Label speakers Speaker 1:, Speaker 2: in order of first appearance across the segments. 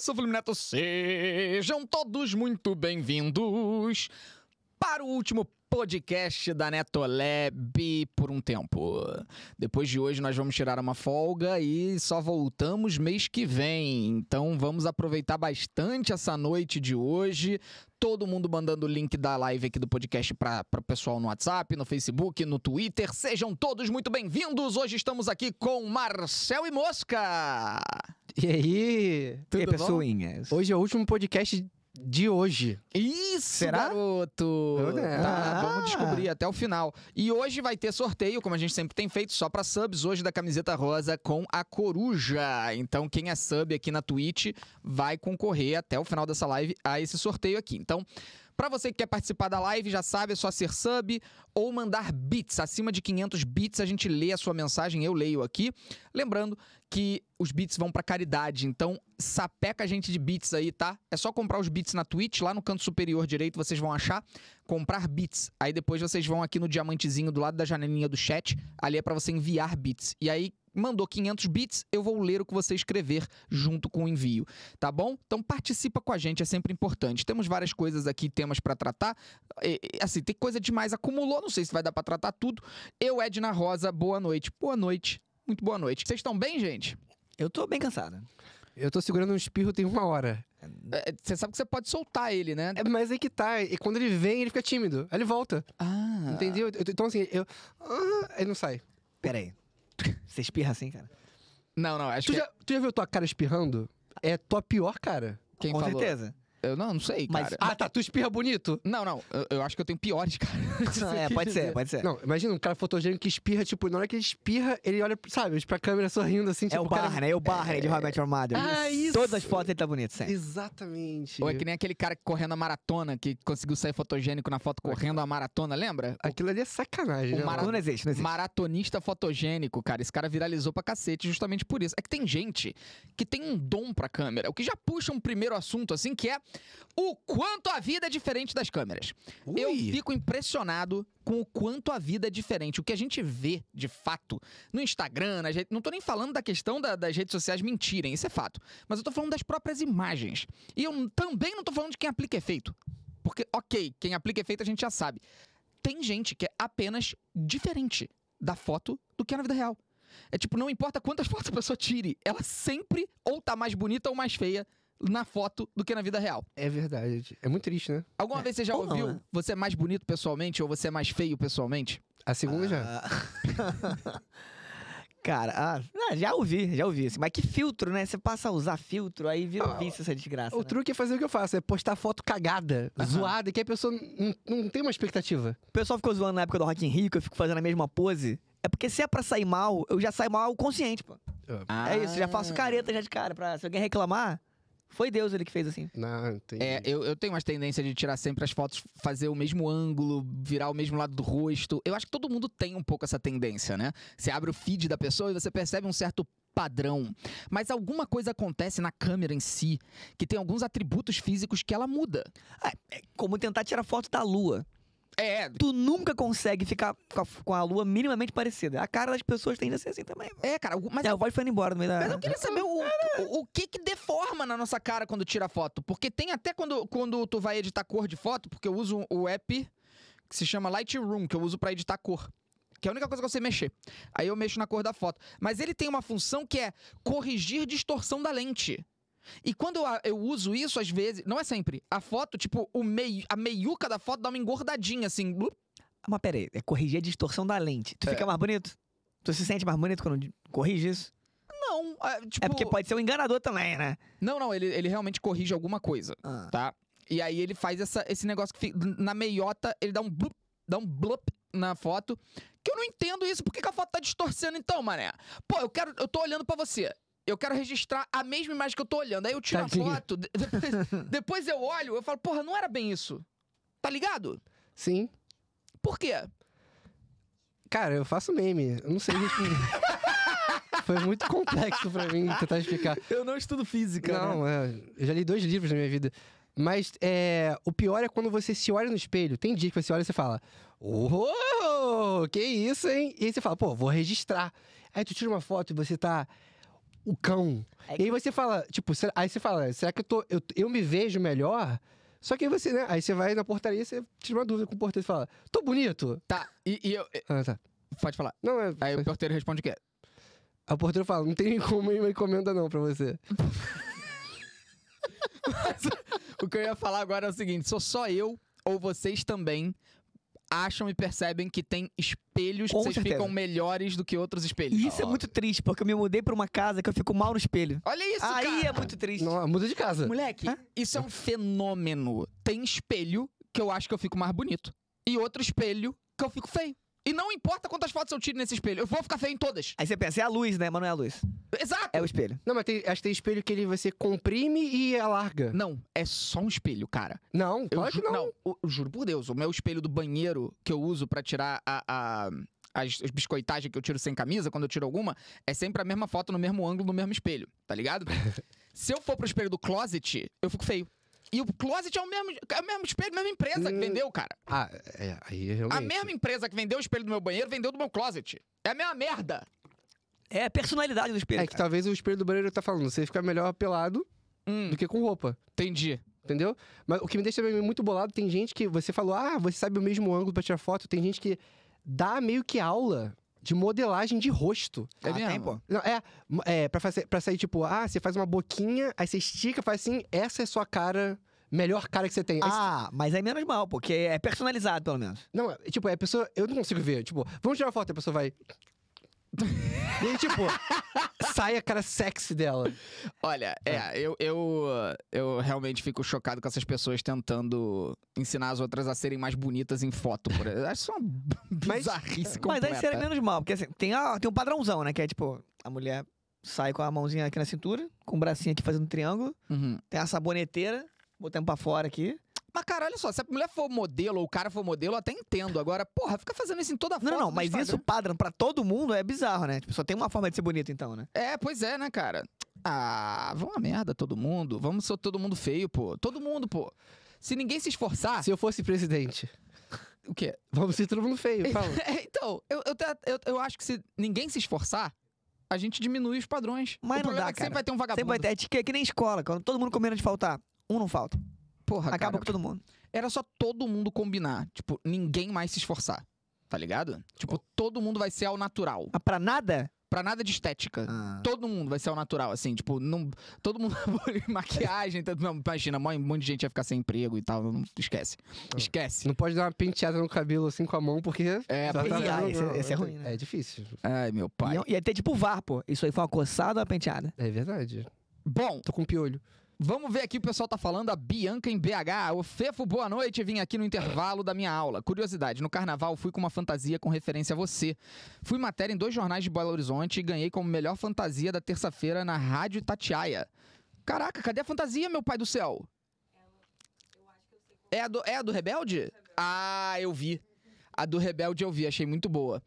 Speaker 1: sou o Felipe Neto. Sejam todos muito bem-vindos para o último podcast da Netolab por um tempo. Depois de hoje nós vamos tirar uma folga e só voltamos mês que vem. Então vamos aproveitar bastante essa noite de hoje. Todo mundo mandando o link da live aqui do podcast para o pessoal no WhatsApp, no Facebook, no Twitter. Sejam todos muito bem-vindos. Hoje estamos aqui com Marcel e Mosca.
Speaker 2: E aí?
Speaker 1: Tudo
Speaker 2: e aí,
Speaker 1: bom?
Speaker 2: pessoinhas? Hoje é o último podcast de hoje.
Speaker 1: Isso,
Speaker 2: Será?
Speaker 1: garoto!
Speaker 2: Olha.
Speaker 1: Tá,
Speaker 2: Ah.
Speaker 1: vamos descobrir até o final. E hoje vai ter sorteio, como a gente sempre tem feito, só pra subs, hoje da camiseta rosa com a coruja. Então, quem é sub aqui na Twitch vai concorrer até o final dessa live a esse sorteio aqui. Então, pra você que quer participar da live, já sabe, é só ser sub ou mandar bits. Acima de 500 bits, a gente lê a sua mensagem, eu leio aqui. Lembrando que os bits vão pra caridade, então sapeca a gente de bits aí, tá? É só comprar os bits na Twitch, lá no canto superior direito vocês vão achar comprar bits. Aí depois vocês vão aqui no diamantezinho do lado da janelinha do chat, ali é pra você enviar bits. E aí mandou 500 bits, eu vou ler o que você escrever junto com o envio, tá bom? Então participa com a gente, é sempre importante. Temos várias coisas aqui, temas pra tratar. E- e, assim, tem coisa demais acumulou, não sei se vai dar pra tratar tudo. Eu Edna Rosa, boa noite. Boa noite. Muito boa noite. Vocês estão bem, gente?
Speaker 2: Eu tô bem cansado.
Speaker 3: Eu tô segurando um espirro tem uma hora.
Speaker 1: É, Você sabe que você pode soltar ele, né?
Speaker 3: É, mas aí que tá. E quando ele vem, ele fica tímido. Aí ele volta.
Speaker 1: Ah.
Speaker 3: Entendeu? Eu- Então assim, eu. Ah, ele não sai.
Speaker 2: Pera aí. Você espirra assim, cara?
Speaker 1: Não, não, acho
Speaker 3: Tu
Speaker 1: que é
Speaker 3: já, tu já viu tua cara espirrando? É tua pior cara.
Speaker 1: quem
Speaker 2: Com
Speaker 1: falou.
Speaker 2: certeza.
Speaker 1: Eu não, não sei,
Speaker 2: Mas-
Speaker 1: cara.
Speaker 3: Ah, tá. Tu espirra bonito?
Speaker 1: Não, não, eu, eu acho que eu tenho piores, cara.
Speaker 2: Não, é, pode ser, pode ser.
Speaker 3: Não, imagina um cara fotogênico que espirra, tipo, na hora que ele espirra, ele olha, sabe, pra câmera sorrindo assim,
Speaker 2: é
Speaker 3: tipo,
Speaker 2: o
Speaker 3: cara-
Speaker 2: Barney, é o Barney de Robert Armado.
Speaker 3: Ah, isso.
Speaker 2: Todas as fotos ele tá bonito, sempre.
Speaker 3: Exatamente.
Speaker 1: Ou é que nem aquele cara que correndo a maratona, que conseguiu sair fotogênico na foto correndo a maratona, lembra?
Speaker 3: Aquilo ali é sacanagem,
Speaker 1: O
Speaker 3: né?
Speaker 1: Mara-
Speaker 3: mano?
Speaker 2: Não existe, não existe.
Speaker 1: Maratonista fotogênico, cara. Esse cara viralizou pra cacete justamente por isso. É que tem gente que tem um dom pra câmera, o que já puxa um primeiro assunto, assim, que é o quanto a vida é diferente das câmeras.
Speaker 3: Ui.
Speaker 1: Eu fico impressionado com o quanto a vida é diferente. O que a gente vê, de fato, no Instagram, nas redes- não tô nem falando da questão da- das redes sociais mentirem, isso é fato. Mas eu tô falando das próprias imagens. E eu n- também não tô falando de quem aplica efeito. Porque, ok, quem aplica efeito a gente já sabe. Tem gente que é apenas diferente da foto do que é na vida real. É tipo, não importa quantas fotos a pessoa tire, ela sempre ou tá mais bonita ou mais feia na foto do que na vida real.
Speaker 3: É verdade. É muito triste, né?
Speaker 1: Alguma
Speaker 2: É,
Speaker 1: vez você já
Speaker 2: ou não,
Speaker 1: ouviu
Speaker 2: né?
Speaker 1: você é mais bonito pessoalmente ou você é mais feio pessoalmente?
Speaker 3: A segunda já.
Speaker 2: Ah. Cara, ah, não, já ouvi, já ouvi. Assim, mas que filtro, né? Você passa a usar filtro, aí vira
Speaker 3: Ah,
Speaker 2: um vício essa desgraça.
Speaker 3: O
Speaker 2: né?
Speaker 3: truque é fazer o que eu faço, é postar foto cagada,
Speaker 2: Aham.
Speaker 3: zoada, que a pessoa não, não tem uma expectativa.
Speaker 2: né? O pessoal ficou zoando na época do Rock in Rio, que eu fico fazendo a mesma pose. É porque se é pra sair mal, eu já saio mal consciente, pô. É isso, já
Speaker 3: Ah.
Speaker 2: faço careta já de cara. Pra, se alguém reclamar, foi Deus ele que fez assim.
Speaker 3: Não, tem.
Speaker 1: É, eu, eu tenho umas tendências de tirar sempre as fotos, fazer o mesmo ângulo, virar o mesmo lado do rosto. Eu acho que todo mundo tem um pouco essa tendência, né? Você abre o feed da pessoa e você percebe um certo padrão. Mas alguma coisa acontece na câmera em si, que tem alguns atributos físicos que ela muda.
Speaker 2: Ah, é como tentar tirar foto da lua.
Speaker 1: É,
Speaker 2: Tu nunca consegue ficar com a, com a lua minimamente parecida. A cara das pessoas tende a ser assim também.
Speaker 1: é, cara, algu- mas
Speaker 2: Mas é, a voz foi indo embora no meio da.
Speaker 1: Mas eu queria saber o, o, o que que deforma na nossa cara quando tira foto. Porque tem até quando, quando tu vai editar cor de foto, porque eu uso o app que se chama Lightroom, que eu uso pra editar cor. Que é a única coisa que eu sei mexer. Aí eu mexo na cor da foto. Mas ele tem uma função que é corrigir distorção da lente. E quando eu, a- eu uso isso, às vezes, não é sempre, a foto, tipo, o meio, a meiuca da foto dá uma engordadinha, assim. blup.
Speaker 2: Mas pera aí, é corrigir a distorção da lente.
Speaker 1: É.
Speaker 2: Tu fica mais bonito? Tu se sente mais bonito quando corrige isso?
Speaker 1: Não, é, tipo.
Speaker 2: É porque pode ser um enganador também, né?
Speaker 1: Não, não, ele, ele realmente corrige alguma coisa.
Speaker 2: Ah.
Speaker 1: tá? E aí ele faz essa, esse negócio que fica, na meiota, ele dá um blup, dá um blup na foto. Que eu não entendo isso, por que, que a foto tá distorcendo então, mané? Pô, eu quero, eu tô olhando pra você. Eu quero registrar a mesma imagem que eu tô olhando. Aí eu tiro
Speaker 3: Tadinho.
Speaker 1: a foto, de- depois, depois eu olho, eu falo, porra, não era bem isso. Tá ligado?
Speaker 3: Sim.
Speaker 1: Por quê?
Speaker 3: Cara, eu faço meme. Eu não sei responder. Foi muito complexo pra mim tentar explicar.
Speaker 1: Eu não estudo física. né?
Speaker 3: Não, é, eu já li dois livros na minha vida. Mas é, o pior é quando você se olha no espelho. Tem dia que você olha e você fala: Uou, que isso, hein? E aí você fala: Pô, vou registrar. Aí tu tira uma foto e você tá o cão.
Speaker 2: É
Speaker 3: E aí você fala, tipo, será- aí você fala, será que eu tô. Eu, eu me vejo melhor? Só que aí você, né? Aí você vai na portaria e você tira uma dúvida com o porteiro e fala, tô bonito.
Speaker 1: Tá, e, e eu. e-
Speaker 3: Ah, tá.
Speaker 1: Pode falar.
Speaker 3: Não, é.
Speaker 1: Aí o porteiro responde o quê?
Speaker 3: A porteira fala, não tem como uma encomenda não pra você.
Speaker 1: O que eu ia falar agora é o seguinte: sou só eu ou vocês também acham e percebem que tem espelhos
Speaker 2: Com
Speaker 1: que vocês
Speaker 2: certeza.
Speaker 1: ficam melhores do que outros espelhos?
Speaker 2: E isso é muito triste, porque eu me mudei pra uma casa que eu fico mal no espelho.
Speaker 1: Olha isso,
Speaker 2: Aí
Speaker 1: cara!
Speaker 2: é muito triste.
Speaker 3: Não, muda de casa.
Speaker 1: Moleque,
Speaker 2: Hã?
Speaker 1: isso é um fenômeno. Tem espelho que eu acho que eu fico mais bonito e outro espelho que eu fico feio. E não importa quantas fotos eu tiro nesse espelho, eu vou ficar feio em todas.
Speaker 2: Aí você pensa, é a luz, né? Mas não é a luz.
Speaker 1: Exato!
Speaker 2: É o espelho.
Speaker 3: Não, mas tem, acho que tem espelho que ele você comprime e alarga.
Speaker 1: Não, é só um espelho, cara.
Speaker 3: Não,
Speaker 1: Eu
Speaker 3: claro que
Speaker 1: ju-
Speaker 3: não.
Speaker 1: eu- eu juro por Deus, o meu espelho do banheiro que eu uso pra tirar a, a- as, as biscoitagens que eu tiro sem camisa, quando eu tiro alguma, é sempre a mesma foto no mesmo ângulo, no mesmo espelho, tá ligado? Se eu for pro espelho do closet, eu fico feio. E o closet é o mesmo, é o mesmo espelho, mesma empresa que
Speaker 3: Hum,
Speaker 1: vendeu, cara.
Speaker 3: Ah, é, aí realmente.
Speaker 1: A mesma empresa que vendeu o espelho do meu banheiro vendeu do meu closet. É a mesma merda.
Speaker 2: É a personalidade do espelho.
Speaker 3: É que
Speaker 2: cara.
Speaker 3: talvez o espelho do banheiro tá falando, você fica melhor pelado
Speaker 1: Hum,
Speaker 3: do que com roupa,
Speaker 1: entendi.
Speaker 3: entendeu? Mas o que me deixa também muito bolado, tem gente que você falou, ah, você sabe o mesmo ângulo pra tirar foto, tem gente que dá meio que aula de modelagem de rosto.
Speaker 1: É
Speaker 2: Ah, tem,
Speaker 1: mesmo?
Speaker 2: pô.
Speaker 3: Não, é, é pra, fazer, pra sair tipo, ah, você faz uma boquinha, aí você estica, faz assim, essa é sua cara, melhor cara que você tem. Aí
Speaker 2: Ah, mas é menos mal, porque é personalizado, pelo menos.
Speaker 3: Não, é, tipo, é a pessoa. Eu não consigo ver. Tipo, vamos tirar uma foto, a pessoa vai. e aí, tipo, sai a cara sexy dela.
Speaker 1: Olha,
Speaker 2: Ah.
Speaker 1: é, eu, eu, eu realmente fico chocado com essas pessoas tentando ensinar as outras a serem mais bonitas em foto. Por exemplo. Acho isso uma b-
Speaker 3: Mas-
Speaker 1: bizarrice
Speaker 2: Mas
Speaker 1: completa.
Speaker 2: aí seria menos mal, porque assim, tem, a- tem um padrãozão, né? Que é tipo, a mulher sai com a mãozinha aqui na cintura, com o bracinho aqui fazendo um triângulo,
Speaker 1: Uhum.
Speaker 2: tem a saboneteira, botando pra fora aqui.
Speaker 1: Mas, cara, olha só, se a mulher for modelo ou o cara for modelo, eu até entendo. Agora, porra, fica fazendo isso em toda a
Speaker 2: Não,
Speaker 1: foto.
Speaker 2: não, não,
Speaker 1: do
Speaker 2: mas isso,
Speaker 1: Instagram.
Speaker 2: padrão, pra todo mundo é bizarro, né? Tipo, só tem uma forma de ser bonito, então, né?
Speaker 1: É, pois é, né, cara? Ah, vamos a merda, todo mundo. Vamos ser todo mundo feio, pô. Todo mundo, pô. Se ninguém se esforçar.
Speaker 3: Se eu fosse presidente,
Speaker 1: O quê?
Speaker 3: vamos ser todo mundo feio. Fala.
Speaker 1: É, então, eu, eu, te- eu, eu acho que se ninguém se esforçar, a gente diminui os padrões. o
Speaker 2: Mas não
Speaker 1: problema
Speaker 2: dá,
Speaker 1: é que sempre
Speaker 2: cara.
Speaker 1: vai ter um
Speaker 2: Sempre
Speaker 1: vagabundo.
Speaker 2: vai ter, é que- é que nem escola, quando todo mundo combina de faltar, um não falta.
Speaker 1: Porra, cara,
Speaker 2: Acaba com todo mundo.
Speaker 1: Era só todo mundo combinar. Tipo, ninguém mais se esforçar. Tá ligado? Tipo, todo mundo vai ser ao natural.
Speaker 2: Ah, pra nada?
Speaker 1: Pra nada de estética.
Speaker 2: Ah.
Speaker 1: Todo mundo vai ser ao natural, assim, tipo, não, todo mundo maquiagem, tanto, não, imagina, mó- um monte de gente ia ficar sem emprego e tal, não esquece.
Speaker 3: Ah.
Speaker 1: Esquece.
Speaker 3: Não pode dar uma penteada no cabelo assim com a mão, porque.
Speaker 1: É,
Speaker 3: Já
Speaker 1: pois é.
Speaker 2: Ah,
Speaker 3: não,
Speaker 2: esse-
Speaker 3: não,
Speaker 2: esse é
Speaker 3: não
Speaker 2: ruim,
Speaker 3: tem-
Speaker 2: né?
Speaker 3: É difícil.
Speaker 1: Ai, meu pai.
Speaker 2: Ia, ia ter tipo VAR, pô. Isso aí foi uma coçada ou uma penteada?
Speaker 3: É verdade.
Speaker 1: Bom,
Speaker 3: Tô com piolho.
Speaker 1: Vamos ver aqui o pessoal tá falando. A Bianca em BH. O Fefo, boa noite. Vim aqui no intervalo da minha aula. Curiosidade: no carnaval fui com uma fantasia com referência a você. Fui matéria em dois jornais de Belo Horizonte e ganhei como melhor fantasia da terça-feira na Rádio Tatiaia. Caraca, cadê a fantasia, meu pai do céu? É a do, é a do Rebelde? Ah, eu vi. A do Rebelde eu vi, achei muito boa.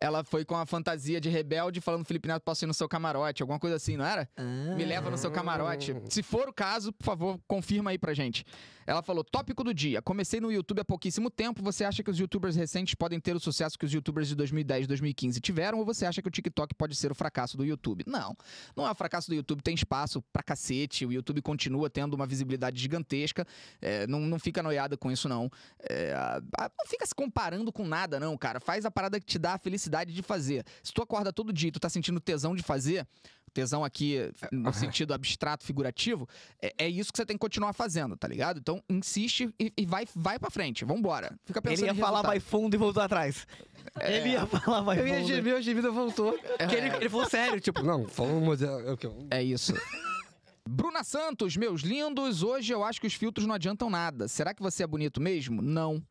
Speaker 1: Ela foi com a fantasia de rebelde falando Felipe Neto posso ir no seu camarote, alguma coisa assim, não era? Me leva no seu camarote. Se for o caso, por favor, confirma aí pra gente. Ela falou: tópico do dia. Comecei no YouTube há pouquíssimo tempo. Você acha que os youtubers recentes podem ter o sucesso que os youtubers de 2010 2015 tiveram? Ou você acha que o TikTok pode ser o fracasso do YouTube? Não. Não é o fracasso do YouTube, tem espaço pra cacete. O YouTube continua tendo uma visibilidade gigantesca. É, não, não fica noiada com isso, não. É, a- a- não fica se comparando com nada, não, cara. Faz a parada que te dá a felicidade de fazer. Se tu acorda todo dia e tu tá sentindo tesão de fazer, tesão aqui no sentido abstrato, figurativo, é, é isso que você tem que continuar fazendo, tá ligado? Então insiste e, e vai, vai pra frente, vambora. Fica pensando
Speaker 2: Ele ia
Speaker 1: em
Speaker 2: falar
Speaker 1: resultado.
Speaker 2: mais fundo e voltou atrás. Ele ia falar mais
Speaker 3: Eu
Speaker 2: fundo.
Speaker 3: ia gemer, a gemida voltou.
Speaker 2: Que ele, ele falou sério, tipo.
Speaker 3: Tipo, não, falamos. é o que eu-
Speaker 1: É isso. Bruna Santos, meus lindos, hoje eu acho que os filtros não adiantam nada. Será que você é bonito mesmo? Não.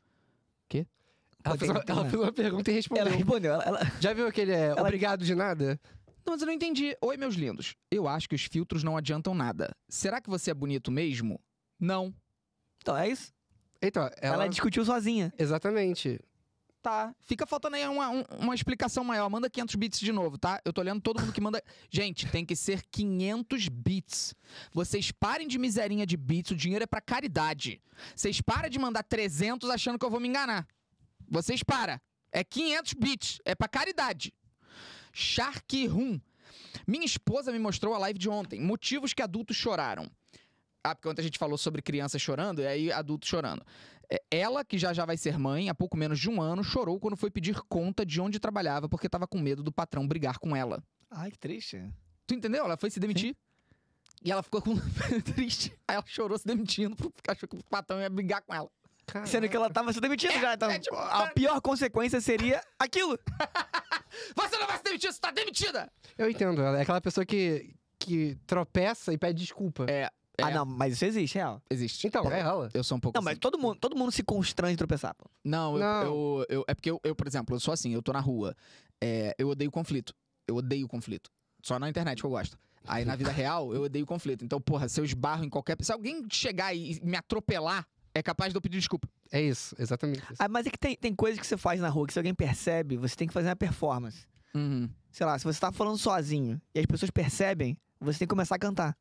Speaker 3: Ela
Speaker 2: Pode
Speaker 3: fez uma-
Speaker 2: ter,
Speaker 3: ela
Speaker 2: né?
Speaker 3: fez uma pergunta e
Speaker 2: Ela
Speaker 3: respondeu.
Speaker 2: respondeu. Ela, ela-
Speaker 3: Já viu aquele é, obrigado de nada?
Speaker 1: Não, mas eu não entendi. Oi, meus lindos. Eu acho que os filtros não adiantam nada. Será que você é bonito mesmo? Não.
Speaker 2: Então, é isso.
Speaker 3: Então,
Speaker 2: Ela, é
Speaker 3: ela.
Speaker 2: discutiu sozinha.
Speaker 3: Exatamente.
Speaker 1: Tá. Fica faltando aí uma, um- uma explicação maior. Manda 500 bits de novo, tá? Eu tô lendo todo mundo que manda. Gente, tem que ser 500 bits. Vocês parem de miserinha de bits. O dinheiro é pra caridade. Vocês param de mandar 300 achando que eu vou me enganar. Vocês para. É 500 bits. É pra caridade. Shark Rum. Minha esposa me mostrou a live de ontem. Motivos que adultos choraram. Ah, porque ontem a gente falou sobre crianças chorando e aí adultos chorando. É, Ela, que já já vai ser mãe, há pouco menos de um ano, chorou quando foi pedir conta de onde trabalhava porque estava com medo do patrão brigar com ela.
Speaker 2: Ai, que triste.
Speaker 1: Tu entendeu? Ela foi se demitir. E ela ficou com... triste. Aí ela chorou se demitindo porque achou que o patrão ia brigar com ela.
Speaker 2: Sendo que ela tava se demitindo já. Então,
Speaker 1: é, tipo,
Speaker 2: a pior consequência seria aquilo.
Speaker 1: Você não vai se demitir, você tá demitida!
Speaker 3: Eu entendo, ela é aquela pessoa que, que tropeça e pede desculpa.
Speaker 1: É.
Speaker 2: Ah, não, mas isso existe, é real.
Speaker 1: Existe.
Speaker 3: Então, é ela.
Speaker 1: Eu sou um pouco
Speaker 2: Não, mas
Speaker 1: assim.
Speaker 2: todo mundo, todo mundo se constrange de tropeçar, pô.
Speaker 1: Não, eu,
Speaker 3: Não.
Speaker 1: eu- eu- É porque eu, eu, por exemplo, eu sou assim, eu tô na rua. É, eu odeio conflito. Eu odeio conflito. Só na internet que eu gosto. Aí na vida real, eu odeio conflito. Então, porra, se eu esbarro em qualquer. Se alguém chegar e me atropelar, é capaz de eu pedir desculpa.
Speaker 3: É isso, exatamente isso.
Speaker 2: Ah, mas é que tem, tem coisas que você faz na rua que se alguém percebe, você tem que fazer uma performance.
Speaker 1: Uhum.
Speaker 2: Sei lá, se você tá falando sozinho e as pessoas percebem, você tem que começar a cantar.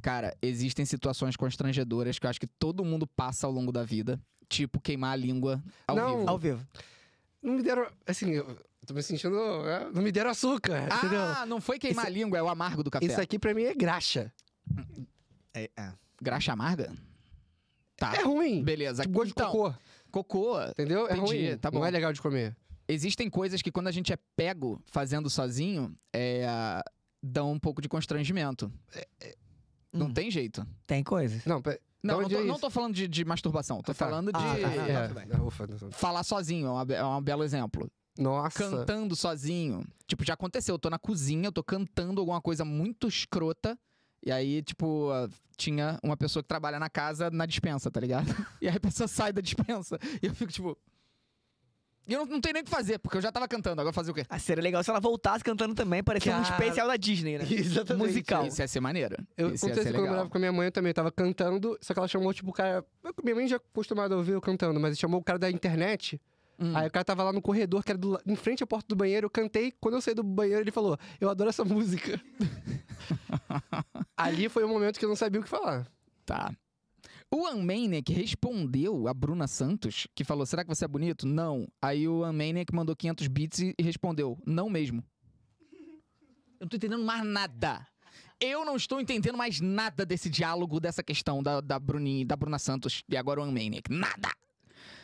Speaker 1: Cara, existem situações constrangedoras que eu acho que todo mundo passa ao longo da vida. Tipo, queimar a língua ao
Speaker 3: Não,
Speaker 1: vivo.
Speaker 2: Ao vivo.
Speaker 3: Não me deram. Assim, eu tô me sentindo. é, Não me deram açúcar, entendeu?
Speaker 1: Ah, não foi queimar a língua, é o amargo do café.
Speaker 3: Isso aqui pra mim é graxa.
Speaker 2: É, é.
Speaker 1: Graxa amarga? Tá.
Speaker 3: É ruim.
Speaker 1: Beleza.
Speaker 3: Tipo, gosto
Speaker 1: então,
Speaker 3: de cocô,
Speaker 1: cocô.
Speaker 3: entendeu? É
Speaker 1: entendi,
Speaker 3: ruim.
Speaker 1: tá bom.
Speaker 3: Não é legal de comer.
Speaker 1: Existem coisas que quando a gente é pego fazendo sozinho, é, dão um pouco de constrangimento.
Speaker 3: É,
Speaker 1: Não
Speaker 2: Hum.
Speaker 1: tem jeito.
Speaker 2: Tem coisas.
Speaker 3: Não, pera.
Speaker 1: Não,
Speaker 3: Da
Speaker 1: não
Speaker 3: onde
Speaker 1: tô,
Speaker 3: é
Speaker 1: não
Speaker 3: isso?
Speaker 1: tô falando de, de masturbação. Tô
Speaker 3: Ah, tá.
Speaker 1: falando de
Speaker 2: Ah, tá, tá, tá.
Speaker 1: é,
Speaker 2: tudo bem.
Speaker 3: é, ufa, não-
Speaker 1: falar sozinho. É, uma be- é um belo exemplo.
Speaker 3: Nossa.
Speaker 1: cantando sozinho. Tipo, já aconteceu, eu tô na cozinha, eu tô cantando alguma coisa muito escrota. E aí, tipo, ah, tinha uma pessoa que trabalha na casa na dispensa, tá ligado? E aí a pessoa sai da dispensa. E eu fico, tipo. E eu não, não tenho nem o que fazer, porque eu já tava cantando, agora fazer o quê?
Speaker 2: Ah, seria legal se ela voltasse cantando também, parecia um
Speaker 3: Cara.
Speaker 2: especial da Disney, né?
Speaker 3: Exatamente.
Speaker 2: Musical.
Speaker 1: Isso ia ser maneiro.
Speaker 3: Eu
Speaker 1: Isso ia
Speaker 3: aconteceu
Speaker 1: ser
Speaker 3: isso quando eu
Speaker 1: legal.
Speaker 3: morava com a minha mãe eu também, eu tava cantando, só que ela chamou, tipo, o cara. Minha mãe já é acostumada a ouvir eu cantando, mas chamou o cara da internet.
Speaker 1: Hum.
Speaker 3: Aí o cara tava lá no corredor, que era do la- em frente à porta do banheiro, eu cantei. Quando eu saí do banheiro, ele falou: Eu adoro essa música. Ali foi o momento que eu não sabia o que falar.
Speaker 1: Tá. O Anmaniac respondeu a Bruna Santos, que falou: Será que você é bonito? Não. Aí o Anmaniac mandou 500 bits e e respondeu: Não mesmo. Eu não tô entendendo mais nada. Eu não estou entendendo mais nada desse diálogo, dessa questão da, da, Bruni, da Bruna Santos e agora o Anmaniac. Nada!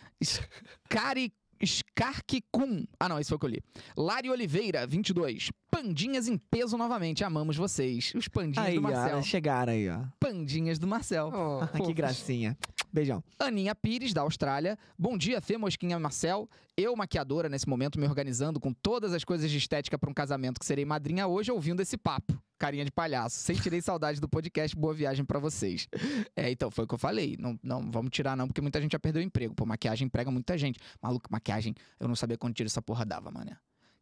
Speaker 1: Scari. Skark Kun. Ah, não, esse foi o que eu li. Lari Oliveira, 22. Pandinhas em peso novamente. Amamos vocês. Os pandinhas
Speaker 2: Aí,
Speaker 1: do
Speaker 2: ó,
Speaker 1: Marcel.
Speaker 2: elas chegaram aí, ó.
Speaker 1: Pandinhas do Marcel.
Speaker 3: Oh,
Speaker 2: Ah, que gracinha. Beijão.
Speaker 1: Aninha Pires, da Austrália. Bom dia, Fê Mosquinha Marcel. Eu, maquiadora, nesse momento, me organizando com todas as coisas de estética para um casamento que serei madrinha hoje, ouvindo esse papo. Carinha de palhaço. Sentirei saudade do podcast. Boa viagem para vocês. É, então, foi o que eu falei. Não, não vamos tirar, não, porque muita gente já perdeu o emprego. Pô, maquiagem emprega muita gente. Maluco, maquiagem, eu não sabia quanto tiro essa porra dava, mané.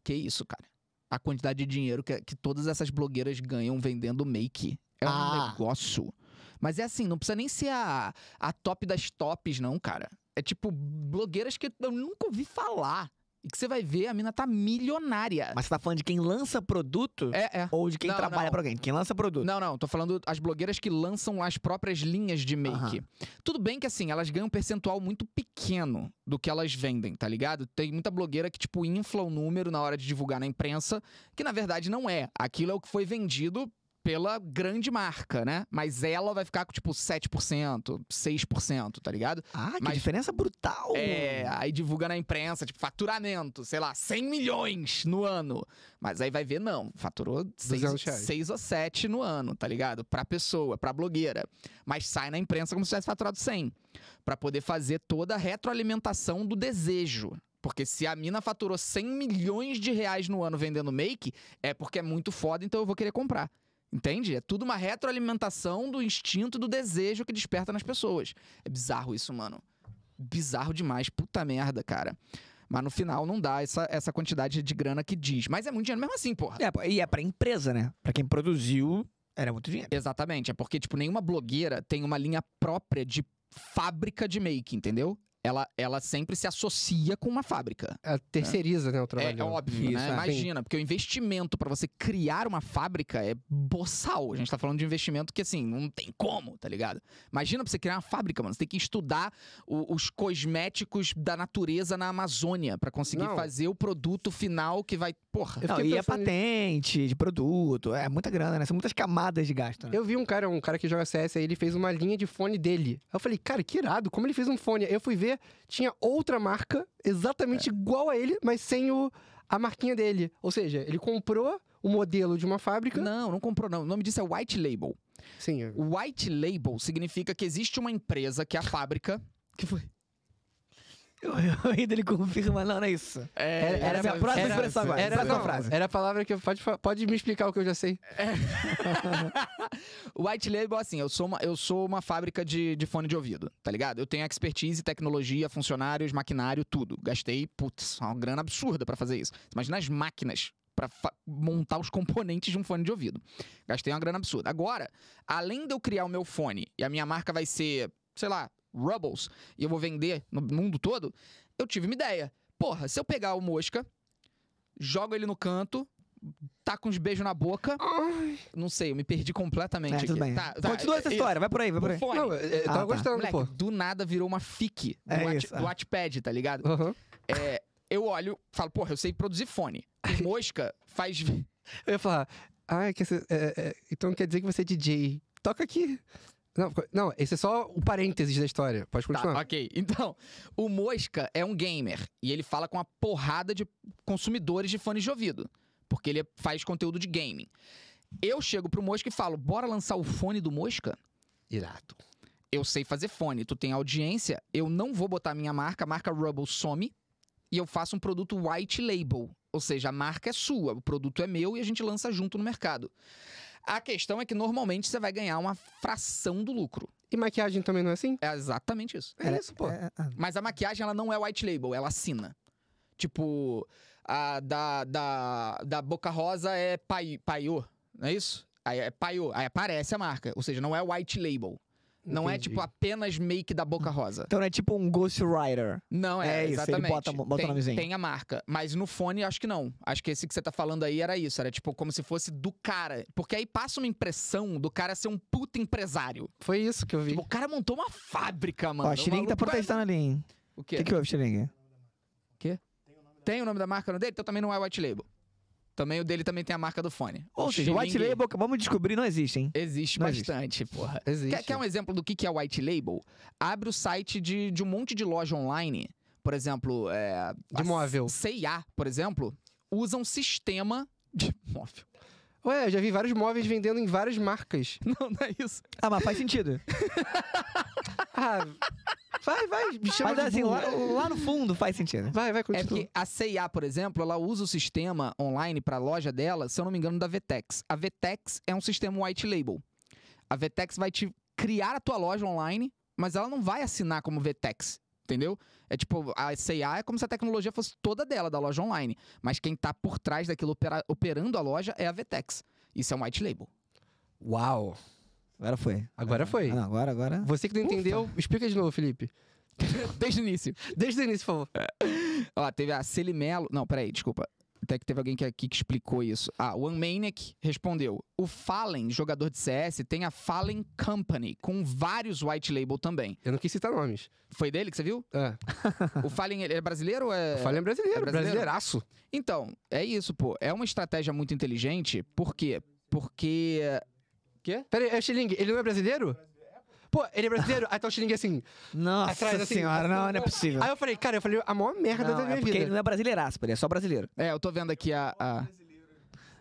Speaker 1: Que isso, cara. A quantidade de dinheiro que, que todas essas blogueiras ganham vendendo make. É um
Speaker 3: Ah.
Speaker 1: negócio. Mas é assim, não precisa nem ser a, a top das tops, não, cara. É tipo, blogueiras que eu nunca ouvi falar. E que você vai ver, a mina tá milionária.
Speaker 2: Mas você tá falando de quem lança produto
Speaker 1: É, é.
Speaker 2: ou de quem
Speaker 1: Não,
Speaker 2: trabalha
Speaker 1: não.
Speaker 2: pra alguém? Quem lança produto.
Speaker 1: Não, não, tô falando as blogueiras que lançam as próprias linhas de make. Tudo bem que assim, elas ganham um percentual muito pequeno do que elas vendem, tá ligado? Tem muita blogueira que tipo infla o número na hora de divulgar na imprensa, que na verdade não é. Aquilo é o que foi vendido pela grande marca, né? Mas ela vai ficar com tipo 7%, 6%, tá ligado?
Speaker 2: Ah, que
Speaker 1: Mas-
Speaker 2: diferença brutal.
Speaker 1: É, aí divulga na imprensa, tipo, faturamento, sei lá, 100 milhões no ano. Mas aí vai ver, não, faturou
Speaker 3: 200 reais.
Speaker 1: 6 ou 7 no ano, tá ligado? Pra pessoa, pra blogueira. Mas sai na imprensa como se tivesse faturado 100. Pra poder fazer toda a retroalimentação do desejo. Porque se a mina faturou 100 milhões de reais no ano vendendo make, é porque é muito foda, então eu vou querer comprar. Entende? É tudo uma retroalimentação do instinto e do desejo que desperta nas pessoas. É bizarro isso, mano. Bizarro demais. Puta merda, cara. Mas no final não dá essa, essa quantidade de grana que diz. Mas é muito dinheiro mesmo assim, porra.
Speaker 2: É, pô, e é pra empresa, né? Pra quem produziu, era muito dinheiro.
Speaker 1: É Exatamente. É porque, tipo, nenhuma blogueira tem uma linha própria de fábrica de make, entendeu? ela, ela sempre se associa com uma fábrica.
Speaker 3: Ela terceiriza, né, o
Speaker 1: É,
Speaker 3: trabalho.
Speaker 1: é óbvio,
Speaker 2: Isso,
Speaker 1: né?
Speaker 2: é.
Speaker 1: Imagina, porque o investimento pra você criar uma fábrica é boçal. A gente tá falando de investimento que, assim, não tem como, tá ligado? Imagina pra você criar uma fábrica, mano. Você tem que estudar o- os cosméticos da natureza na Amazônia pra conseguir
Speaker 3: Não.
Speaker 1: fazer o produto final que vai. Porra.
Speaker 3: Eu
Speaker 2: Não,
Speaker 3: fiquei
Speaker 2: e é
Speaker 3: pensando nisso.
Speaker 2: patente de produto, é muita grana, né? São muitas camadas de gasto, né?
Speaker 3: Eu vi um cara, um cara que joga CS aí, ele fez uma linha de fone dele. Aí eu falei, cara, que irado, como ele fez um fone? Eu fui ver, tinha outra marca, exatamente igual a ele, mas sem o, a marquinha dele. Ou seja, ele comprou o modelo de uma fábrica.
Speaker 1: Não, não comprou, não. O nome disso é White Label.
Speaker 3: Sim, é.
Speaker 1: White Label significa que existe uma empresa que é a fábrica. que foi?
Speaker 2: Eu, eu ainda ele confirma, não, não é isso.
Speaker 1: É,
Speaker 2: era essa a próxima
Speaker 1: era-
Speaker 2: expressão agora.
Speaker 1: Era,
Speaker 2: Essa é
Speaker 1: não,
Speaker 2: a frase.
Speaker 3: era a palavra que eu- pode, fa- pode me explicar o que eu já sei.
Speaker 1: White Label, assim, eu sou uma, eu sou uma fábrica de, de fone de ouvido, tá ligado? Eu tenho expertise, tecnologia, funcionários, maquinário, tudo. Gastei, putz, uma grana absurda pra fazer isso. Imagina as máquinas pra fa- montar os componentes de um fone de ouvido. Gastei uma grana absurda. Agora, além de eu criar o meu fone e a minha marca vai ser, sei lá, Rubbles, e eu vou vender no mundo todo, eu tive uma ideia. Porra, se eu pegar o Mosca, jogo ele no canto, taco uns beijos na boca... Não sei, eu me perdi completamente
Speaker 2: É,
Speaker 1: aqui.
Speaker 2: tudo bem.
Speaker 1: Tá, tá,
Speaker 2: Continua essa
Speaker 1: isso.
Speaker 2: história, vai por aí, vai por
Speaker 1: O
Speaker 2: aí.
Speaker 1: fone.
Speaker 3: Não, eu, eu
Speaker 2: Ah,
Speaker 3: tava
Speaker 2: tá.
Speaker 3: gostando,
Speaker 1: Moleque,
Speaker 3: pô.
Speaker 1: do nada virou uma fic do,
Speaker 2: É
Speaker 1: Watt-
Speaker 2: isso,
Speaker 1: do
Speaker 2: ah.
Speaker 1: Wattpad, tá ligado?
Speaker 3: Aham.
Speaker 1: É, eu olho, falo, porra, eu sei produzir fone. O Mosca faz...
Speaker 3: Eu ia falar, ah, que você- é, é, então quer dizer que você é DJ. Toca aqui. Não, co- não, esse é só o parênteses da história. Pode
Speaker 1: Tá,
Speaker 3: continuar.
Speaker 1: ok. Então, o Mosca é um gamer e ele fala com uma porrada de consumidores de fones de ouvido, porque ele faz conteúdo de gaming. Eu chego pro Mosca e falo, bora lançar o fone do Mosca?
Speaker 3: Irado.
Speaker 1: Eu sei fazer fone, tu tem audiência, eu não vou botar minha marca, a marca Rubble some e eu faço um produto white label. Ou seja, a marca é sua, o produto é meu e a gente lança junto no mercado. A questão é que normalmente você vai ganhar uma fração do lucro.
Speaker 3: E maquiagem também não é assim?
Speaker 1: É exatamente isso.
Speaker 3: É isso, pô.
Speaker 2: É, ah,
Speaker 1: Mas a maquiagem, ela não é white label, ela assina. Tipo, a da, da, da Boca Rosa é pai, Paiô, não é isso? Aí é Paiô, aí aparece a marca. Ou seja, não é white label. Não é,
Speaker 3: Entendi.
Speaker 1: tipo, apenas make da Boca Rosa.
Speaker 2: Então não é tipo um ghostwriter.
Speaker 1: Não, é,
Speaker 2: É isso, ele
Speaker 1: exatamente.
Speaker 2: bota- bota o
Speaker 1: tem,
Speaker 2: nomezinho.
Speaker 1: tem a marca. Mas no fone, acho que não. Acho que esse que você tá falando aí era isso. Era tipo como se fosse do cara. Porque aí passa uma impressão do cara ser um puta empresário.
Speaker 3: Foi isso que eu vi.
Speaker 1: Tipo, o cara montou uma fábrica, mano.
Speaker 2: Ó,
Speaker 1: O
Speaker 2: a Xiringue tá
Speaker 1: maluco vai-
Speaker 2: protestando ali, hein?
Speaker 1: O
Speaker 2: O
Speaker 1: quê?
Speaker 2: que, que houve, Xiringue?
Speaker 1: Tem o nome da marca no dele? Então também não é White Label. Também o dele também tem a marca do fone.
Speaker 2: Ou
Speaker 1: O
Speaker 2: seja, o White
Speaker 1: Xilingue
Speaker 2: Label, vamos descobrir, não existe, hein?
Speaker 1: Existe
Speaker 2: Não existe.
Speaker 1: bastante, porra.
Speaker 3: Existe.
Speaker 1: Quer, quer um exemplo do que que é White Label? Abre o site de, de um monte de loja online, por exemplo, é,
Speaker 3: De
Speaker 1: a
Speaker 3: móvel.
Speaker 1: C&A, por exemplo, usa um sistema de móvel.
Speaker 3: Ué, eu já vi vários móveis vendendo em várias marcas.
Speaker 1: Não, não é isso.
Speaker 2: Ah, mas faz sentido.
Speaker 3: Ah, vai, vai, me chama
Speaker 2: Mas
Speaker 3: de
Speaker 2: assim,
Speaker 3: burro.
Speaker 2: lá, lá no fundo faz sentido.
Speaker 3: Vai, vai,
Speaker 1: É
Speaker 3: continua.
Speaker 1: porque a C&A, por exemplo, ela usa o sistema online para a loja dela, se eu não me engano, da Vetex. A Vetex é um sistema white label. A Vetex vai te criar a tua loja online, mas ela não vai assinar como Vetex, entendeu? É tipo, a C&A é como se a tecnologia fosse toda dela, da loja online. Mas quem tá por trás daquilo opera- operando a loja é a Vetex. Isso é um white label.
Speaker 3: Uau.
Speaker 2: Agora foi.
Speaker 3: Agora foi.
Speaker 2: Ah, não, agora, agora.
Speaker 3: Você que não entendeu, explica de novo, Felipe.
Speaker 1: Desde o início.
Speaker 3: Desde o início, por favor.
Speaker 1: Ó, teve a Celimelo. Não, peraí, desculpa. Até que teve alguém que aqui que explicou isso. Ah, o Unmaniac respondeu: O Fallen, jogador de CS, tem a Fallen Company, com vários white label também.
Speaker 3: Eu não quis citar nomes.
Speaker 1: Foi dele que você viu?
Speaker 3: Ah,
Speaker 1: o Fallen, ele é brasileiro ou é.
Speaker 3: é, Falha brasileiro,
Speaker 1: é brasileiro?
Speaker 3: brasileiraço.
Speaker 1: Então, é isso, pô. É uma estratégia muito inteligente. Por quê? Porque.
Speaker 3: Quê? Pera aí, é o Xiling, ele não é brasileiro? Pô, ele é brasileiro? Aí tá o Xiling assim.
Speaker 2: Nossa
Speaker 3: Atrás, assim,
Speaker 2: senhora, não, não é possível.
Speaker 3: Aí eu falei, cara, eu falei a maior merda
Speaker 2: Não,
Speaker 3: da minha
Speaker 2: é porque
Speaker 3: vida.
Speaker 2: ele não é brasileiraço, pô, ele é só brasileiro.
Speaker 1: É, eu tô vendo aqui a. a-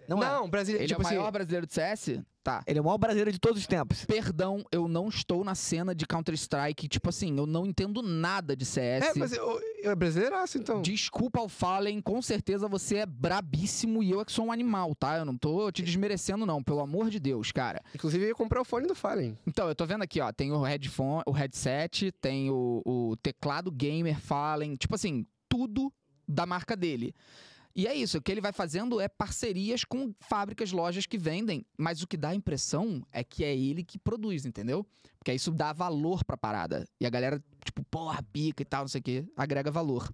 Speaker 2: Não, é.
Speaker 3: brasileiro.
Speaker 1: Ele
Speaker 3: tipo
Speaker 1: é o maior
Speaker 3: assim,
Speaker 1: brasileiro de CS? Tá.
Speaker 2: Ele é o maior brasileiro de todos os tempos.
Speaker 1: Perdão, eu não estou na cena de Counter-Strike. Tipo assim, eu não entendo nada de CS.
Speaker 3: é, mas eu, eu é brasileiraço, então.
Speaker 1: Desculpa ao Fallen, com certeza você é brabíssimo e eu é que sou um animal, tá? Eu não tô te desmerecendo, não, pelo amor de Deus, cara.
Speaker 3: Inclusive, eu ia comprar o fone do Fallen.
Speaker 1: Então, eu tô vendo aqui, ó, tem o headphone, o headset, tem o, o teclado gamer Fallen, tipo assim, tudo da marca dele. E é isso, o que ele vai fazendo é parcerias com fábricas, lojas que vendem, mas o que dá a impressão é que é ele que produz, entendeu? Porque isso dá valor pra parada. E a galera, tipo, porra, bica e tal, não sei o quê, agrega valor.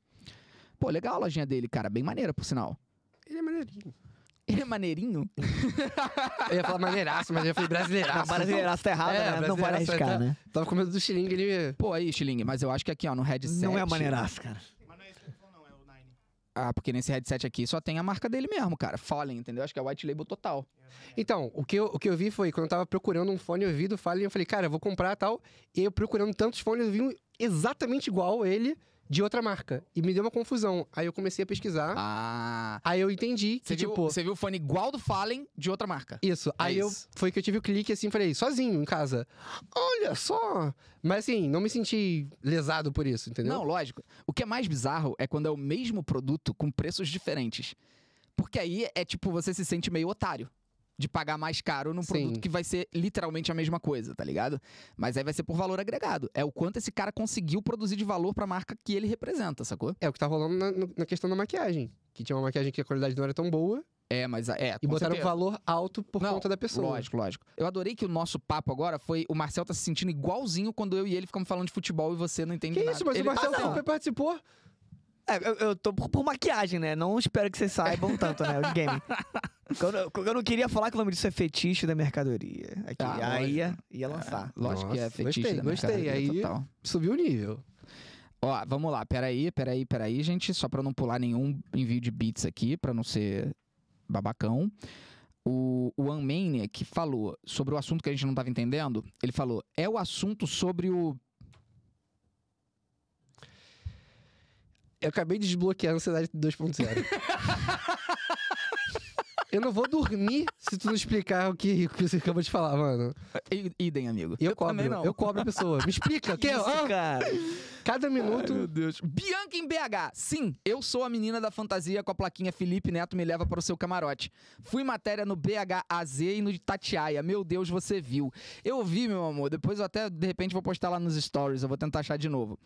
Speaker 1: Pô, legal a lojinha dele, cara, bem maneira, por sinal.
Speaker 3: Ele é maneirinho.
Speaker 1: Ele é maneirinho?
Speaker 3: Eu ia falar maneiraço, mas eu falei brasileiraço.
Speaker 2: Ah, brasileiraço tá errado,
Speaker 3: É,
Speaker 2: né? Não vale
Speaker 3: brasileiraço
Speaker 2: arriscar,
Speaker 3: tá-
Speaker 2: né?
Speaker 3: Tava com medo do xilingue, ele...
Speaker 1: Pô, aí, Xiling, mas eu acho que aqui, ó, no headset.
Speaker 2: Não é maneiraço, cara.
Speaker 4: Mas não é esse telefone, não, é o Nine.
Speaker 1: Ah, porque nesse headset aqui só tem a marca dele mesmo, cara. Fallen, entendeu? Acho que é white label total.
Speaker 3: Então, o que, eu, o que eu vi foi, quando eu tava procurando um fone de ouvido, falei, eu falei, cara, eu vou comprar tal. E eu procurando tantos fones, eu vi um exatamente igual ele, de outra marca. E me deu uma confusão. Aí eu comecei a pesquisar,
Speaker 1: Ah.
Speaker 3: aí eu entendi que,
Speaker 1: Você viu,
Speaker 3: tipo...
Speaker 1: você viu o fone igual do Fallen de outra marca.
Speaker 3: Isso. aí
Speaker 1: É isso.
Speaker 3: eu foi que eu tive o clique assim, falei, sozinho em casa. Olha só! Mas assim, não me senti lesado por isso, entendeu?
Speaker 1: Não, lógico. O que é mais bizarro é quando é o mesmo produto com preços diferentes. Porque aí é tipo, você se sente meio otário de pagar mais caro num
Speaker 3: Sim.
Speaker 1: produto que vai ser literalmente a mesma coisa, tá ligado? Mas aí vai ser por valor agregado. É o quanto esse cara conseguiu produzir de valor pra marca que ele representa, sacou?
Speaker 3: É o que tá rolando na, no- na questão da maquiagem. Que tinha uma maquiagem que a qualidade não era tão boa
Speaker 1: É, mas é.
Speaker 3: e
Speaker 1: com
Speaker 3: botaram um
Speaker 1: certeza.
Speaker 3: valor alto por
Speaker 1: Não,
Speaker 3: conta da pessoa.
Speaker 1: Lógico, lógico. Eu adorei que o nosso papo agora foi o Marcel tá se sentindo igualzinho quando eu e ele ficamos falando de futebol e você não entende
Speaker 3: Que
Speaker 1: nada.
Speaker 3: isso, mas
Speaker 1: Ele-
Speaker 3: o Marcelo
Speaker 1: Ah, não.
Speaker 3: super participou.
Speaker 2: É, eu, eu tô por, por maquiagem, né? Não espero que vocês saibam tanto, né? De game. Eu, não- eu não queria falar que o nome disso é fetiche da mercadoria. Aqui,
Speaker 1: Ah,
Speaker 2: aí ia, ia lançar.
Speaker 1: Lógico que é
Speaker 3: Nossa,
Speaker 1: fetiche
Speaker 3: gostei,
Speaker 1: da
Speaker 3: gostei.
Speaker 1: mercadoria
Speaker 3: Aí-
Speaker 1: total.
Speaker 3: Subiu o nível.
Speaker 1: Ó, vamos lá. Peraí, peraí, peraí, gente. Só pra não pular nenhum envio de bits aqui, pra não ser babacão. O, o Unmania que falou sobre o assunto que a gente não tava entendendo, ele falou, é o assunto sobre o...
Speaker 3: Eu acabei de desbloquear a ansiedade 2.0. Eu não vou dormir se tu não explicar o que, o que você acabou de falar, mano.
Speaker 1: I- Idem, amigo.
Speaker 3: E eu, cobro,
Speaker 1: também não.
Speaker 3: eu cobro a pessoa. Me explica, o que?
Speaker 2: Isso,
Speaker 3: Ah,
Speaker 2: cara.
Speaker 3: cada minuto.
Speaker 1: Deus. Bianca em BH. Sim, eu sou a menina da fantasia com a plaquinha Felipe Neto me leva para o seu camarote. Fui matéria no BHAZ e no Itatiaia. Meu Deus, você viu. Eu vi, meu amor. Depois eu até, de repente, vou postar lá nos stories. Eu vou tentar achar de novo.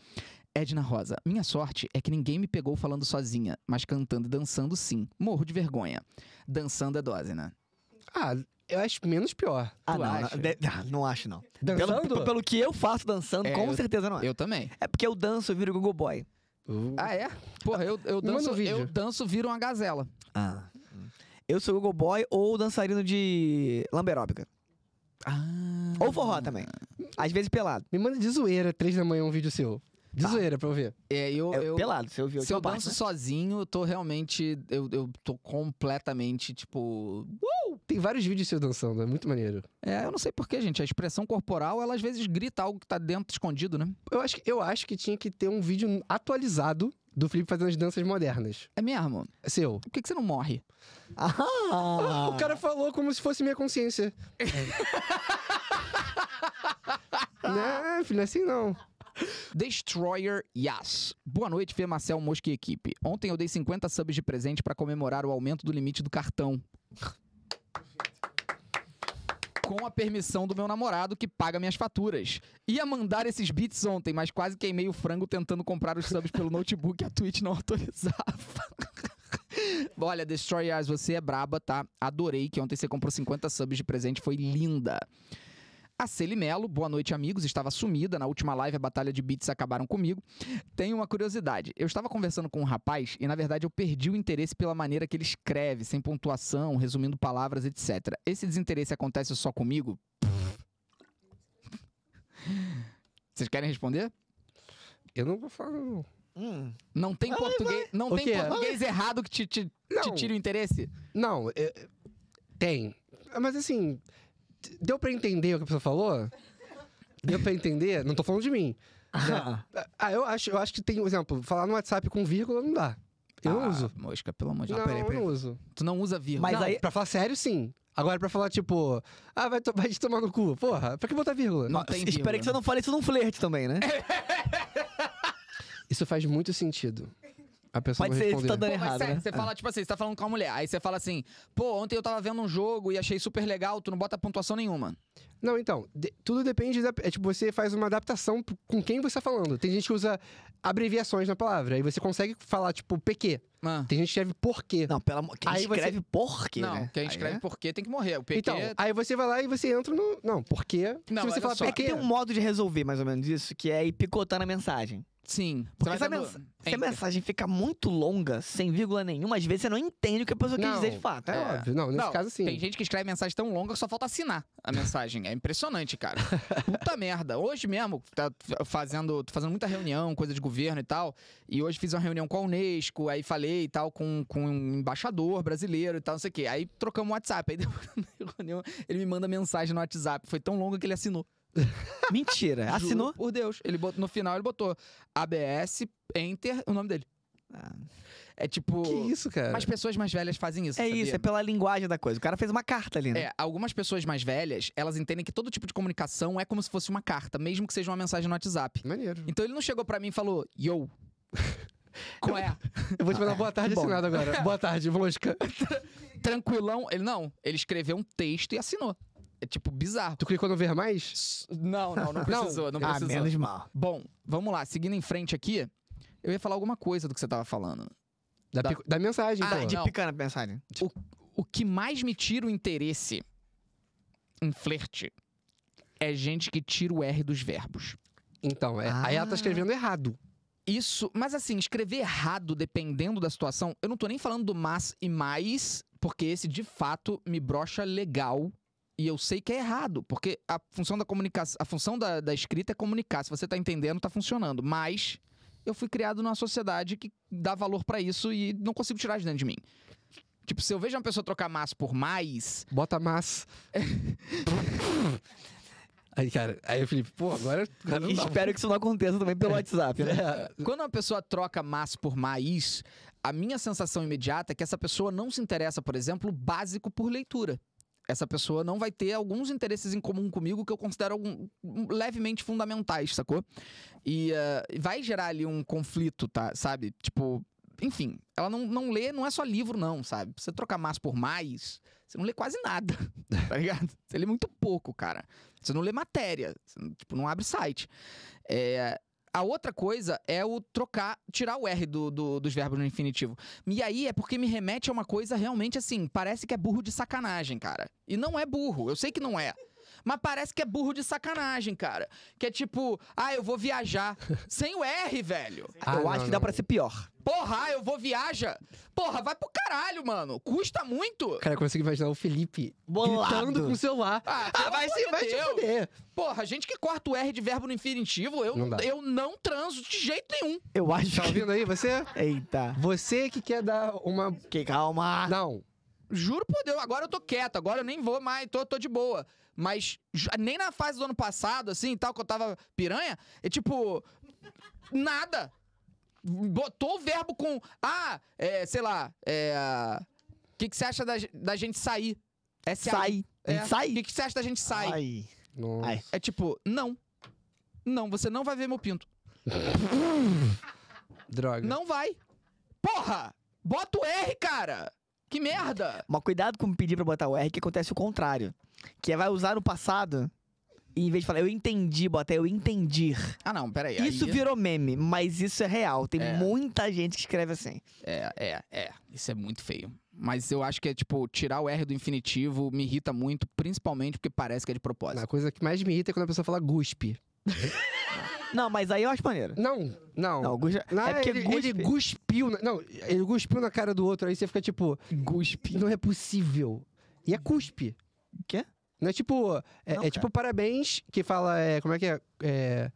Speaker 1: Edna Rosa. Minha sorte é que ninguém me pegou falando sozinha, mas cantando e dançando sim. Morro de vergonha. Dançando é dose, né?
Speaker 3: Ah, eu acho menos pior.
Speaker 2: Ah,
Speaker 1: Tu
Speaker 2: não,
Speaker 1: acha?
Speaker 2: não, de- ah, não acho, não.
Speaker 3: Dançando?
Speaker 2: Pelo, pelo que eu faço dançando,
Speaker 1: É,
Speaker 2: com
Speaker 1: eu-
Speaker 2: certeza
Speaker 3: Ah.
Speaker 2: não é.
Speaker 1: Eu também.
Speaker 2: É porque eu danço, eu viro Google Boy.
Speaker 3: Uh,
Speaker 1: Ah, é? Porra, eu, eu
Speaker 3: Manda um
Speaker 1: danço,
Speaker 3: vídeo.
Speaker 1: eu danço, viro uma gazela.
Speaker 2: Ah. Eu sou Google Boy ou dançarino de lamberóbica.
Speaker 1: Ah.
Speaker 2: Ou forró também. Às vezes pelado.
Speaker 3: Me manda de zoeira, três da manhã, um vídeo seu. De
Speaker 2: Tá.
Speaker 3: zoeira pra eu ver.
Speaker 1: É, eu,
Speaker 2: É,
Speaker 1: eu,
Speaker 2: pelado, você ouviu.
Speaker 1: Se eu
Speaker 2: aquela parte,
Speaker 1: danço
Speaker 2: né?
Speaker 1: sozinho, eu tô realmente. Eu, eu tô completamente, tipo. "Uh!"
Speaker 3: Tem vários vídeos seu dançando, é muito maneiro.
Speaker 1: É, eu não sei porquê, gente. A expressão corporal, ela às vezes grita algo que tá dentro escondido, né?
Speaker 3: Eu acho, que- eu acho que tinha que ter um vídeo atualizado do Felipe fazendo as danças modernas.
Speaker 1: É mesmo?
Speaker 3: Seu.
Speaker 1: Por que, que você não morre?
Speaker 2: né? Ah,
Speaker 3: O cara falou como se fosse minha consciência. não, filho, não é assim não.
Speaker 1: Destroyer Yas. Boa noite, Fê Marcel Mosca e equipe. Ontem eu dei 50 subs de presente pra comemorar o aumento do limite do cartão. Com a permissão do meu namorado que paga minhas faturas. Ia mandar esses bits ontem, mas quase queimei o frango tentando comprar os subs pelo notebook e a Twitch não autorizava. Olha, Destroy Eyes, você é braba, tá? Adorei que ontem você comprou 50 subs de presente, foi linda. A Celi Melo, boa noite, amigos. Estava sumida. Na última live, a batalha de beats acabaram comigo. Tenho uma curiosidade. Eu estava conversando com um rapaz e, na verdade, eu perdi o interesse pela maneira que ele escreve, sem pontuação, resumindo palavras, etc. Esse desinteresse acontece só comigo? Vocês querem responder?
Speaker 3: Eu não vou falar não.
Speaker 2: hum.
Speaker 1: Não tem português, não
Speaker 3: O
Speaker 1: tem
Speaker 3: quê?
Speaker 1: português errado que te, te, te
Speaker 3: Não.
Speaker 1: tire o interesse?
Speaker 3: Não, é- é- tem. Mas assim, d- deu pra entender o que a pessoa falou? Deu pra entender? Não tô falando de mim.
Speaker 2: Ah.
Speaker 3: Ah, eu acho, eu acho que tem, por exemplo, falar no WhatsApp com vírgula não dá. Eu
Speaker 1: Ah,
Speaker 3: não uso.
Speaker 1: Mosca, pelo amor de
Speaker 3: Não,
Speaker 1: Deus.
Speaker 3: eu não uso.
Speaker 1: Tu não usa vírgula.
Speaker 2: Mas
Speaker 3: não,
Speaker 2: aí-
Speaker 3: Pra falar sério, sim. Agora, pra falar, tipo, ah, vai, to- vai te tomar no cu. Porra, pra que botar vírgula?
Speaker 1: Não tem vírgula.
Speaker 2: Espero que você
Speaker 1: É,
Speaker 2: não fale isso num flerte também, né?
Speaker 3: Isso faz muito sentido. A pessoa
Speaker 2: Pode
Speaker 3: não
Speaker 2: ser isso
Speaker 3: respondeu.
Speaker 2: tá dando
Speaker 1: Pô, mas
Speaker 2: errado,
Speaker 1: sério,
Speaker 2: né?
Speaker 1: você fala, tipo assim, você tá falando com a mulher. Aí você fala assim, pô, ontem eu tava vendo um jogo e achei super legal, tu não bota pontuação nenhuma.
Speaker 3: Não, então, de- tudo depende da. É tipo, você faz uma adaptação p- com quem você tá falando. Tem gente que usa abreviações na palavra. Aí você consegue falar, tipo, PQ.
Speaker 1: Ah,
Speaker 3: Tem gente que escreve porquê.
Speaker 2: Não, pela mo- quem
Speaker 3: Aí você-
Speaker 2: escreve por quê,
Speaker 1: não,
Speaker 2: né?
Speaker 1: quem
Speaker 2: Aí
Speaker 1: escreve
Speaker 2: é-
Speaker 1: por quê tem que morrer. O PQ.
Speaker 3: Então, aí você vai lá e você entra no. Não, porquê.
Speaker 1: Não,
Speaker 3: Se você
Speaker 1: olha
Speaker 3: falar
Speaker 1: só.
Speaker 2: É que
Speaker 3: PQ.
Speaker 2: tem um modo de resolver mais ou menos isso, que é ir picotando a mensagem.
Speaker 1: sim.
Speaker 2: Porque
Speaker 1: Você vai
Speaker 2: essa
Speaker 1: dando-
Speaker 2: mensa- Se a
Speaker 1: Enter.
Speaker 2: mensagem fica muito longa, sem vírgula nenhuma, às vezes você não entende o que a pessoa quis
Speaker 3: Não,
Speaker 2: dizer de fato.
Speaker 3: É,
Speaker 1: É.
Speaker 3: óbvio. Não, nesse
Speaker 1: Não,
Speaker 3: caso sim.
Speaker 1: Tem gente que escreve mensagem tão longa que só falta assinar a mensagem. É impressionante, cara. Puta merda. Hoje mesmo, tá f- fazendo, tô fazendo muita reunião, coisa de governo e tal. E hoje fiz uma reunião com a Unesco, aí falei e tal com, com um embaixador brasileiro e tal, não sei o quê. Aí trocamos o WhatsApp. Aí depois da reunião, ele me manda mensagem no WhatsApp. Foi tão longa que ele assinou.
Speaker 2: Mentira. Assinou? é
Speaker 1: Juro Por Deus. Ele bot- no final ele botou ABS, Enter, o nome dele.
Speaker 2: Ah.
Speaker 1: É tipo.
Speaker 3: Que isso, cara?
Speaker 1: Mas pessoas mais velhas fazem isso.
Speaker 2: É
Speaker 1: sabia?
Speaker 2: isso, é pela linguagem da coisa. O cara fez uma carta ali, né?
Speaker 1: É, algumas pessoas mais velhas, elas entendem que todo tipo de comunicação é como se fosse uma carta, mesmo que seja uma mensagem no WhatsApp.
Speaker 3: Maneiro.
Speaker 1: Então ele não chegou pra mim e falou, yo. Qual é?
Speaker 3: Eu vou te mandar boa tarde
Speaker 2: Bom.
Speaker 3: assinado agora. Boa tarde, Mosca.
Speaker 1: Tranquilão? Ele não. Ele escreveu um texto e assinou. É tipo bizarro.
Speaker 3: Tu clicou no ver mais?
Speaker 1: S- Não, não, não precisou, não,
Speaker 2: ah,
Speaker 1: precisou.
Speaker 2: menos mal.
Speaker 1: Bom, vamos lá, seguindo em frente aqui, eu ia falar alguma coisa do que você tava falando.
Speaker 3: Da,
Speaker 1: Da-
Speaker 3: pico- da mensagem,
Speaker 1: Ah,
Speaker 3: então.
Speaker 2: De
Speaker 1: Não.
Speaker 2: picando a mensagem.
Speaker 1: O que mais me tira o interesse em flerte é gente que tira o R dos verbos.
Speaker 3: Então, é, aí ela tá
Speaker 2: Ah.
Speaker 3: escrevendo errado.
Speaker 1: Isso, mas assim, escrever errado dependendo da situação, eu não tô nem falando do mas e mais, porque esse de fato me brocha legal. E eu sei que é errado, porque a função da comunicação, a função da, da escrita é comunicar. Se você tá entendendo, tá funcionando. Mas eu fui criado numa sociedade que dá valor pra isso e não consigo tirar de dentro de mim. Tipo, se eu vejo uma pessoa trocar mas por mais,
Speaker 3: Bota mas. aí, cara, aí o Felipe, pô, agora. agora não dá. um É.
Speaker 2: Espero que isso não aconteça também pelo WhatsApp, né?
Speaker 1: Quando uma pessoa troca mas por mais, a minha sensação imediata é que essa pessoa não se interessa, por exemplo, básico por leitura. Essa pessoa não vai ter alguns interesses em comum comigo que eu considero algum, um, levemente fundamentais, sacou? E eh, vai gerar ali um conflito, tá? Sabe? Tipo, enfim, ela não, não lê, não é só livro, não, sabe? Você trocar mas por mais, você não lê quase nada, tá ligado? Você lê muito pouco, cara. Você não lê matéria, você não- tipo, não abre site. É, a outra coisa é o trocar, tirar o R do, do- dos verbos no infinitivo. E aí é porque me remete a uma coisa realmente assim, parece que é burro de sacanagem, cara. E não é burro, eu sei que não é. Mas parece que é burro de sacanagem, cara. Que é tipo, ah, eu vou viajar. Sem o R, velho.
Speaker 3: Ah,
Speaker 2: eu
Speaker 3: não,
Speaker 2: acho que dá
Speaker 3: não.
Speaker 2: pra ser pior.
Speaker 1: Porra, "Ah, eu vou viajar. Porra, vai pro caralho, mano. Custa muito.
Speaker 3: Cara, eu consigo imaginar o Felipe gritando
Speaker 2: Bolado.
Speaker 3: com o celular.
Speaker 1: Ah,
Speaker 3: Ah, vai se vai te
Speaker 1: Deus.
Speaker 3: fuder.
Speaker 1: Porra, gente que corta o R de verbo no infinitivo, eu
Speaker 3: Não
Speaker 1: não,
Speaker 3: dá.
Speaker 1: eu não transo de jeito nenhum.
Speaker 2: Eu acho
Speaker 3: Tá
Speaker 2: que...
Speaker 3: ouvindo aí? Você?
Speaker 2: Eita.
Speaker 3: Você que quer dar uma.
Speaker 2: Que
Speaker 1: Ah.
Speaker 2: calma.
Speaker 3: Não.
Speaker 1: Juro por Deus, agora eu tô quieto, agora eu nem vou mais, tô, tô de boa. Mas ju- nem na fase do ano passado, assim, e tal, que eu tava piranha, é tipo. Nada. Botou o verbo com. Ah, é, sei lá, é. O que, que você acha da, ge- da gente sair? É
Speaker 2: Sai.
Speaker 1: É. O
Speaker 2: Sai.
Speaker 1: que, que você acha da gente sair?
Speaker 2: Ai.
Speaker 3: Nossa.
Speaker 2: Ai.
Speaker 1: É tipo, não. Não, você não vai ver meu pinto.
Speaker 3: Droga.
Speaker 1: Não vai. Porra! Bota o R, cara! Que merda!
Speaker 2: Mas cuidado com pedir pra botar o R, que acontece o contrário. Que é vai usar no passado, e em vez de falar eu entendi, bota eu entendi.
Speaker 1: Ah, não, peraí.
Speaker 2: Isso
Speaker 3: é.
Speaker 1: aí-
Speaker 2: virou meme, mas isso é real. Tem
Speaker 1: É.
Speaker 2: muita gente que escreve assim.
Speaker 1: É, é, é. Isso é muito feio. Mas eu acho que é, tipo, tirar o R do infinitivo me irrita muito, principalmente porque parece que é de
Speaker 3: A
Speaker 1: propósito.
Speaker 3: coisa que mais me irrita é quando a pessoa fala guspe.
Speaker 2: Não, mas aí eu acho maneiro.
Speaker 3: Não, não.
Speaker 2: Não, Guja...
Speaker 3: Não,
Speaker 2: é porque
Speaker 3: ele,
Speaker 2: Guja-
Speaker 3: ele cuspiu. na- Não, ele cuspiu na cara do outro. Aí você fica tipo,
Speaker 1: Guspe.
Speaker 3: não é possível. E é cuspe.
Speaker 2: Quê?
Speaker 3: Não é tipo. É,
Speaker 2: Não,
Speaker 3: é tipo parabéns que fala. É, como é que é? é?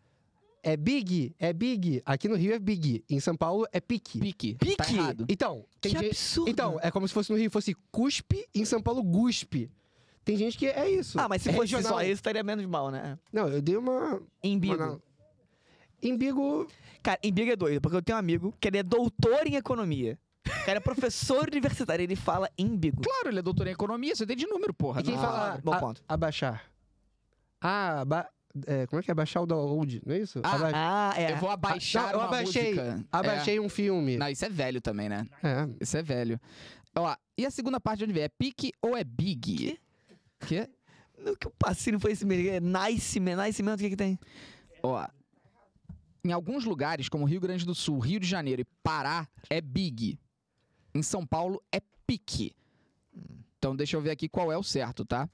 Speaker 3: é big, é big. Aqui no Rio é big. Em São Paulo é pique.
Speaker 1: Pique.
Speaker 2: Pique?
Speaker 1: Tá errado.
Speaker 3: Então, tem
Speaker 2: Que
Speaker 3: gente-
Speaker 2: absurdo.
Speaker 3: Então, é como se fosse no Rio fosse cuspe, em São Paulo guspe. Tem gente que é isso.
Speaker 2: Ah, mas se
Speaker 3: é
Speaker 2: fosse
Speaker 3: regional.
Speaker 2: só isso, estaria menos mal, né?
Speaker 3: Não, eu dei uma.
Speaker 2: Embigo.
Speaker 3: uma- Embigo.
Speaker 2: Cara, embigo é doido, porque eu tenho um amigo que ele é doutor em economia. O cara é professor universitário, ele fala Ah, embigo.
Speaker 1: Claro, ele é doutor em economia, você tem de número, porra.
Speaker 3: E quem
Speaker 1: não
Speaker 2: Ah,
Speaker 3: fala
Speaker 2: bom
Speaker 3: a-
Speaker 2: ponto.
Speaker 3: abaixar? Ah, aba... é, como é que é? Baixar o download, não é isso?
Speaker 1: Ah,
Speaker 3: Aba-
Speaker 2: Ah, é.
Speaker 1: Eu vou abaixar
Speaker 3: Não, eu
Speaker 1: uma
Speaker 3: abaixei.
Speaker 1: música.
Speaker 3: Abaixei um filme.
Speaker 1: É. Não, isso é velho também, né?
Speaker 3: É.
Speaker 1: Isso é velho. Ó, e a segunda parte de onde vem? É pique ou é big? Quê?
Speaker 2: No que o passinho foi esse mesmo? É nice, man, nice man, o que que tem?
Speaker 1: Ó. Em alguns lugares, como Rio Grande do Sul, Rio de Janeiro e Pará, é big. Em São Paulo, é pique. Então deixa eu ver aqui qual é o certo, tá?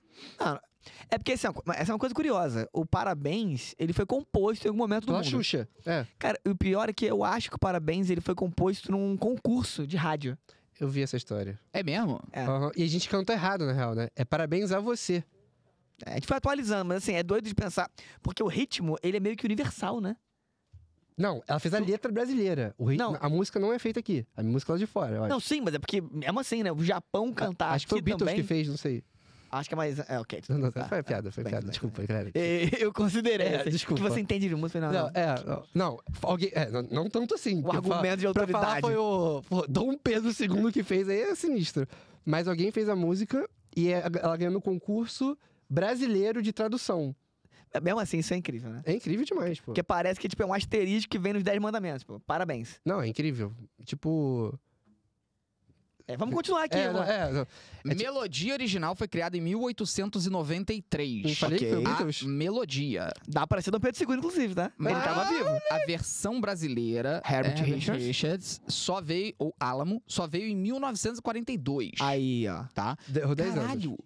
Speaker 2: É porque assim, ó, mas essa é uma coisa curiosa. O Parabéns, ele foi composto em algum momento do
Speaker 3: Pela
Speaker 2: mundo.
Speaker 3: Xuxa. É,
Speaker 2: Cara, o pior é que eu acho que o Parabéns, ele foi composto num concurso de rádio.
Speaker 3: eu vi essa história.
Speaker 1: É mesmo?
Speaker 2: É.
Speaker 3: Aham. E a gente cantou errado, na real, né? É parabéns a você.
Speaker 2: É, a gente foi atualizando, mas assim, é doido de pensar. Porque o ritmo, ele é meio que universal, né?
Speaker 3: Não, ela fez a letra brasileira. O ritmo,
Speaker 2: Não.
Speaker 3: A música não é feita aqui. A música lá de fora, eu acho.
Speaker 2: Não, sim, mas é porque, mesmo assim, né? O Japão cantar
Speaker 3: Ah, acho que foi o
Speaker 2: aqui
Speaker 3: Beatles
Speaker 2: também...
Speaker 3: que fez, não sei.
Speaker 2: Acho que é mais... É, ok.
Speaker 3: Não, não,
Speaker 2: Tá.
Speaker 3: foi piada, foi
Speaker 2: bem,
Speaker 3: piada.
Speaker 2: bem,
Speaker 3: desculpa, galera.
Speaker 2: É, Eu considerei.
Speaker 3: É,
Speaker 2: assim,
Speaker 3: desculpa.
Speaker 2: Que você entende de música, não,
Speaker 3: Não,
Speaker 2: não.
Speaker 3: é, não, não, alguém- é, não, não tanto assim.
Speaker 2: O
Speaker 3: porque fa-
Speaker 2: argumento de
Speaker 3: Pra
Speaker 2: autoridade.
Speaker 3: falar foi o pô, Dom Pedro II que fez, aí é sinistro. Mas alguém fez a música e é- ela ganhou no concurso brasileiro de tradução.
Speaker 2: Mesmo assim, isso é incrível, né?
Speaker 3: É incrível demais, pô.
Speaker 2: Porque parece que tipo, é um asterisco que vem nos 10 mandamentos, pô. Parabéns.
Speaker 3: Não, é incrível. Tipo...
Speaker 2: É, vamos continuar aqui.
Speaker 3: é,
Speaker 2: vamos
Speaker 3: não,
Speaker 2: lá.
Speaker 3: é, não. É ti-
Speaker 1: Melodia original foi criada em 1893.
Speaker 3: Não falei que foi o Beatles?
Speaker 1: A
Speaker 2: Ah,
Speaker 1: melodia.
Speaker 2: Dá pra ser Dom Pedro II, inclusive, tá? Mas ele
Speaker 1: Ah,
Speaker 2: tava vivo.
Speaker 1: A versão brasileira,
Speaker 2: Herbert
Speaker 1: Herbert
Speaker 2: Richards.
Speaker 1: Richards, só veio, ou Alamo, só veio em 1942.
Speaker 2: Aí, ó.
Speaker 1: Tá?
Speaker 3: Deu 10 Tipo, anos.
Speaker 1: Caralho!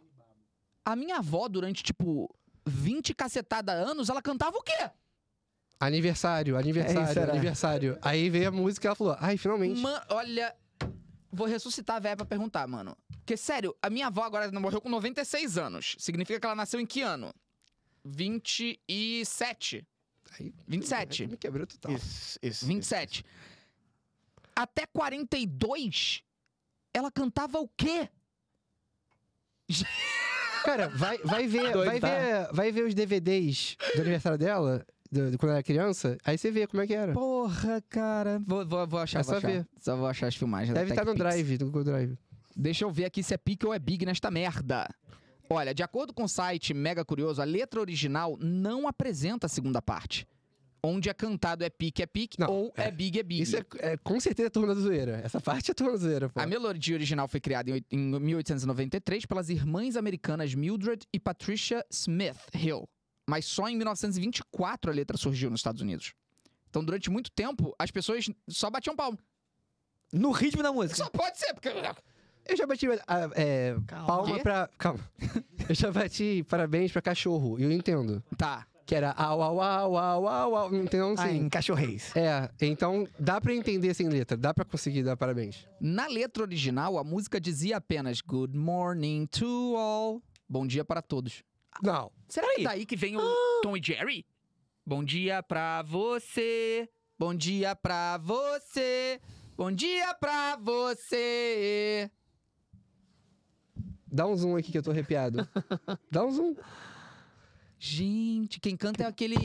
Speaker 1: A minha avó, durante, tipo, 20 cacetada anos, ela cantava o quê?
Speaker 3: Aniversário,
Speaker 2: É
Speaker 3: aniversário,
Speaker 2: isso, era.
Speaker 3: aniversário. Aí veio a música e ela falou, ai, finalmente.
Speaker 1: Mano, olha. Vou ressuscitar a véia pra perguntar, mano. Porque, sério, a minha avó agora não morreu com 96 anos. Significa que ela nasceu em que ano? 27.
Speaker 3: Aí- é
Speaker 1: 27.
Speaker 3: Me quebrou total.
Speaker 2: Isso, isso.
Speaker 1: 27. Até 42, ela cantava o quê?
Speaker 3: Cara, vai, vai, ver,
Speaker 2: Doido,
Speaker 3: vai,
Speaker 2: tá?
Speaker 3: ver, vai ver os DVDs do aniversário dela, do- do- quando ela era criança, aí você vê como é que era.
Speaker 1: Porra, cara. Vou, vou, vou achar,
Speaker 3: É
Speaker 1: vou
Speaker 3: só
Speaker 1: achar.
Speaker 3: ver.
Speaker 1: Só vou achar as filmagens. da
Speaker 3: Deve
Speaker 2: tá
Speaker 3: estar no
Speaker 1: TechPix.
Speaker 3: Drive, no Google Drive.
Speaker 1: Deixa eu ver aqui se é pique ou é big nesta merda. Olha, de acordo com o site Mega Curioso, a letra original não apresenta a segunda parte. Onde é cantado é pique, é pique,
Speaker 3: Não,
Speaker 1: ou é, big, é big.
Speaker 3: Isso é, é- com certeza é turma da zoeira. Essa parte é turma da zoeira, pô.
Speaker 1: A melodia original foi criada em oit- em 1893 pelas irmãs americanas Mildred e Patricia Smith Hill. Mas só em 1924 a letra surgiu nos Estados Unidos. Então, durante muito tempo, as pessoas só batiam palmo.
Speaker 2: No ritmo da música.
Speaker 1: Só pode ser, porque.
Speaker 3: Eu já bati ah, é,
Speaker 2: Calma.
Speaker 3: palma
Speaker 1: Quê?
Speaker 3: pra. Calma. Eu já bati parabéns pra cachorro, e eu entendo.
Speaker 1: Tá.
Speaker 3: Que era au, au, au, au, au, au. Não tem não
Speaker 2: Ah,
Speaker 3: sim.
Speaker 2: em cachorreis.
Speaker 3: É, então dá pra entender sem letra, dá pra conseguir dar parabéns.
Speaker 1: Na letra original, a música dizia apenas Good morning to all. Bom dia para todos.
Speaker 3: Não.
Speaker 1: Será que daí que vem o
Speaker 3: Ah.
Speaker 1: Tom e Jerry? Bom dia pra você. Bom dia pra você. Bom dia pra você.
Speaker 3: Dá um zoom aqui que eu tô arrepiado. dá um zoom.
Speaker 1: Gente, quem canta é aquele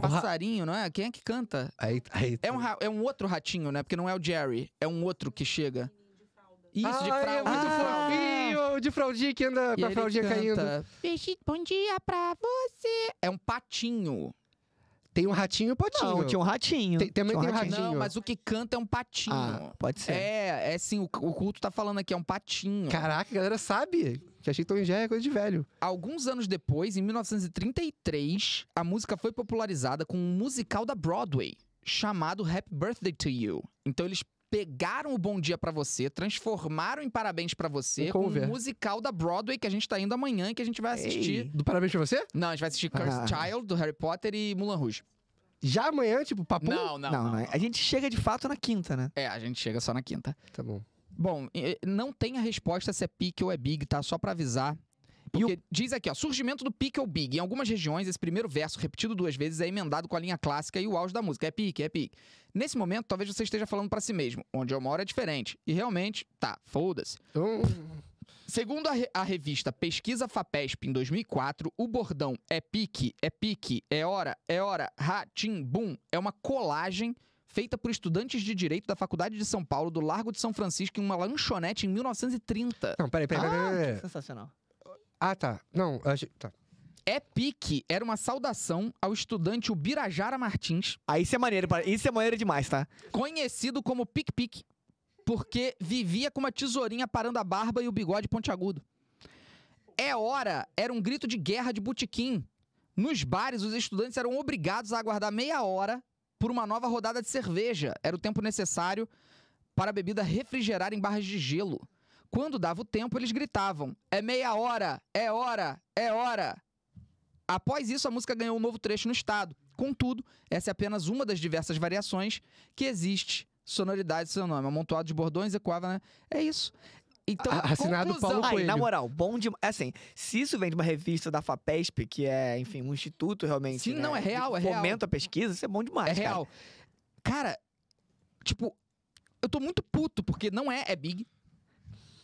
Speaker 1: passarinho, não é? Quem é que canta?
Speaker 3: Aí, aí,
Speaker 1: É um, ra- é um outro ratinho, né? Porque não é o Jerry, é um outro que chega. Isso, de
Speaker 3: Ai,
Speaker 1: fralda.
Speaker 3: É muito
Speaker 1: Ah,
Speaker 3: fofinho, o de fraldinha que anda
Speaker 1: e
Speaker 3: com a
Speaker 1: ele
Speaker 3: fraldinha
Speaker 1: canta,
Speaker 3: caindo.
Speaker 1: "Beijinho, Bom dia pra você. É um patinho.
Speaker 3: Tem um ratinho e um potinho.
Speaker 2: Não, tinha um ratinho.
Speaker 3: Tem- também
Speaker 2: um
Speaker 3: tem um
Speaker 2: ratinho.
Speaker 3: Patinho.
Speaker 1: Não, mas o que canta é um patinho.
Speaker 2: Ah, pode ser.
Speaker 1: É, é sim, o, o culto tá falando aqui, é um patinho.
Speaker 3: Caraca, a galera sabe que achei que já é coisa de velho.
Speaker 1: Alguns anos depois, em 1933, a música foi popularizada com um musical da Broadway chamado Happy Birthday to You. Então eles pegaram o Bom Dia Pra Você, transformaram em Parabéns Pra Você
Speaker 3: Um
Speaker 1: com
Speaker 3: cover.
Speaker 1: um musical da Broadway que a gente tá indo amanhã e que a gente vai assistir.
Speaker 2: Ei.
Speaker 3: Do parabéns pra você?
Speaker 1: Não, a gente vai assistir Cursed
Speaker 2: Ah.
Speaker 1: Child do Harry Potter e Mulan Rouge.
Speaker 3: Já amanhã, tipo, papo?
Speaker 1: Não, não,
Speaker 2: Não, não, A gente chega de fato na quinta, né?
Speaker 1: É, a gente chega só na quinta.
Speaker 3: Tá bom.
Speaker 1: Bom, e- e não tem a resposta se é pique ou é big, tá? Só pra avisar. Porque diz aqui, ó, surgimento do pique ou big. Em algumas regiões, esse primeiro verso, repetido duas vezes, é emendado com a linha clássica e o auge da música. É pique, é pique. Nesse momento, talvez você esteja falando pra si mesmo. Onde eu moro é diferente. E realmente, tá, foda-se.
Speaker 3: Então,
Speaker 1: Segundo a, re- a revista Pesquisa Fapesp, em 2004, o bordão é pique, é pique, é hora, é hora, ha, tim, bum, é uma colagem feita por estudantes de Direito da Faculdade de São Paulo, do Largo de São Francisco, em uma lanchonete em 1930.
Speaker 3: não, peraí, peraí, peraí, peraí,
Speaker 2: Ah,
Speaker 3: peraí.
Speaker 2: sensacional.
Speaker 3: Ah, tá. Não, eu achei... Tá.
Speaker 1: É pique era uma saudação ao estudante Ubirajara Martins,
Speaker 2: Aí isso é maneiro, pra- isso é maneiro demais, tá?
Speaker 1: conhecido como Pique Pique, porque vivia com uma tesourinha parando a barba e o bigode pontiagudo. É hora era um grito de guerra de botequim. Nos bares, os estudantes eram obrigados a aguardar meia hora por uma nova rodada de cerveja. Era o tempo necessário para a bebida refrigerar em barras de gelo. Quando dava o tempo, eles gritavam: É meia hora! É hora! É hora! Após isso, a música ganhou um novo trecho no estado. Contudo, essa é apenas uma das diversas variações que existe sonoridade do seu nome. Amontoado de bordões ecoava, né? É isso. Então,
Speaker 3: A- assinado
Speaker 1: conclusão,
Speaker 3: Paulo
Speaker 2: Aí, na
Speaker 3: Coelho.
Speaker 2: moral, bom demais. Assim, se isso vem de uma revista da FAPESP, que é, enfim, um instituto realmente.
Speaker 1: Sim,
Speaker 2: né,
Speaker 1: não, é
Speaker 2: que
Speaker 1: real, é real.
Speaker 2: Fomenta a pesquisa, isso é bom demais.
Speaker 1: É
Speaker 2: cara.
Speaker 1: real. Cara, tipo, eu tô muito puto, porque não é, é Big.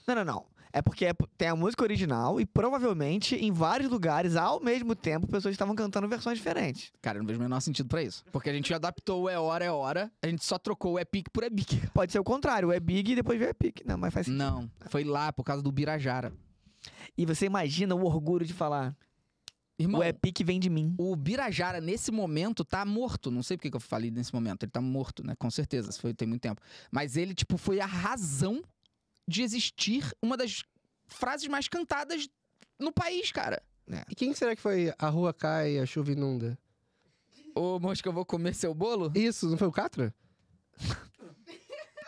Speaker 2: Não, não, não. É porque é- tem a música original e provavelmente em vários lugares, ao mesmo tempo, pessoas estavam cantando versões diferentes.
Speaker 1: Cara, eu não vejo o menor sentido pra isso. Porque a gente adaptou o é hora, é hora, a gente só trocou o é pique por é big.
Speaker 2: Pode ser o contrário, é Big e depois veio é Pique. Não, mas faz sentido.
Speaker 1: Não, foi lá por causa do Birajara.
Speaker 2: E você imagina o orgulho de falar,
Speaker 1: Hum. Irmão,
Speaker 2: o é Pique vem de mim.
Speaker 1: o Birajara, nesse momento, tá morto. Não sei por que que eu falei nesse momento. Ele tá morto, né? Com certeza, isso foi tem muito tempo. Mas ele, tipo, foi a razão de existir uma das frases mais cantadas no país, cara.
Speaker 3: E quem será que foi a rua cai, a chuva inunda?
Speaker 1: Ô, mosca, eu vou comer seu bolo?
Speaker 3: Isso, não foi o Catra?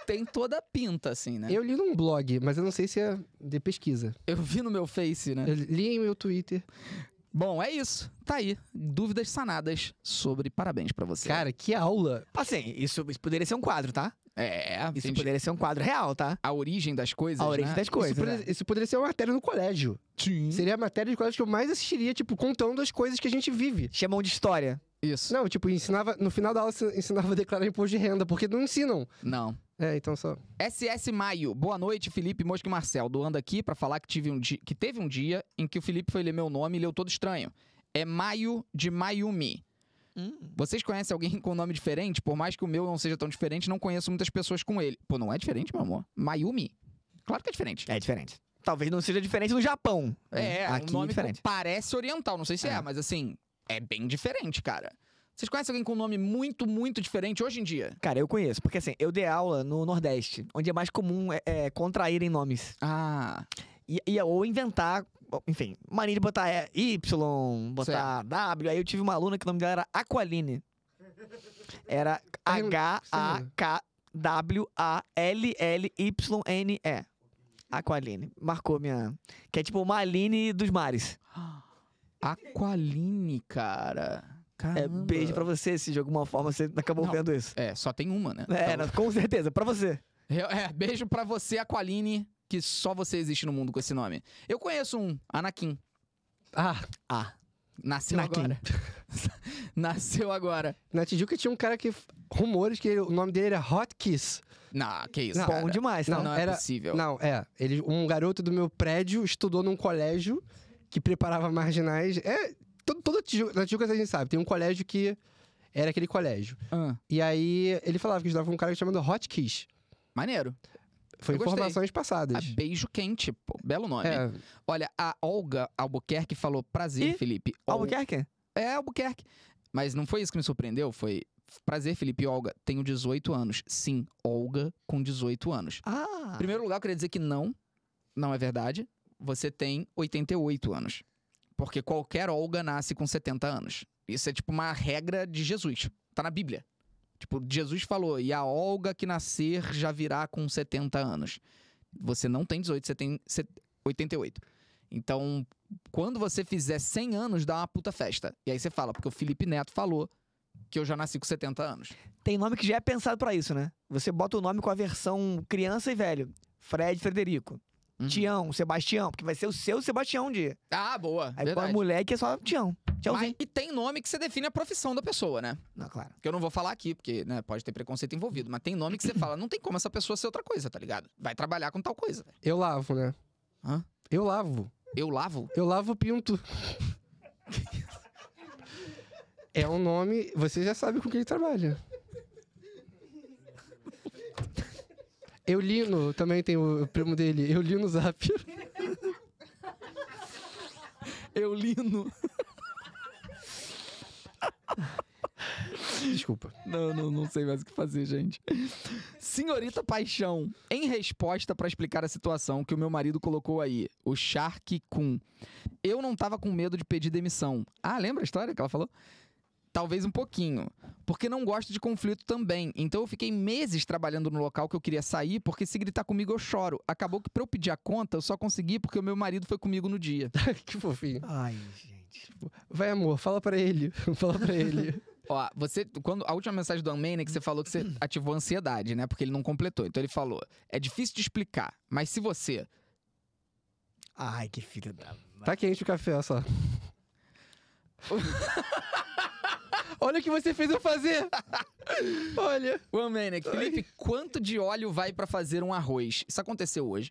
Speaker 1: Tem toda a pinta, assim, né?
Speaker 3: Eu li num blog, mas eu não sei se é de pesquisa.
Speaker 1: Eu vi no meu face, né?
Speaker 3: Eu li em meu Twitter.
Speaker 1: Bom, é isso. Tá aí. Dúvidas sanadas sobre parabéns pra você.
Speaker 3: Cara, que aula!
Speaker 2: Assim, isso, isso poderia ser um quadro, tá?
Speaker 1: é,
Speaker 2: Isso
Speaker 1: gente,
Speaker 2: poderia ser um quadro real, tá?
Speaker 1: a origem das coisas,
Speaker 2: A origem
Speaker 1: né?
Speaker 2: das coisas.
Speaker 3: Ah, isso, Uhum.
Speaker 2: né?
Speaker 3: poderia, isso poderia ser uma matéria no colégio.
Speaker 1: Sim.
Speaker 3: Seria a matéria de colégio que eu mais assistiria, tipo, contando as coisas que a gente vive.
Speaker 2: Chamam um de história.
Speaker 1: Isso.
Speaker 3: Não, tipo, ensinava. No final da aula se- ensinava a declarar imposto de renda, porque não ensinam.
Speaker 1: Não.
Speaker 3: É, então só.
Speaker 1: SS Maio. Boa noite, Felipe Mosca e Marcel. Doando aqui pra falar que, tive um di- que teve um dia em que o Felipe foi ler meu nome e leu todo estranho. É Maio de Mayumi. Vocês conhecem alguém com um nome diferente? Por mais que o meu não seja tão diferente, não conheço muitas pessoas com ele. Pô, não é diferente, meu amor? Mayumi? Claro que é diferente.
Speaker 2: É diferente. Talvez não seja diferente no Japão.
Speaker 1: É, é um
Speaker 2: aqui é
Speaker 1: nome que
Speaker 2: diferente.
Speaker 1: parece oriental, não sei se é.
Speaker 2: É.
Speaker 1: mas assim, é bem diferente, cara. Vocês conhecem alguém com um nome muito, muito diferente hoje em dia?
Speaker 2: Cara, eu conheço, porque assim, eu dei aula no Nordeste, onde é mais comum é, é, contraírem nomes.
Speaker 1: Ah,
Speaker 2: E, e- é, ou inventar, bom, enfim, mania de botar é, Y, botar W. Aí eu tive uma aluna que o nome dela era Aqualine. Era
Speaker 3: rindo? Você tá rindo?
Speaker 2: H-A-K-W-A-L-L-Y-N-E. Aqualine. Marcou minha. Que é tipo uma Aline dos mares.
Speaker 1: Aqualine, cara. Caramba.
Speaker 2: É, beijo pra você se de alguma forma você acabou
Speaker 1: Não.
Speaker 2: vendo isso.
Speaker 1: É, só tem uma, né?
Speaker 2: É,
Speaker 1: Então,
Speaker 2: não, com certeza, pra você.
Speaker 1: eu- é, beijo pra você, Aqualine, que só você existe no mundo com esse nome. Eu conheço um, Anakin.
Speaker 3: Ah,
Speaker 2: Ah,
Speaker 1: Nasceu
Speaker 2: Anakin.
Speaker 1: agora. Nasceu agora.
Speaker 3: na Tijuca tinha um cara que. Rumores que ele- o nome dele era Hot Kiss.
Speaker 1: Não, que isso,
Speaker 3: Não,
Speaker 1: cara.
Speaker 2: bom demais,
Speaker 1: Não,
Speaker 2: não.
Speaker 1: não é
Speaker 3: era-
Speaker 1: possível.
Speaker 3: Não, é. Ele, um garoto do meu prédio estudou num colégio que preparava marginais. É. Todo, todo Tijuca, na Tijuca a gente sabe, tem um colégio que era aquele colégio.
Speaker 1: Ah,
Speaker 3: E aí ele falava que estudava com um cara chamado Hot Kiss.
Speaker 1: maneiro.
Speaker 3: Foi
Speaker 1: Eu gostei.
Speaker 3: informações passadas.
Speaker 1: Ah, beijo quente, pô. Belo nome.
Speaker 3: É,
Speaker 1: Olha, a Olga Albuquerque falou prazer,
Speaker 2: Ih,
Speaker 1: Felipe. Ol-
Speaker 2: Albuquerque?
Speaker 1: É Albuquerque. Mas não foi isso que me surpreendeu, foi prazer, Felipe Olga. Tenho 18 anos. Sim, Olga com 18 anos.
Speaker 2: Ah.
Speaker 1: Em primeiro lugar, eu queria dizer que não, não é verdade. Você tem 88 anos. Porque qualquer Olga nasce com 70 anos. Isso é tipo uma regra de Jesus. Tá na Bíblia. Tipo, Jesus falou: e a Olga que nascer já virá com 70 anos. Você não tem 18, você tem set- 88. Então, quando você fizer 100 anos, dá uma puta festa. E aí você fala, porque o Felipe Neto falou que eu já nasci com 70 anos.
Speaker 2: Tem nome que já é pensado pra isso, né? Você bota o nome com a versão criança e velho. Fred Frederico.
Speaker 1: Uhum.
Speaker 2: Tião, Sebastião, porque vai ser o seu Sebastião um dia.
Speaker 1: Ah, boa.
Speaker 2: Aí
Speaker 1: verdade.
Speaker 2: quando moleque é só Tião. Tiãozinho.
Speaker 1: Mas- e tem nome que você define a profissão da pessoa, né?
Speaker 2: Não, claro.
Speaker 1: Que eu não vou falar aqui, porque né, pode ter preconceito envolvido, mas tem nome que você fala, não tem como essa pessoa ser outra coisa, tá ligado? Vai trabalhar com tal coisa. velho.
Speaker 3: eu lavo, né?
Speaker 1: Hã?
Speaker 3: Eu lavo.
Speaker 1: Eu lavo?
Speaker 3: Eu lavo o pinto. é um nome. Você já sabe com quem ele trabalha. Eulino, também tem o primo dele, Eulino Zap.
Speaker 1: Eu lino.
Speaker 3: Desculpa.
Speaker 1: Não, não, não sei mais o que fazer, gente. Senhorita Paixão, em resposta pra explicar a situação que o meu marido colocou aí, o Shark Kun. Eu não tava com medo de pedir demissão. Ah, lembra a história que ela falou? Talvez um pouquinho. Porque não gosto de conflito também. Então eu fiquei meses trabalhando no local que eu queria sair, porque se gritar comigo eu choro. Acabou que pra eu pedir a conta, eu só consegui porque o meu marido foi comigo no dia.
Speaker 3: que fofinho.
Speaker 2: Ai, gente.
Speaker 3: Vai, amor, fala pra ele. Fala pra ele.
Speaker 1: Ó, você. Quando, a última mensagem do Amene é que você falou que você ativou ansiedade, né? Porque ele não completou. Então ele falou: é difícil de explicar, mas se você.
Speaker 2: Ai, que filha da.
Speaker 3: Tá quente o café, só. Olha o que você fez eu fazer! Olha.
Speaker 1: O Amene, Felipe, quanto de óleo vai pra fazer um arroz? Isso aconteceu hoje.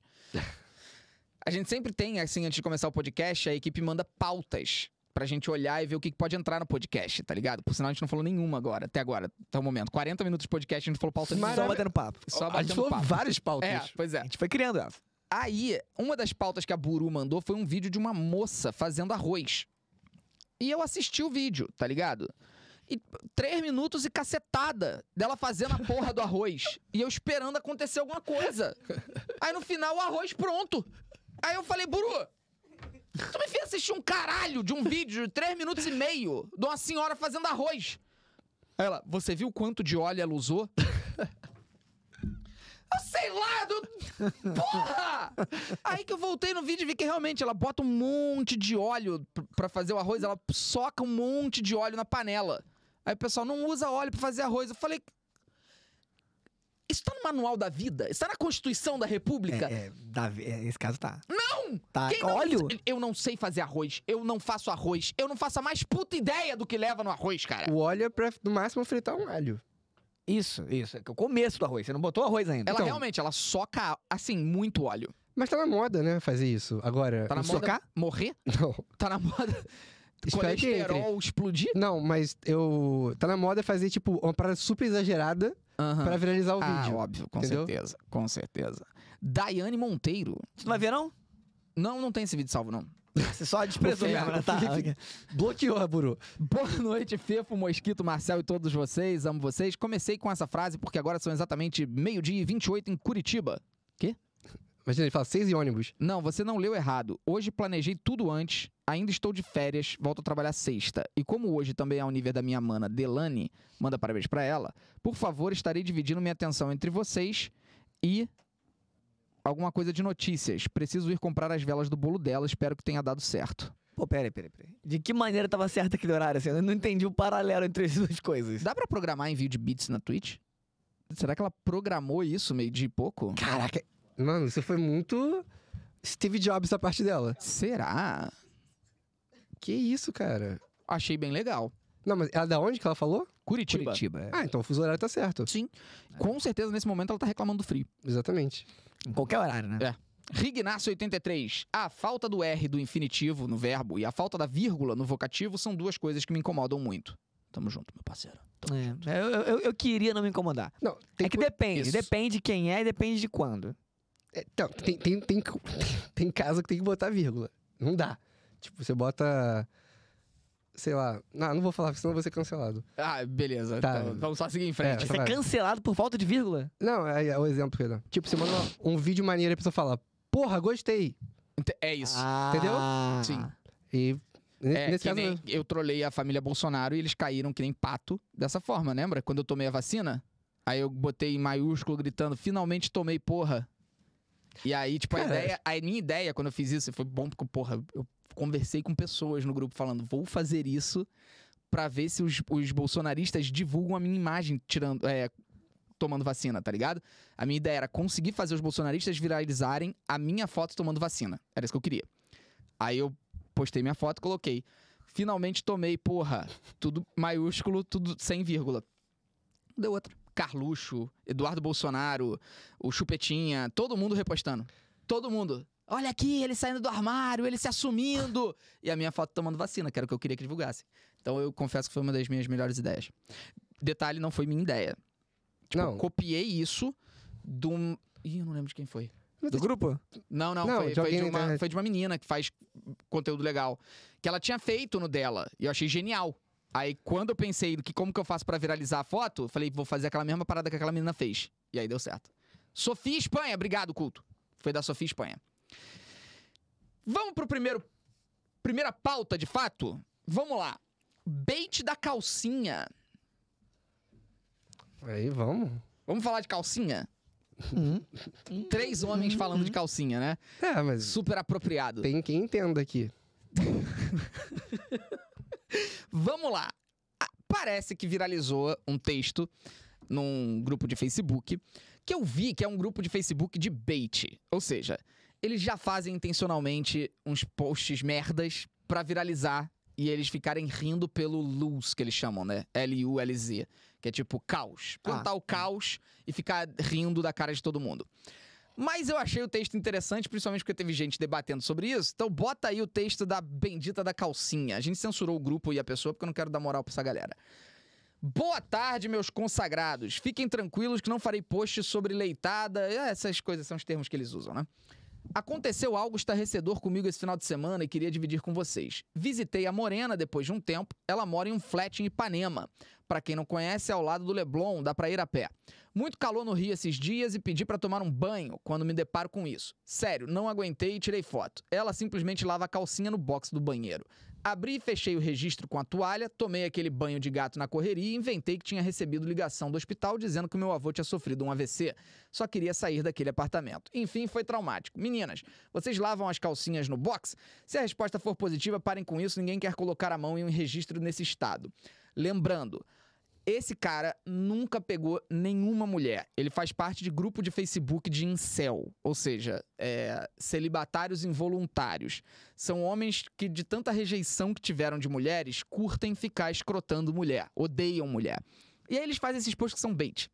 Speaker 1: A gente sempre tem, assim, antes de começar o podcast, a equipe manda pautas pra gente olhar e ver o que que pode entrar no podcast, tá ligado? Por sinal, a gente não falou nenhuma agora, até agora, até o momento. 40 minutos de podcast, a gente falou pauta nenhuma.
Speaker 2: Só batendo papo.
Speaker 1: Só
Speaker 3: a gente
Speaker 1: Tá batendo
Speaker 3: falou
Speaker 1: papo.
Speaker 3: várias
Speaker 1: É,
Speaker 3: pautas.
Speaker 1: pois é.
Speaker 2: A gente foi criando ela.
Speaker 1: Aí, uma das pautas que a Buru mandou foi um vídeo de uma moça fazendo arroz. E eu assisti o vídeo, tá ligado? E p- três minutos e cacetada dela fazendo a porra do arroz. E eu esperando acontecer alguma coisa. Aí no final o arroz pronto. Aí eu falei, Buru, tu me fez assistir um caralho de um vídeo de três minutos e meio de uma senhora fazendo arroz. Aí ela, você viu quanto de óleo ela usou? Eu sei lá, do... porra! Aí que eu voltei no vídeo e vi que realmente ela bota um monte de óleo pr- pra fazer o arroz, ela soca um monte de óleo na panela. Aí o pessoal não usa óleo pra fazer arroz. Eu falei. Isso tá no manual da vida? Isso tá na Constituição da República?
Speaker 2: É, é, Davi, é, esse caso tá.
Speaker 1: Não!
Speaker 2: Tá.
Speaker 1: Quem não-
Speaker 2: Óleo?
Speaker 1: Eu não sei fazer arroz, eu não faço arroz, eu não faço a mais puta ideia do que leva no arroz, cara.
Speaker 3: O óleo é pra, no máximo, fritar um alho.
Speaker 2: Isso, isso. É que o começo do arroz. Você não botou arroz ainda.
Speaker 1: Ela
Speaker 2: Então,
Speaker 1: realmente, ela soca, assim, muito óleo.
Speaker 3: Mas tá na moda, né, fazer isso. Agora.
Speaker 1: Tá na
Speaker 3: o
Speaker 1: moda
Speaker 3: socar?
Speaker 1: morrer?
Speaker 3: Não.
Speaker 1: Tá na moda
Speaker 3: Espero que entre.
Speaker 1: colesterol explodir?
Speaker 3: Não, mas eu. Tá na moda fazer, tipo, uma parada super exagerada
Speaker 1: Aham.
Speaker 3: pra viralizar o
Speaker 1: Ah,
Speaker 3: vídeo.
Speaker 1: óbvio, com
Speaker 3: entendeu?
Speaker 1: certeza, com certeza. Daiane Monteiro.
Speaker 2: Você não vai ver, não?
Speaker 1: Não, não tem esse vídeo salvo, não.
Speaker 2: Você só desprezou
Speaker 1: O
Speaker 2: mesmo, né? Tá.
Speaker 3: Felipe- Bloqueou a Buru.
Speaker 1: Boa noite, Fefo, Mosquito, Marcel e todos vocês. Amo vocês. Comecei com essa frase porque agora são exatamente meio-dia e 28 em Curitiba.
Speaker 3: Imagina, ele fala seis e ônibus.
Speaker 1: Não, você não leu errado. Hoje planejei tudo antes, ainda estou de férias, volto a trabalhar sexta. E como hoje também é o nível da minha mana Delane, manda parabéns pra ela, por favor, estarei dividindo minha atenção entre vocês e alguma coisa de notícias. Preciso ir comprar as velas do bolo dela, espero que tenha dado certo.
Speaker 2: Pô, peraí, peraí, peraí. De que maneira tava certo aquele horário? Assim? Eu não entendi o paralelo entre as duas coisas.
Speaker 1: Dá pra programar envio de bits na Twitch? Será que ela programou isso meio de pouco?
Speaker 3: Caraca. Mano, você foi muito. Steve Jobs da parte dela.
Speaker 1: Será?
Speaker 3: Que isso, cara?
Speaker 1: Achei bem legal.
Speaker 3: Não, mas ela é da onde que ela falou?
Speaker 1: Curitiba.
Speaker 2: é.
Speaker 3: Ah, então o fuso horário tá certo.
Speaker 1: Sim. Com certeza, nesse momento, ela tá reclamando do frio.
Speaker 3: Exatamente.
Speaker 2: Em qualquer horário, né?
Speaker 1: É. Rignácio 83. A falta do R do infinitivo no verbo e a falta da vírgula no vocativo são duas coisas que me incomodam muito. Tamo junto, meu parceiro.
Speaker 2: É, Eu, eu, eu queria não me incomodar.
Speaker 3: Não, tem
Speaker 2: é que
Speaker 3: co-
Speaker 2: depende.
Speaker 1: Isso.
Speaker 2: Depende quem é e depende de quando.
Speaker 3: é, Não, tem, tem, tem, co- tem casa que tem que botar vírgula. Não dá. Tipo, você bota. Sei lá. Não, não vou falar, senão eu vou ser cancelado.
Speaker 1: Ah, beleza.
Speaker 3: Tá.
Speaker 1: Então, vamos só seguir em
Speaker 3: É,
Speaker 1: frente.
Speaker 2: Isso é
Speaker 3: vai.
Speaker 2: cancelado por falta de vírgula?
Speaker 3: Não, é, é o exemplo que eu ia dar. Tipo, você manda uma- um vídeo maneiro e a pessoa fala, porra, gostei.
Speaker 1: Ent- É isso.
Speaker 2: Ah.
Speaker 3: Entendeu?
Speaker 1: Sim.
Speaker 3: E ne-
Speaker 1: É,
Speaker 3: nesse
Speaker 1: que
Speaker 3: caso,
Speaker 1: nem
Speaker 3: né?
Speaker 1: eu trolei a família Bolsonaro e eles caíram que nem pato dessa forma, lembra? Quando eu tomei a vacina, aí eu botei em maiúsculo gritando, finalmente tomei porra. E aí, tipo, a
Speaker 3: Cara.
Speaker 1: ideia, a minha ideia quando eu fiz isso foi bom, porque, porra, eu conversei com pessoas no grupo falando, vou fazer isso pra ver se os, os bolsonaristas divulgam a minha imagem tirando, é, tomando vacina, tá ligado? A minha ideia era conseguir fazer os bolsonaristas viralizarem a minha foto tomando vacina. Era isso que eu queria. Aí eu postei minha foto, coloquei. Finalmente tomei, porra. Tudo maiúsculo, tudo sem vírgula. Deu outro. Carluxo, Eduardo Bolsonaro, o Chupetinha, todo mundo repostando. Todo mundo. Olha aqui, ele saindo do armário, ele se assumindo. E a minha foto tomando vacina, que era o que eu queria que divulgasse. Então eu confesso que foi uma das minhas melhores ideias. Detalhe, não foi minha ideia. Tipo,
Speaker 3: Não.
Speaker 1: eu copiei isso de um. Ih, eu não lembro de quem foi.
Speaker 3: é
Speaker 2: Do grupo?
Speaker 1: Não, não,
Speaker 3: Não,
Speaker 1: foi,
Speaker 3: de
Speaker 1: foi
Speaker 3: alguém né?
Speaker 1: de
Speaker 3: na
Speaker 1: uma,
Speaker 3: internet.
Speaker 1: foi de uma menina que faz conteúdo legal. Que ela tinha feito no dela. E eu achei genial. Aí quando eu pensei que como que eu faço pra viralizar a foto, eu falei, vou fazer aquela mesma parada que aquela menina fez. E aí deu certo. Sofia Espanha, obrigado, culto. Foi da Sofia Espanha. Vamos pro primeiro primeira pauta de fato? Vamos lá. Bait da calcinha.
Speaker 3: Aí, vamos.
Speaker 1: Vamos falar de calcinha?
Speaker 2: Uhum.
Speaker 1: Três homens falando de calcinha, né?
Speaker 3: É, mas
Speaker 1: Super apropriado.
Speaker 3: Uhum. tem quem entenda aqui.
Speaker 1: Vamos lá. Ah, Parece que viralizou um texto num grupo de Facebook que eu vi que é um grupo de Facebook de bait. Ou seja, eles já fazem intencionalmente uns posts merdas pra viralizar e eles ficarem rindo pelo luz que eles chamam, né? L-U-L-Z. Que é tipo caos. Plantar o caos e ficar rindo da cara de todo mundo. Mas eu achei o texto interessante, principalmente porque teve gente debatendo sobre isso. Então bota aí o texto da bendita da calcinha. A gente censurou o grupo e a pessoa porque eu não quero dar moral pra essa galera. Boa tarde, meus consagrados. Fiquem tranquilos que não farei post sobre leitada. É, Essas coisas são os termos que eles usam, né? Aconteceu algo estarrecedor comigo esse final de semana e queria dividir com vocês. Visitei a Morena depois de um tempo. Ela mora em um flat em Ipanema. Pra quem não conhece, é ao lado do Leblon, dá pra ir a pé. Muito calor no Rio esses dias e pedi pra tomar um banho quando me deparo com isso. Sério, não aguentei e tirei foto. Ela simplesmente lava a calcinha no box do banheiro. Abri e fechei o registro com a toalha, tomei aquele banho de gato na correria e inventei que tinha recebido ligação do hospital dizendo que meu avô tinha sofrido um AVC. Só queria sair daquele apartamento. Enfim, foi traumático. Meninas, vocês lavam as calcinhas no box? Se a resposta for positiva, parem com isso, ninguém quer colocar a mão em um registro nesse estado. Lembrando, esse cara nunca pegou nenhuma mulher. Ele faz parte de grupo de Facebook de incel, ou seja, é, celibatários involuntários. São homens que, de tanta rejeição que tiveram de mulheres, curtem ficar escrotando mulher, odeiam mulher. E aí eles fazem esses posts que são bait.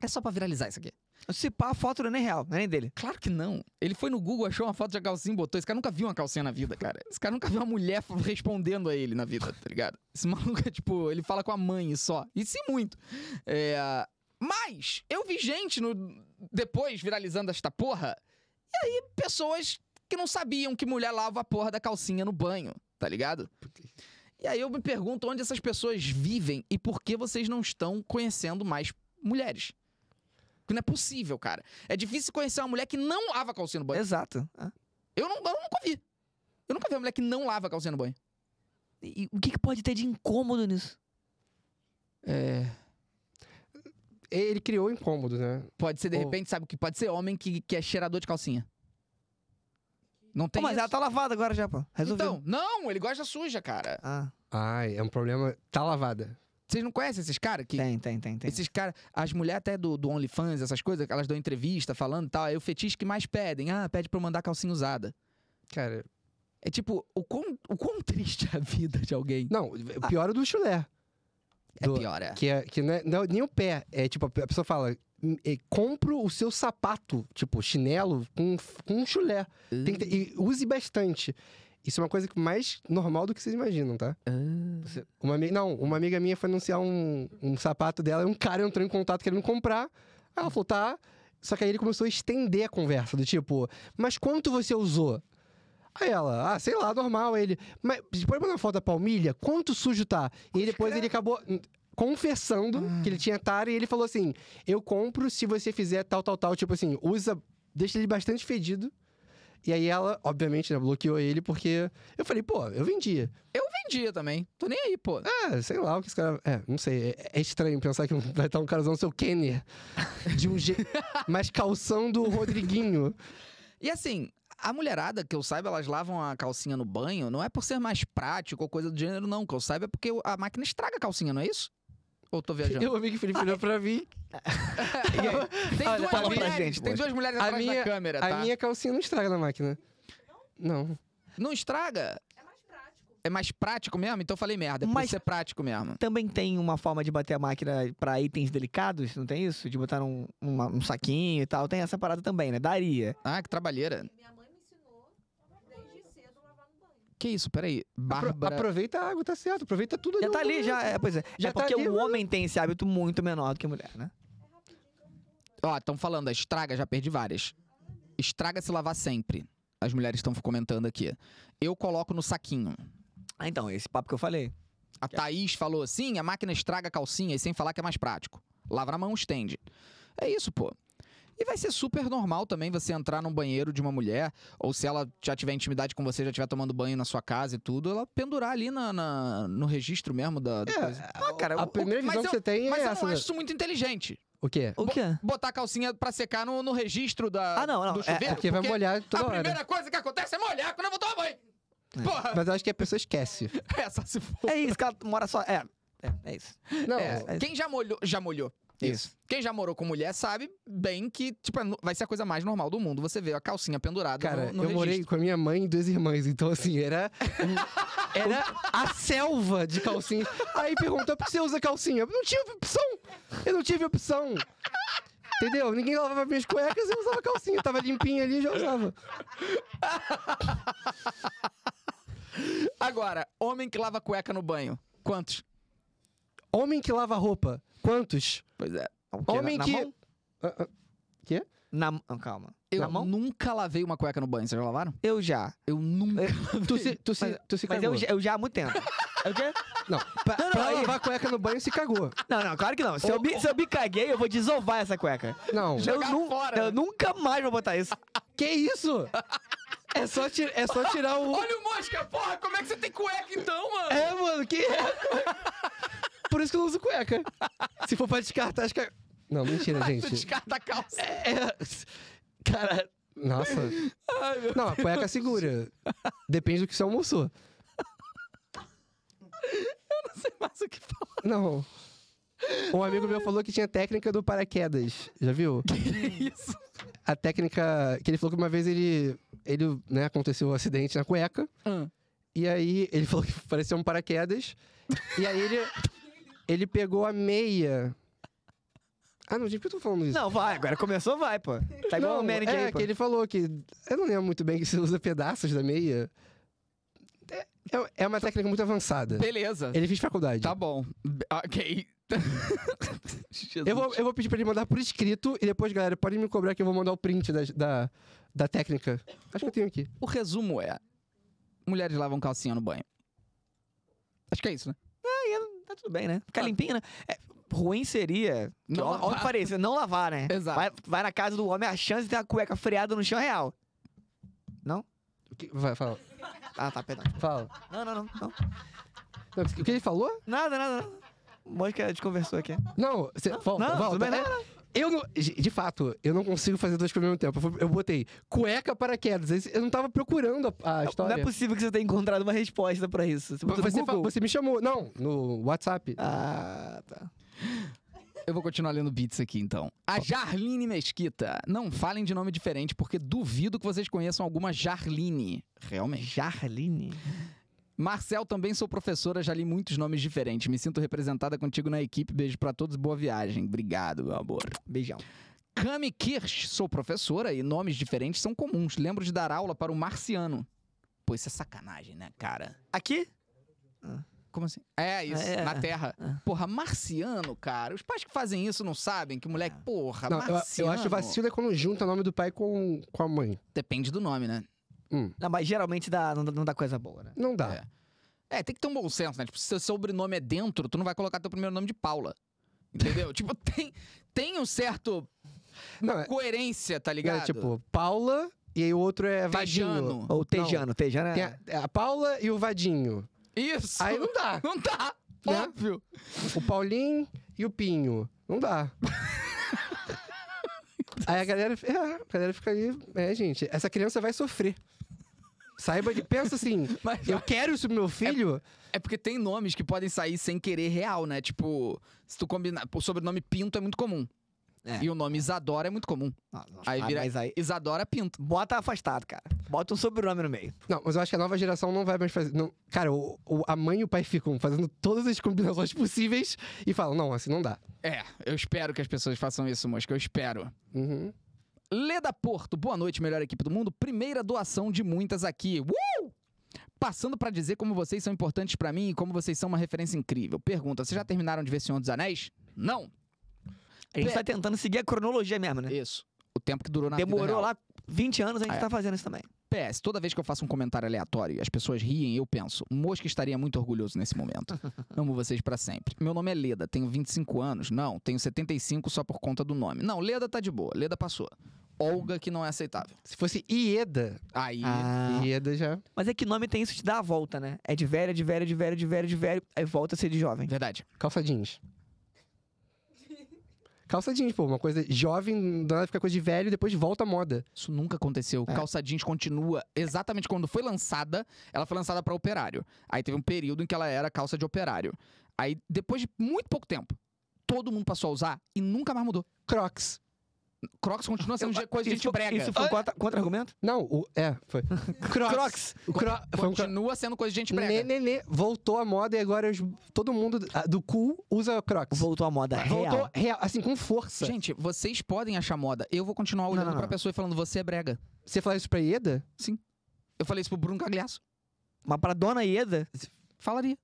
Speaker 1: É só pra viralizar isso aqui.
Speaker 2: Se pá, a foto não é nem real, não é nem dele.
Speaker 1: Claro que não. Ele foi no Google, achou uma foto de calcinha e botou. Esse cara nunca viu uma calcinha na vida, cara. Esse cara nunca viu uma mulher respondendo a ele na vida, tá ligado? Esse maluco é tipo, ele fala com a mãe só. E sim muito. É, Mas eu vi gente no... depois viralizando esta porra. E aí, pessoas que não sabiam que mulher lava a porra da calcinha no banho, tá ligado? E aí eu me pergunto onde essas pessoas vivem e por que vocês não estão conhecendo mais mulheres. Porque não é possível, cara. É difícil conhecer uma mulher que não lava a calcinha no banho.
Speaker 2: Exato. Ah.
Speaker 1: Eu, não, eu nunca vi. Eu nunca vi uma mulher que não lava a calcinha no banho.
Speaker 2: E, e o que, que pode ter de incômodo nisso?
Speaker 3: Ele criou incômodo, né?
Speaker 1: Pode ser, de
Speaker 3: Ou-
Speaker 1: repente, sabe o que? Pode ser homem que, que é cheirador de calcinha. Não tem
Speaker 2: Pô, mas
Speaker 1: isso?
Speaker 2: ela tá lavada agora já, pô. Resolveu.
Speaker 1: Então, não, ele gosta suja, cara.
Speaker 2: Ah,
Speaker 3: Ai, é um problema. Tá lavada.
Speaker 1: Vocês não conhecem esses caras que...
Speaker 2: tem, tem, tem, tem.
Speaker 1: Esses caras, as mulheres até do, do OnlyFans, essas coisas, que elas dão entrevista falando e tal, é o fetiche que mais pedem. Ah, pede pra eu mandar calcinha usada.
Speaker 3: Cara,
Speaker 1: É tipo, o quão, o quão triste é a vida de alguém.
Speaker 3: não, o pior é o do chulé.
Speaker 1: É
Speaker 3: Do-
Speaker 1: pior, é.
Speaker 3: Que, é, que não é, não é nem o pé. É tipo, a pessoa fala, "Hum, eh, compro o seu sapato, tipo, chinelo, com, com um chulé. Tem que ter- e use bastante. Isso é uma coisa que mais normal do que vocês imaginam, tá?
Speaker 2: Ah.
Speaker 3: Você- uma, ami- não, uma amiga minha foi anunciar um, um sapato dela e um cara entrou em contato querendo comprar. Aí ela falou, tá. Só que aí ele começou a estender a conversa, do tipo, mas quanto você usou? Aí ela, ah, sei lá, normal. Aí ele, mas pode mandar uma foto da palmilha? Quanto sujo tá? E aí depois ele acabou hum, confessando que ele tinha tara e ele falou assim: eu compro se você fizer tal, tal, tal. Tipo assim, usa, deixa ele bastante fedido. E aí ela, obviamente, né, bloqueou ele porque eu falei, pô, eu vendia.
Speaker 1: Vendia também. Tô nem aí, pô.
Speaker 3: É, sei lá o que esse cara. É, não sei. É, é estranho pensar que um- vai estar um cara usando seu Kenner de um jeito. mas calçando o Rodriguinho.
Speaker 1: E assim, a mulherada, que eu saiba, elas lavam a calcinha no banho, não é por ser mais prático ou coisa do gênero, não. Que eu saiba é porque a máquina estraga a calcinha, não é isso? Ou tô viajando?
Speaker 3: Eu ouvi que o Felipe olhou pra mim.
Speaker 1: Tem
Speaker 2: Olha,
Speaker 1: duas
Speaker 2: fala pra
Speaker 1: mulheres,
Speaker 2: gente,
Speaker 1: tem
Speaker 2: poxa.
Speaker 1: duas mulheres
Speaker 3: A
Speaker 1: atrás da
Speaker 3: minha-
Speaker 1: câmera,
Speaker 3: A
Speaker 1: tá?
Speaker 3: minha calcinha não estraga na máquina. Não.
Speaker 1: Não estraga? É mais prático mesmo? Então eu falei merda, é por
Speaker 2: Mas-
Speaker 1: ser prático mesmo.
Speaker 2: Também tem uma forma de bater a máquina pra itens delicados, não tem isso? De botar num uma- um saquinho e tal. Tem essa parada também, né? Daria.
Speaker 1: Ah, que trabalheira.
Speaker 5: Minha mãe me ensinou desde cedo a lavar no banho.
Speaker 1: Que isso, peraí.
Speaker 3: Apro-
Speaker 1: Bárbara.
Speaker 3: Aproveita a água, tá certo. Aproveita tudo
Speaker 2: Já
Speaker 3: ali.
Speaker 2: tá ali, já. É, pois é.
Speaker 3: Já
Speaker 2: é
Speaker 3: tá
Speaker 2: porque
Speaker 3: ali,
Speaker 2: o
Speaker 3: mas-
Speaker 2: homem tem esse hábito muito menor do que a mulher, né?
Speaker 1: Ó, estão falando, estraga, já perdi várias. Estraga se lavar sempre. As mulheres estão comentando aqui. Eu coloco no saquinho.
Speaker 2: Ah, então, esse papo que eu falei.
Speaker 1: A Thaís falou assim: a máquina estraga a calcinha e sem falar que é mais prático. Lavar a mão estende. É isso, pô. E vai ser super normal também você entrar num banheiro de uma mulher, ou se ela já tiver intimidade com você, já estiver tomando banho na sua casa e tudo, ela pendurar ali na, na- no registro mesmo da, da coisa.
Speaker 2: Ah, cara,
Speaker 3: É, A
Speaker 2: o,
Speaker 3: primeira
Speaker 1: mas
Speaker 3: visão
Speaker 1: eu-
Speaker 3: que você tem é
Speaker 1: Mas eu
Speaker 3: essa.
Speaker 1: não
Speaker 3: né?
Speaker 1: acho isso muito inteligente.
Speaker 3: O quê?
Speaker 2: o que é?
Speaker 1: Botar a calcinha pra secar no, no registro da,
Speaker 2: Ah, não, não,
Speaker 1: do
Speaker 2: é-
Speaker 1: chuveiro.
Speaker 3: Porque vai molhar
Speaker 1: a
Speaker 3: toda hora. né? É.
Speaker 1: primeira coisa que acontece é molhar quando eu vou tomar banho. Porra,
Speaker 3: Mas eu acho que a pessoa esquece.
Speaker 1: essa se for.
Speaker 2: É isso, que ela mora só. É, é, é isso.
Speaker 3: Não,
Speaker 1: É,
Speaker 2: é-
Speaker 1: quem já molhou, já molhou.
Speaker 2: Isso.
Speaker 1: Quem já morou com mulher sabe bem que, tipo, é no- vai ser a coisa mais normal do mundo. Você vê a calcinha pendurada
Speaker 3: cara,
Speaker 1: no, no
Speaker 3: eu morei
Speaker 1: registro.
Speaker 3: com a minha mãe e duas irmãs, então assim, era. um, Era a selva de calcinha. Aí perguntou por que você usa calcinha? Eu não tive opção! Eu não tive opção! Entendeu? Ninguém lavava minhas cuecas e eu usava calcinha. Tava limpinha ali e já usava.
Speaker 1: Agora, homem que lava cueca no banho. Quantos?
Speaker 3: Homem que lava roupa, quantos?
Speaker 1: Pois é.
Speaker 2: O quê?
Speaker 3: Homem
Speaker 2: na,
Speaker 3: que-
Speaker 2: Na mão?
Speaker 3: Ah, ah, quê?
Speaker 2: Na mão- ah, calma.
Speaker 1: Eu
Speaker 2: Na mão?
Speaker 1: nunca lavei uma cueca no banho. Vocês já lavaram?
Speaker 2: Eu já.
Speaker 1: Eu nunca.
Speaker 3: Tu se, tu se, tu se
Speaker 2: Mas
Speaker 3: cagou.
Speaker 2: eu, já- eu já há muito tempo. É o quê?
Speaker 3: Não, pra,
Speaker 2: Não, não,
Speaker 3: pra
Speaker 2: aí-
Speaker 3: lavar cueca no banho se cagou.
Speaker 2: Não, não, claro que não. Se, eu, me, se eu me caguei, eu vou desovar essa cueca.
Speaker 3: Não.
Speaker 2: Eu,
Speaker 1: Jogar
Speaker 2: nu-
Speaker 1: fora, né?
Speaker 2: eu nunca mais vou botar isso.
Speaker 3: Que isso? É só, ti- é só tirar o.
Speaker 1: Olha o Mosca, porra, como é que você tem cueca então, mano?
Speaker 3: É, mano, que Por isso que eu não uso cueca. Se for pra descartar, acho
Speaker 2: é-
Speaker 3: que. Não, mentira,
Speaker 1: Tu
Speaker 3: gente.
Speaker 1: descarta a calça.
Speaker 3: É. Cara. Nossa.
Speaker 1: Ai, meu-
Speaker 3: Não, a cueca segura. Depende do que você almoçou.
Speaker 1: Não sei mais o que falar.
Speaker 3: Não. Um amigo meu falou que tinha técnica do paraquedas. Já viu?
Speaker 1: Isso.
Speaker 3: A técnica. Que ele falou que uma vez ele. Ele, né, aconteceu um acidente na cueca.
Speaker 1: Hum.
Speaker 3: E aí ele falou que parecia um paraquedas. E aí ele. Ele pegou a meia. Ah, não, gente, por que eu tô falando isso?
Speaker 2: Não, vai. Agora começou, vai, pô. Tá igual o Manic
Speaker 3: é,
Speaker 2: aí, pô.
Speaker 3: que ele falou que. Eu não lembro muito bem que se usa pedaços da meia. É, é- é uma técnica muito avançada.
Speaker 1: Beleza.
Speaker 3: Ele fez faculdade.
Speaker 1: Tá bom. Be- Ok. Jesus.
Speaker 3: eu, vou, eu vou pedir pra ele mandar por escrito e depois, galera, podem me cobrar que eu vou mandar o print da, da, da técnica. Acho que eu tenho aqui.
Speaker 1: O resumo é: mulheres lavam calcinha no banho. Acho que é isso, né?
Speaker 2: Tá tudo bem, né?
Speaker 3: Ah.
Speaker 2: Ficar limpinho, né? É, ruim seria.
Speaker 1: Não
Speaker 2: Ó- ó,
Speaker 1: lavar.
Speaker 2: que parecia, não lavar, né?
Speaker 1: Exato.
Speaker 2: Vai, vai na casa do homem, a chance de ter a cueca freada no chão é real.
Speaker 3: O que- Vai, fala.
Speaker 2: Ah, tá, perdão.
Speaker 3: Fala.
Speaker 2: Não, não, não. não.
Speaker 3: Não, o que ele falou?
Speaker 2: Nada, nada, nada. Um O Mosca desconversou aqui.
Speaker 3: Não, cê, volta,
Speaker 2: não,
Speaker 3: volta.
Speaker 2: tudo bem, né? não,
Speaker 3: É, Eu não, de de fato, eu não consigo fazer duas coisas ao mesmo tempo. Eu fui- Eu botei cueca paraquedas. Esse- Eu não tava procurando a, a história.
Speaker 2: Não é possível que você tenha encontrado uma resposta pra isso. Você, botou no
Speaker 3: você, fa-
Speaker 2: Google.
Speaker 3: você me chamou. Não, no WhatsApp.
Speaker 2: Ah, tá.
Speaker 1: Eu vou continuar lendo beats aqui então. A Jarline Mesquita. Não falem de nome diferente, porque duvido que vocês conheçam alguma Jarline. Realmente.
Speaker 2: Jarline?
Speaker 1: Marcel, também sou professora, já li muitos nomes diferentes. Me sinto representada contigo na equipe. Beijo pra todos, boa viagem. Obrigado, meu amor.
Speaker 2: Beijão.
Speaker 1: Cami Kirsch, sou professora e nomes diferentes são comuns. Lembro de dar aula para o Marciano. Pô, isso é sacanagem, né, cara?
Speaker 2: Aqui?
Speaker 1: Como assim? É, isso,
Speaker 2: É, é,
Speaker 1: na
Speaker 2: é.
Speaker 1: Terra. Porra, marciano, cara. Os pais que fazem isso não sabem que
Speaker 2: É.
Speaker 1: moleque,
Speaker 2: tá
Speaker 1: porra,
Speaker 3: Não, eu- eu,
Speaker 1: marciano.
Speaker 3: acho vacilo é quando junta o nome do pai com, com a mãe.
Speaker 1: Depende do nome, né?
Speaker 2: Não, mas geralmente dá, não, dá- não dá coisa boa, né?
Speaker 3: Não dá.
Speaker 1: É, tem que ter um bom senso, né? Tipo, se seu sobrenome é dentro, tu não vai colocar teu primeiro nome de Paula. Entendeu? tipo, tem, tem um certo
Speaker 3: Não, é,
Speaker 1: coerência, tá
Speaker 3: não, é
Speaker 1: ligado?
Speaker 3: tipo, Paula e aí o outro é Vadinho.
Speaker 1: Tejano.
Speaker 2: Ou Tejano. Tejano
Speaker 3: Tem
Speaker 2: é...
Speaker 3: a, é a Paula e o Vadinho.
Speaker 1: Isso.
Speaker 3: Aí não dá.
Speaker 1: Não dá.
Speaker 3: Né?
Speaker 1: Óbvio.
Speaker 3: O Paulinho e o Pinho. Não dá. Aí a galera, é, a galera fica aí. É, gente, essa criança vai sofrer. Saiba que pensa assim,
Speaker 1: Mas-
Speaker 3: eu quero isso pro meu filho.
Speaker 1: É porque tem nomes que podem sair sem querer real, né? Tipo, se tu combinar. O sobrenome Pinto é muito comum.
Speaker 2: É.
Speaker 1: E o nome Isadora é muito comum.
Speaker 2: Ah, não.
Speaker 1: Aí
Speaker 2: Ah,
Speaker 1: vira-
Speaker 2: Mas aí...
Speaker 1: Isadora Pinto.
Speaker 2: Bota afastado, cara. Bota um sobrenome no meio.
Speaker 3: Não, mas eu acho que a nova geração não vai mais fazer. não- cara, o- o- a mãe e o pai ficam fazendo todas as combinações possíveis e falam: não, assim não dá.
Speaker 1: É, eu espero que as pessoas façam isso, Mosca. Eu espero.
Speaker 3: Uhum.
Speaker 1: Leda Porto, boa noite, melhor equipe do mundo. Primeira doação de muitas aqui. Uh! Passando pra dizer como vocês são importantes pra mim e como vocês são uma referência incrível. Pergunta: vocês já terminaram de ver Senhor dos Anéis? Não.
Speaker 2: A gente
Speaker 1: Pe-
Speaker 2: tá tentando seguir a cronologia mesmo, né?
Speaker 1: Isso. O tempo que durou na vida
Speaker 2: Demorou
Speaker 1: real.
Speaker 2: lá 20 anos, a gente
Speaker 1: É.
Speaker 2: tá fazendo isso também.
Speaker 1: PS, toda vez que eu faço um comentário aleatório e as pessoas riem, eu penso, Mosca estaria muito orgulhoso nesse momento. Amo vocês pra sempre. Meu nome é Leda, tenho 25 anos. Não, tenho 75 só por conta do nome. Não, Leda tá de boa, Leda passou. Olga, que não é aceitável.
Speaker 3: Se fosse Ieda,
Speaker 1: Aí.
Speaker 2: Ah.
Speaker 3: Ieda já.
Speaker 2: Mas é que nome tem isso te dá a volta, né? É de velha, de velha, de velha, de velha, de velho. Aí volta a ser de jovem.
Speaker 1: Verdade.
Speaker 3: Calça jeans. Calça jeans, pô, uma coisa jovem, do nada fica coisa de velho, depois volta à moda.
Speaker 1: Isso nunca aconteceu.
Speaker 2: É.
Speaker 1: Calça jeans continua exatamente quando foi lançada, ela foi lançada pra operário. Aí teve um período em que ela era calça de operário. Aí depois de muito pouco tempo, todo mundo passou a usar e nunca mais mudou.
Speaker 3: Crocs.
Speaker 1: Crocs continua sendo de- é coisa de
Speaker 2: isso
Speaker 1: gente
Speaker 2: foi,
Speaker 1: brega.
Speaker 2: Isso foi um contra- contra-argumento?
Speaker 3: Não, o. É, foi. Crocs. O cro... Foi um cro...
Speaker 1: continua sendo coisa de gente brega.
Speaker 3: Nenê, nenê, voltou à moda e agora os- todo mundo ah, do cool usa Crocs.
Speaker 2: Voltou à moda
Speaker 3: Voltou
Speaker 2: real.
Speaker 3: real. assim, com força.
Speaker 1: Gente, vocês podem achar moda. Eu vou continuar olhando
Speaker 2: não, não.
Speaker 1: pra pessoa e falando, você é brega.
Speaker 3: Você fala isso pra Ieda?
Speaker 1: Eu falei isso pro Bruno Cagliasso.
Speaker 2: Mas pra Dona Ieda,
Speaker 1: Falaria.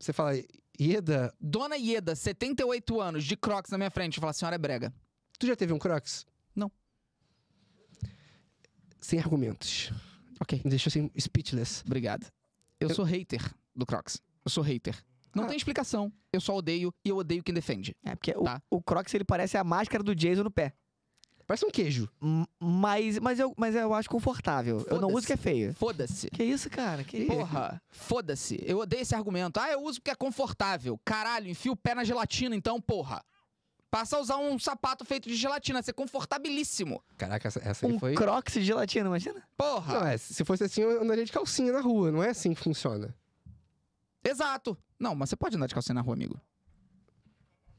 Speaker 3: Você fala, Ieda,
Speaker 1: Dona Ieda, 78 anos, de Crocs na minha frente, e fala, a senhora é brega.
Speaker 3: tu já teve um Crocs?
Speaker 1: Não.
Speaker 3: Sem argumentos.
Speaker 1: Ok.
Speaker 3: Me deixou assim, speechless.
Speaker 1: Obrigado. Eu, sou hater do Crocs. Eu sou hater. Não
Speaker 3: Ah.
Speaker 1: tem explicação. Eu só odeio e eu odeio quem defende.
Speaker 2: é porque o-
Speaker 1: Tá.
Speaker 2: o, Crocs ele parece a máscara do Jason no pé.
Speaker 3: Parece um queijo.
Speaker 2: M- Mas, mas, eu, mas eu acho confortável. Eu não
Speaker 1: Foda-se.
Speaker 2: uso que é feio.
Speaker 1: Foda-se.
Speaker 2: Que isso, cara? Que
Speaker 1: Porra, foda-se. Eu odeio esse argumento. Ah, eu uso porque é confortável. Caralho, enfia o pé na gelatina então, porra. Passa a usar um sapato feito de gelatina, ser confortabilíssimo.
Speaker 3: Caraca, essa, essa aí
Speaker 2: Um
Speaker 3: foi.
Speaker 2: Crocs de gelatina, imagina?
Speaker 1: Porra.
Speaker 3: Não, é, se fosse assim, eu andaria de calcinha na rua. Não é assim que funciona.
Speaker 2: é.
Speaker 1: Exato. Não, mas você pode andar de calcinha na rua, amigo.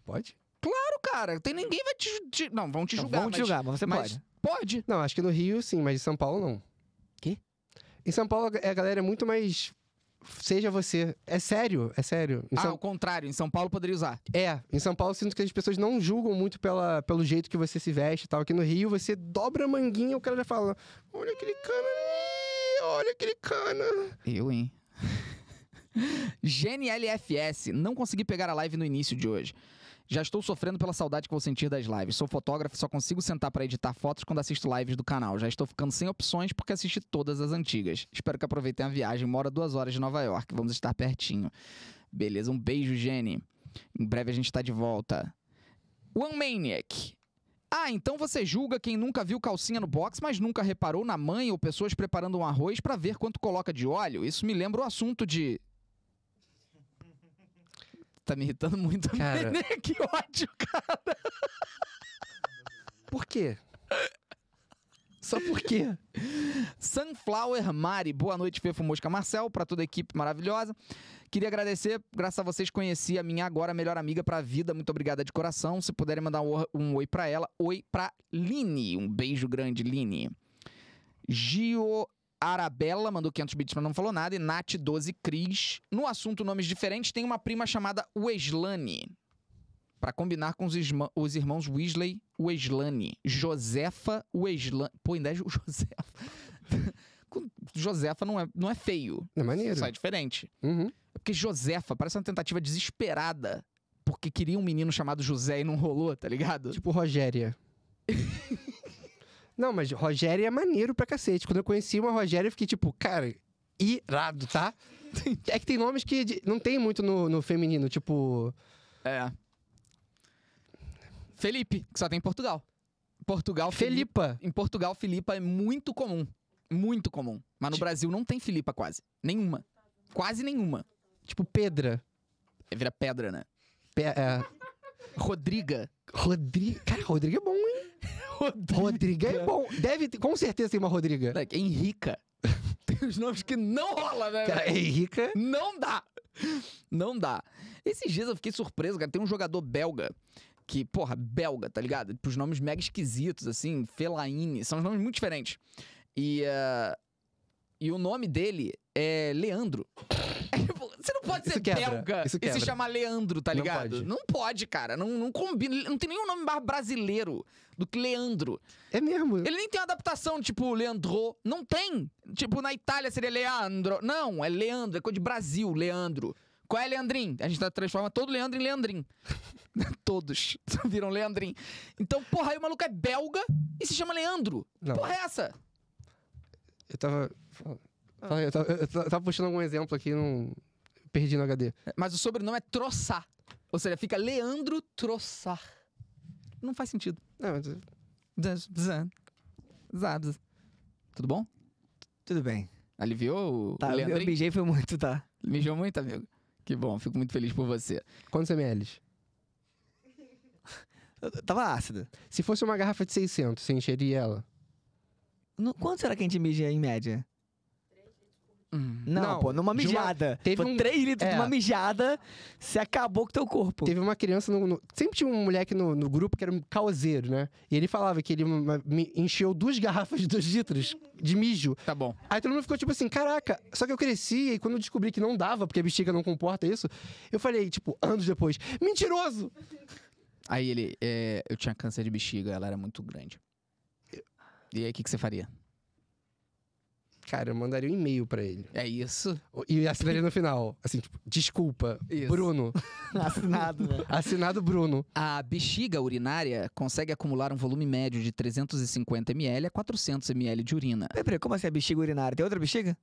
Speaker 3: Pode?
Speaker 1: Claro, cara. Tem ninguém vai te, te- não, vão te
Speaker 2: Não,
Speaker 1: julgar.
Speaker 2: vão Então, te
Speaker 1: mas-
Speaker 2: julgar, mas você
Speaker 1: mas
Speaker 2: pode.
Speaker 1: Pode.
Speaker 3: Não, acho que no Rio sim, mas em São Paulo não.
Speaker 1: Quê?
Speaker 3: Em São Paulo a a galera é muito mais. Seja você. É sério, é sério. Em
Speaker 1: Ah,
Speaker 3: São-
Speaker 1: ao contrário, em São Paulo poderia usar.
Speaker 3: É, em São Paulo eu sinto que as pessoas não julgam muito pela, pelo jeito que você se veste e tal. Aqui no Rio você dobra a manguinha o cara já fala: Olha aquele cana ali, olha aquele cana.
Speaker 1: Eu, hein? GNLFS, não consegui pegar a live no início de hoje. Já estou sofrendo pela saudade que vou sentir das lives. Sou fotógrafo e só consigo sentar para editar fotos quando assisto lives do canal. Já estou ficando sem opções porque assisti todas as antigas. Espero que aproveitem a viagem. Mora duas horas de Nova York. Vamos estar pertinho. Beleza, um beijo, Jenny. Em breve a gente está de volta. One Maniac. Ah, então você julga quem nunca viu calcinha no box, mas nunca reparou na mãe ou pessoas preparando um arroz pra ver quanto coloca de óleo? Isso me lembra o assunto de. Tá me irritando muito.
Speaker 3: Cara.
Speaker 1: Nenê, que ódio, cara.
Speaker 3: Por quê? Só por quê?
Speaker 1: Sunflower Mari, boa noite, Fefo Mosca Marcel, pra toda a equipe maravilhosa. Queria agradecer, graças a vocês conheci a minha agora melhor amiga pra vida. Muito obrigada de coração. Se puderem mandar um, or- um oi pra ela, oi pra Line. Um beijo grande, Line. Gio Arabella mandou 500 bits, mas não falou nada. E Nath 12 Cris. No assunto nomes diferentes, tem uma prima chamada Weslane. Pra combinar com os, isma- os irmãos Weasley, Weslane. Josefa Weslane. Pô, ainda é Jo- Josefa. Com- Josefa não é, não é feio.
Speaker 3: É maneiro.
Speaker 1: Só é diferente.
Speaker 3: Uhum.
Speaker 1: É Porque Josefa parece uma tentativa desesperada. Porque queria um menino chamado José e não rolou, tá ligado?
Speaker 3: Tipo Rogéria. Não, mas Rogéria é maneiro pra cacete. Quando eu conheci uma Rogéria, eu fiquei tipo, cara, irado, tá? É que tem nomes que de- não tem muito no, no feminino, tipo.
Speaker 1: É. Felipe, que só tem em Portugal. Portugal, Felipe.
Speaker 3: Felipa.
Speaker 1: Em Portugal, Filipa é muito comum. Muito comum. Mas no Brasil não tem Filipa quase. Nenhuma. Quase nenhuma.
Speaker 3: Tipo Pedra.
Speaker 1: É, Vira pedra, né?
Speaker 3: Pe- é.
Speaker 1: Rodriga.
Speaker 3: Rodrigo. Cara, Rodrigo é bom, hein? Rodrigo é bom. Deve ter, com certeza tem uma Rodriga.
Speaker 1: Moleque, é Henrica. Tem os nomes que não rola, né?
Speaker 2: É,
Speaker 3: Cara,
Speaker 1: velho?
Speaker 3: Henrica.
Speaker 1: Não dá. Não dá. Esses dias eu fiquei surpreso, cara. Tem um jogador belga que, porra, belga, tá ligado? Tipo, os nomes mega esquisitos, assim, Felaine. São uns nomes muito diferentes. E, eh, e o nome dele é Leandro. É, tipo, Você não pode
Speaker 3: Isso
Speaker 1: ser
Speaker 3: quebra,
Speaker 1: belga
Speaker 3: isso
Speaker 1: e se
Speaker 3: quebra.
Speaker 1: chamar Leandro, tá
Speaker 3: Não
Speaker 1: ligado?
Speaker 3: pode.
Speaker 1: Não pode, cara. Não, não combina. Não tem nenhum nome mais brasileiro do que Leandro.
Speaker 3: É mesmo.
Speaker 1: Ele nem tem uma adaptação, tipo, Leandro. Não tem. Tipo, na Itália seria Leandro. Não, é Leandro. É coisa de Brasil, Leandro. Qual é Leandrin? A gente tá transforma todo Leandro em Leandrin. Todos viram Leandrin. Então, porra, aí o maluco é belga e se chama Leandro.
Speaker 3: Não.
Speaker 1: Porra, é essa?
Speaker 3: Eu tava. fala aí, Eu tava, eu tava- eu tava puxando algum exemplo aqui e não. Perdi no HD.
Speaker 1: Mas o sobrenome é Troçar. Ou seja, fica Leandro Troçar. Não faz sentido.
Speaker 3: Não, mas-
Speaker 1: Zan, zan, zan. Tudo bom?
Speaker 2: Tudo bem.
Speaker 1: Aliviou o
Speaker 2: Tá, eu,
Speaker 1: Leandro?
Speaker 2: eu mijei foi muito, tá?
Speaker 1: Mijou muito, amigo. Que bom, fico muito feliz por você.
Speaker 3: Quantos ml?
Speaker 2: Eu- eu tava ácido.
Speaker 3: Se fosse uma garrafa de 600, você encheria ela?
Speaker 2: No- quanto será que a gente mija em média?
Speaker 1: Hum.
Speaker 2: Não,
Speaker 3: Não,
Speaker 2: pô, numa
Speaker 3: de uma-
Speaker 2: mijada.
Speaker 3: teve
Speaker 2: Foi
Speaker 3: um-
Speaker 2: 3 litros de
Speaker 3: é.
Speaker 2: uma mijada, você acabou com o teu corpo.
Speaker 3: Teve uma criança no, no- Sempre tinha um moleque no, no grupo que era um causeiro, né? E ele falava que ele ma- me encheu duas garrafas de 2 litros de mijo.
Speaker 1: Tá bom.
Speaker 3: Aí todo mundo ficou tipo assim, caraca. Só que eu cresci e quando eu descobri que não dava, porque a bexiga não comporta isso, eu falei, tipo, anos depois, mentiroso!
Speaker 1: Aí ele, é, eu tinha câncer de bexiga, ela era muito grande. E aí, o que, que você faria?
Speaker 3: Cara, eu mandaria um e-mail pra ele.
Speaker 1: É isso?
Speaker 3: E assinaria no final. Assim, tipo, desculpa,
Speaker 1: Isso.
Speaker 3: Bruno.
Speaker 2: Assinado, né?
Speaker 3: Assinado Bruno.
Speaker 1: A bexiga urinária consegue acumular um volume médio de 350 ml a 400 ml de urina.
Speaker 2: Peraí, peraí, como assim a bexiga urinária? Tem outra bexiga?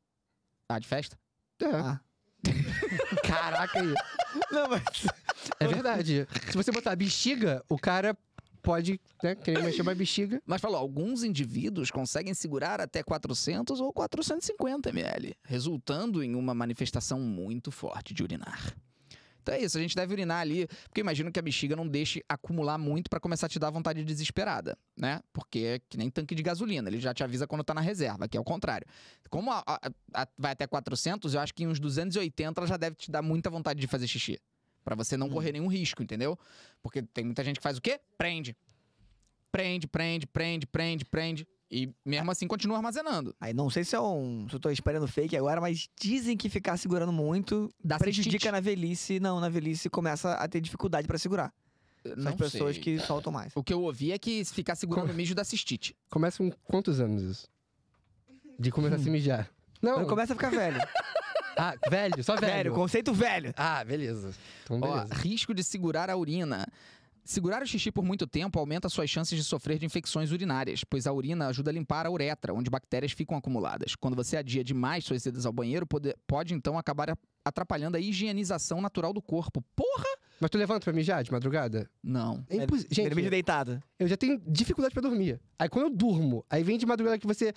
Speaker 1: Ah, de festa?
Speaker 3: É.
Speaker 2: Ah.
Speaker 3: Caraca aí.
Speaker 2: Não, mas.
Speaker 3: É verdade. Se você botar bexiga, o cara pode, né, querer mexer uma bexiga.
Speaker 1: Mas falou, alguns indivíduos conseguem segurar até 400 ou 450 ml, resultando em uma manifestação muito forte de urinar. Então é isso, a gente deve urinar ali, porque imagino que a bexiga não deixe acumular muito pra começar a te dar vontade desesperada, né? Porque é que nem tanque de gasolina, ele já te avisa quando tá na reserva, que é o contrário. Como a- a- a- vai até 400, eu acho que em uns 280 ela já deve te dar muita vontade de fazer xixi, Pra você não correr nenhum risco, entendeu? Porque tem muita gente que faz o quê? Prende prende, prende, prende, prende, prende. E mesmo assim continua armazenando.
Speaker 2: Aí não sei se é um. Se eu tô esperando fake agora, mas dizem que ficar segurando muito
Speaker 1: Dá
Speaker 2: prejudica
Speaker 1: cistite.
Speaker 2: na velhice. Não, na velhice começa a ter dificuldade pra segurar. São
Speaker 1: Não
Speaker 2: as pessoas
Speaker 1: sei.
Speaker 2: que soltam mais.
Speaker 1: O que eu ouvi é que se ficar segurando o mijo dá cistite.
Speaker 3: Começa com quantos anos isso? De começar a se mijar. Não,
Speaker 2: Quando começa a ficar velho.
Speaker 3: ah, velho, só velho.
Speaker 2: velho, conceito velho.
Speaker 3: Ah, beleza. Então,
Speaker 1: Ó,
Speaker 3: beleza.
Speaker 1: risco de segurar a urina. Segurar o xixi por muito tempo aumenta suas chances de sofrer de infecções urinárias, pois a urina ajuda a limpar a uretra, onde bactérias ficam acumuladas. Quando você adia demais suas idas ao banheiro, pode, pode então acabar a- atrapalhando a higienização natural do corpo. Porra!
Speaker 3: Mas tu levanta pra mijar de madrugada?
Speaker 1: Não.
Speaker 3: É impossível.
Speaker 2: Ele meio
Speaker 3: Gente,
Speaker 2: deitado.
Speaker 3: eu já tenho dificuldade pra dormir. Aí quando eu durmo, aí vem de madrugada que você...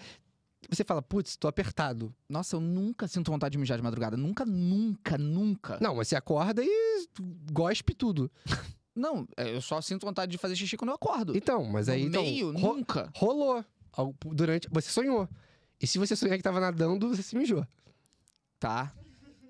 Speaker 3: Você fala, putz, tô apertado.
Speaker 1: Nossa, eu nunca sinto vontade de mijar de madrugada. Nunca, nunca, nunca.
Speaker 3: Não, mas você acorda e gospe tudo.
Speaker 1: Não, é, eu só sinto vontade de fazer xixi quando eu acordo.
Speaker 3: Então, mas aí...
Speaker 1: no
Speaker 3: então,
Speaker 1: meio,
Speaker 3: ro-
Speaker 1: nunca.
Speaker 3: rolou. Algo- Durante... Você sonhou. E se você sonhar que tava nadando, você se mijou.
Speaker 1: Tá.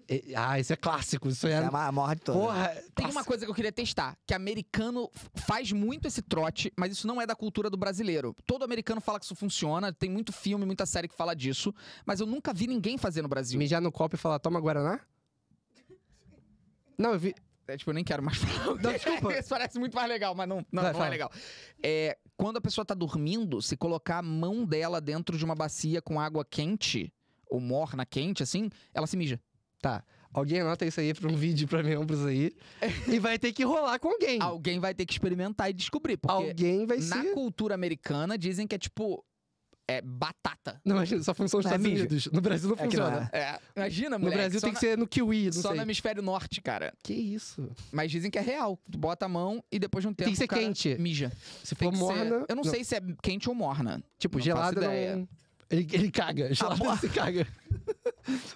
Speaker 3: E- Ah, isso é clássico. Isso
Speaker 2: É
Speaker 3: é.
Speaker 2: a morte toda.
Speaker 3: Porra,
Speaker 1: Tem
Speaker 3: nossa.
Speaker 1: uma coisa que eu queria testar, que americano f- faz muito esse trote, mas isso não é da cultura do brasileiro. Todo americano fala que isso funciona, tem muito filme, muita série que fala disso, mas eu nunca vi ninguém fazer no Brasil.
Speaker 3: Mijar no copo e falar, toma Guaraná? Não, eu vi.
Speaker 1: É, tipo, eu nem quero mais falar.
Speaker 3: Não, desculpa.
Speaker 1: isso parece muito mais legal, mas não, não,
Speaker 3: Vai,
Speaker 1: não é
Speaker 3: fala.
Speaker 1: legal. É, quando a pessoa tá dormindo, se colocar a mão dela dentro de uma bacia com água quente, ou morna quente, assim, ela se mija.
Speaker 3: Alguém anota isso aí pra um vídeo pra membros aí. e vai ter que rolar com alguém.
Speaker 1: Alguém vai ter que experimentar e descobrir, porque...
Speaker 3: Alguém vai
Speaker 1: Na
Speaker 3: ser.
Speaker 1: cultura americana, dizem que é tipo. É batata.
Speaker 3: Não, imagina, só funciona nos
Speaker 2: Não, é
Speaker 3: Estados
Speaker 2: mijo.
Speaker 3: Unidos. No Brasil não
Speaker 2: É que não
Speaker 3: funciona.
Speaker 1: É, imagina,
Speaker 3: No
Speaker 1: moleque,
Speaker 3: Brasil
Speaker 1: só
Speaker 3: tem que
Speaker 1: na-
Speaker 3: ser no Kiwi, não
Speaker 1: Só
Speaker 3: sei.
Speaker 1: no hemisfério norte, cara.
Speaker 3: Que isso?
Speaker 1: Mas dizem que é real. Tu bota a mão e depois de um
Speaker 3: Tem
Speaker 1: tempo.
Speaker 3: que ser
Speaker 1: o cara
Speaker 3: quente.
Speaker 1: Mija.
Speaker 3: Se
Speaker 1: Tem
Speaker 3: for
Speaker 1: que ser-
Speaker 3: morna.
Speaker 1: Eu não, sei se é quente ou morna.
Speaker 3: Tipo,
Speaker 1: não
Speaker 3: gelada
Speaker 1: faço ideia. Ah,
Speaker 3: não. Ele, ele caga. Gelada
Speaker 2: porra.
Speaker 3: se caga.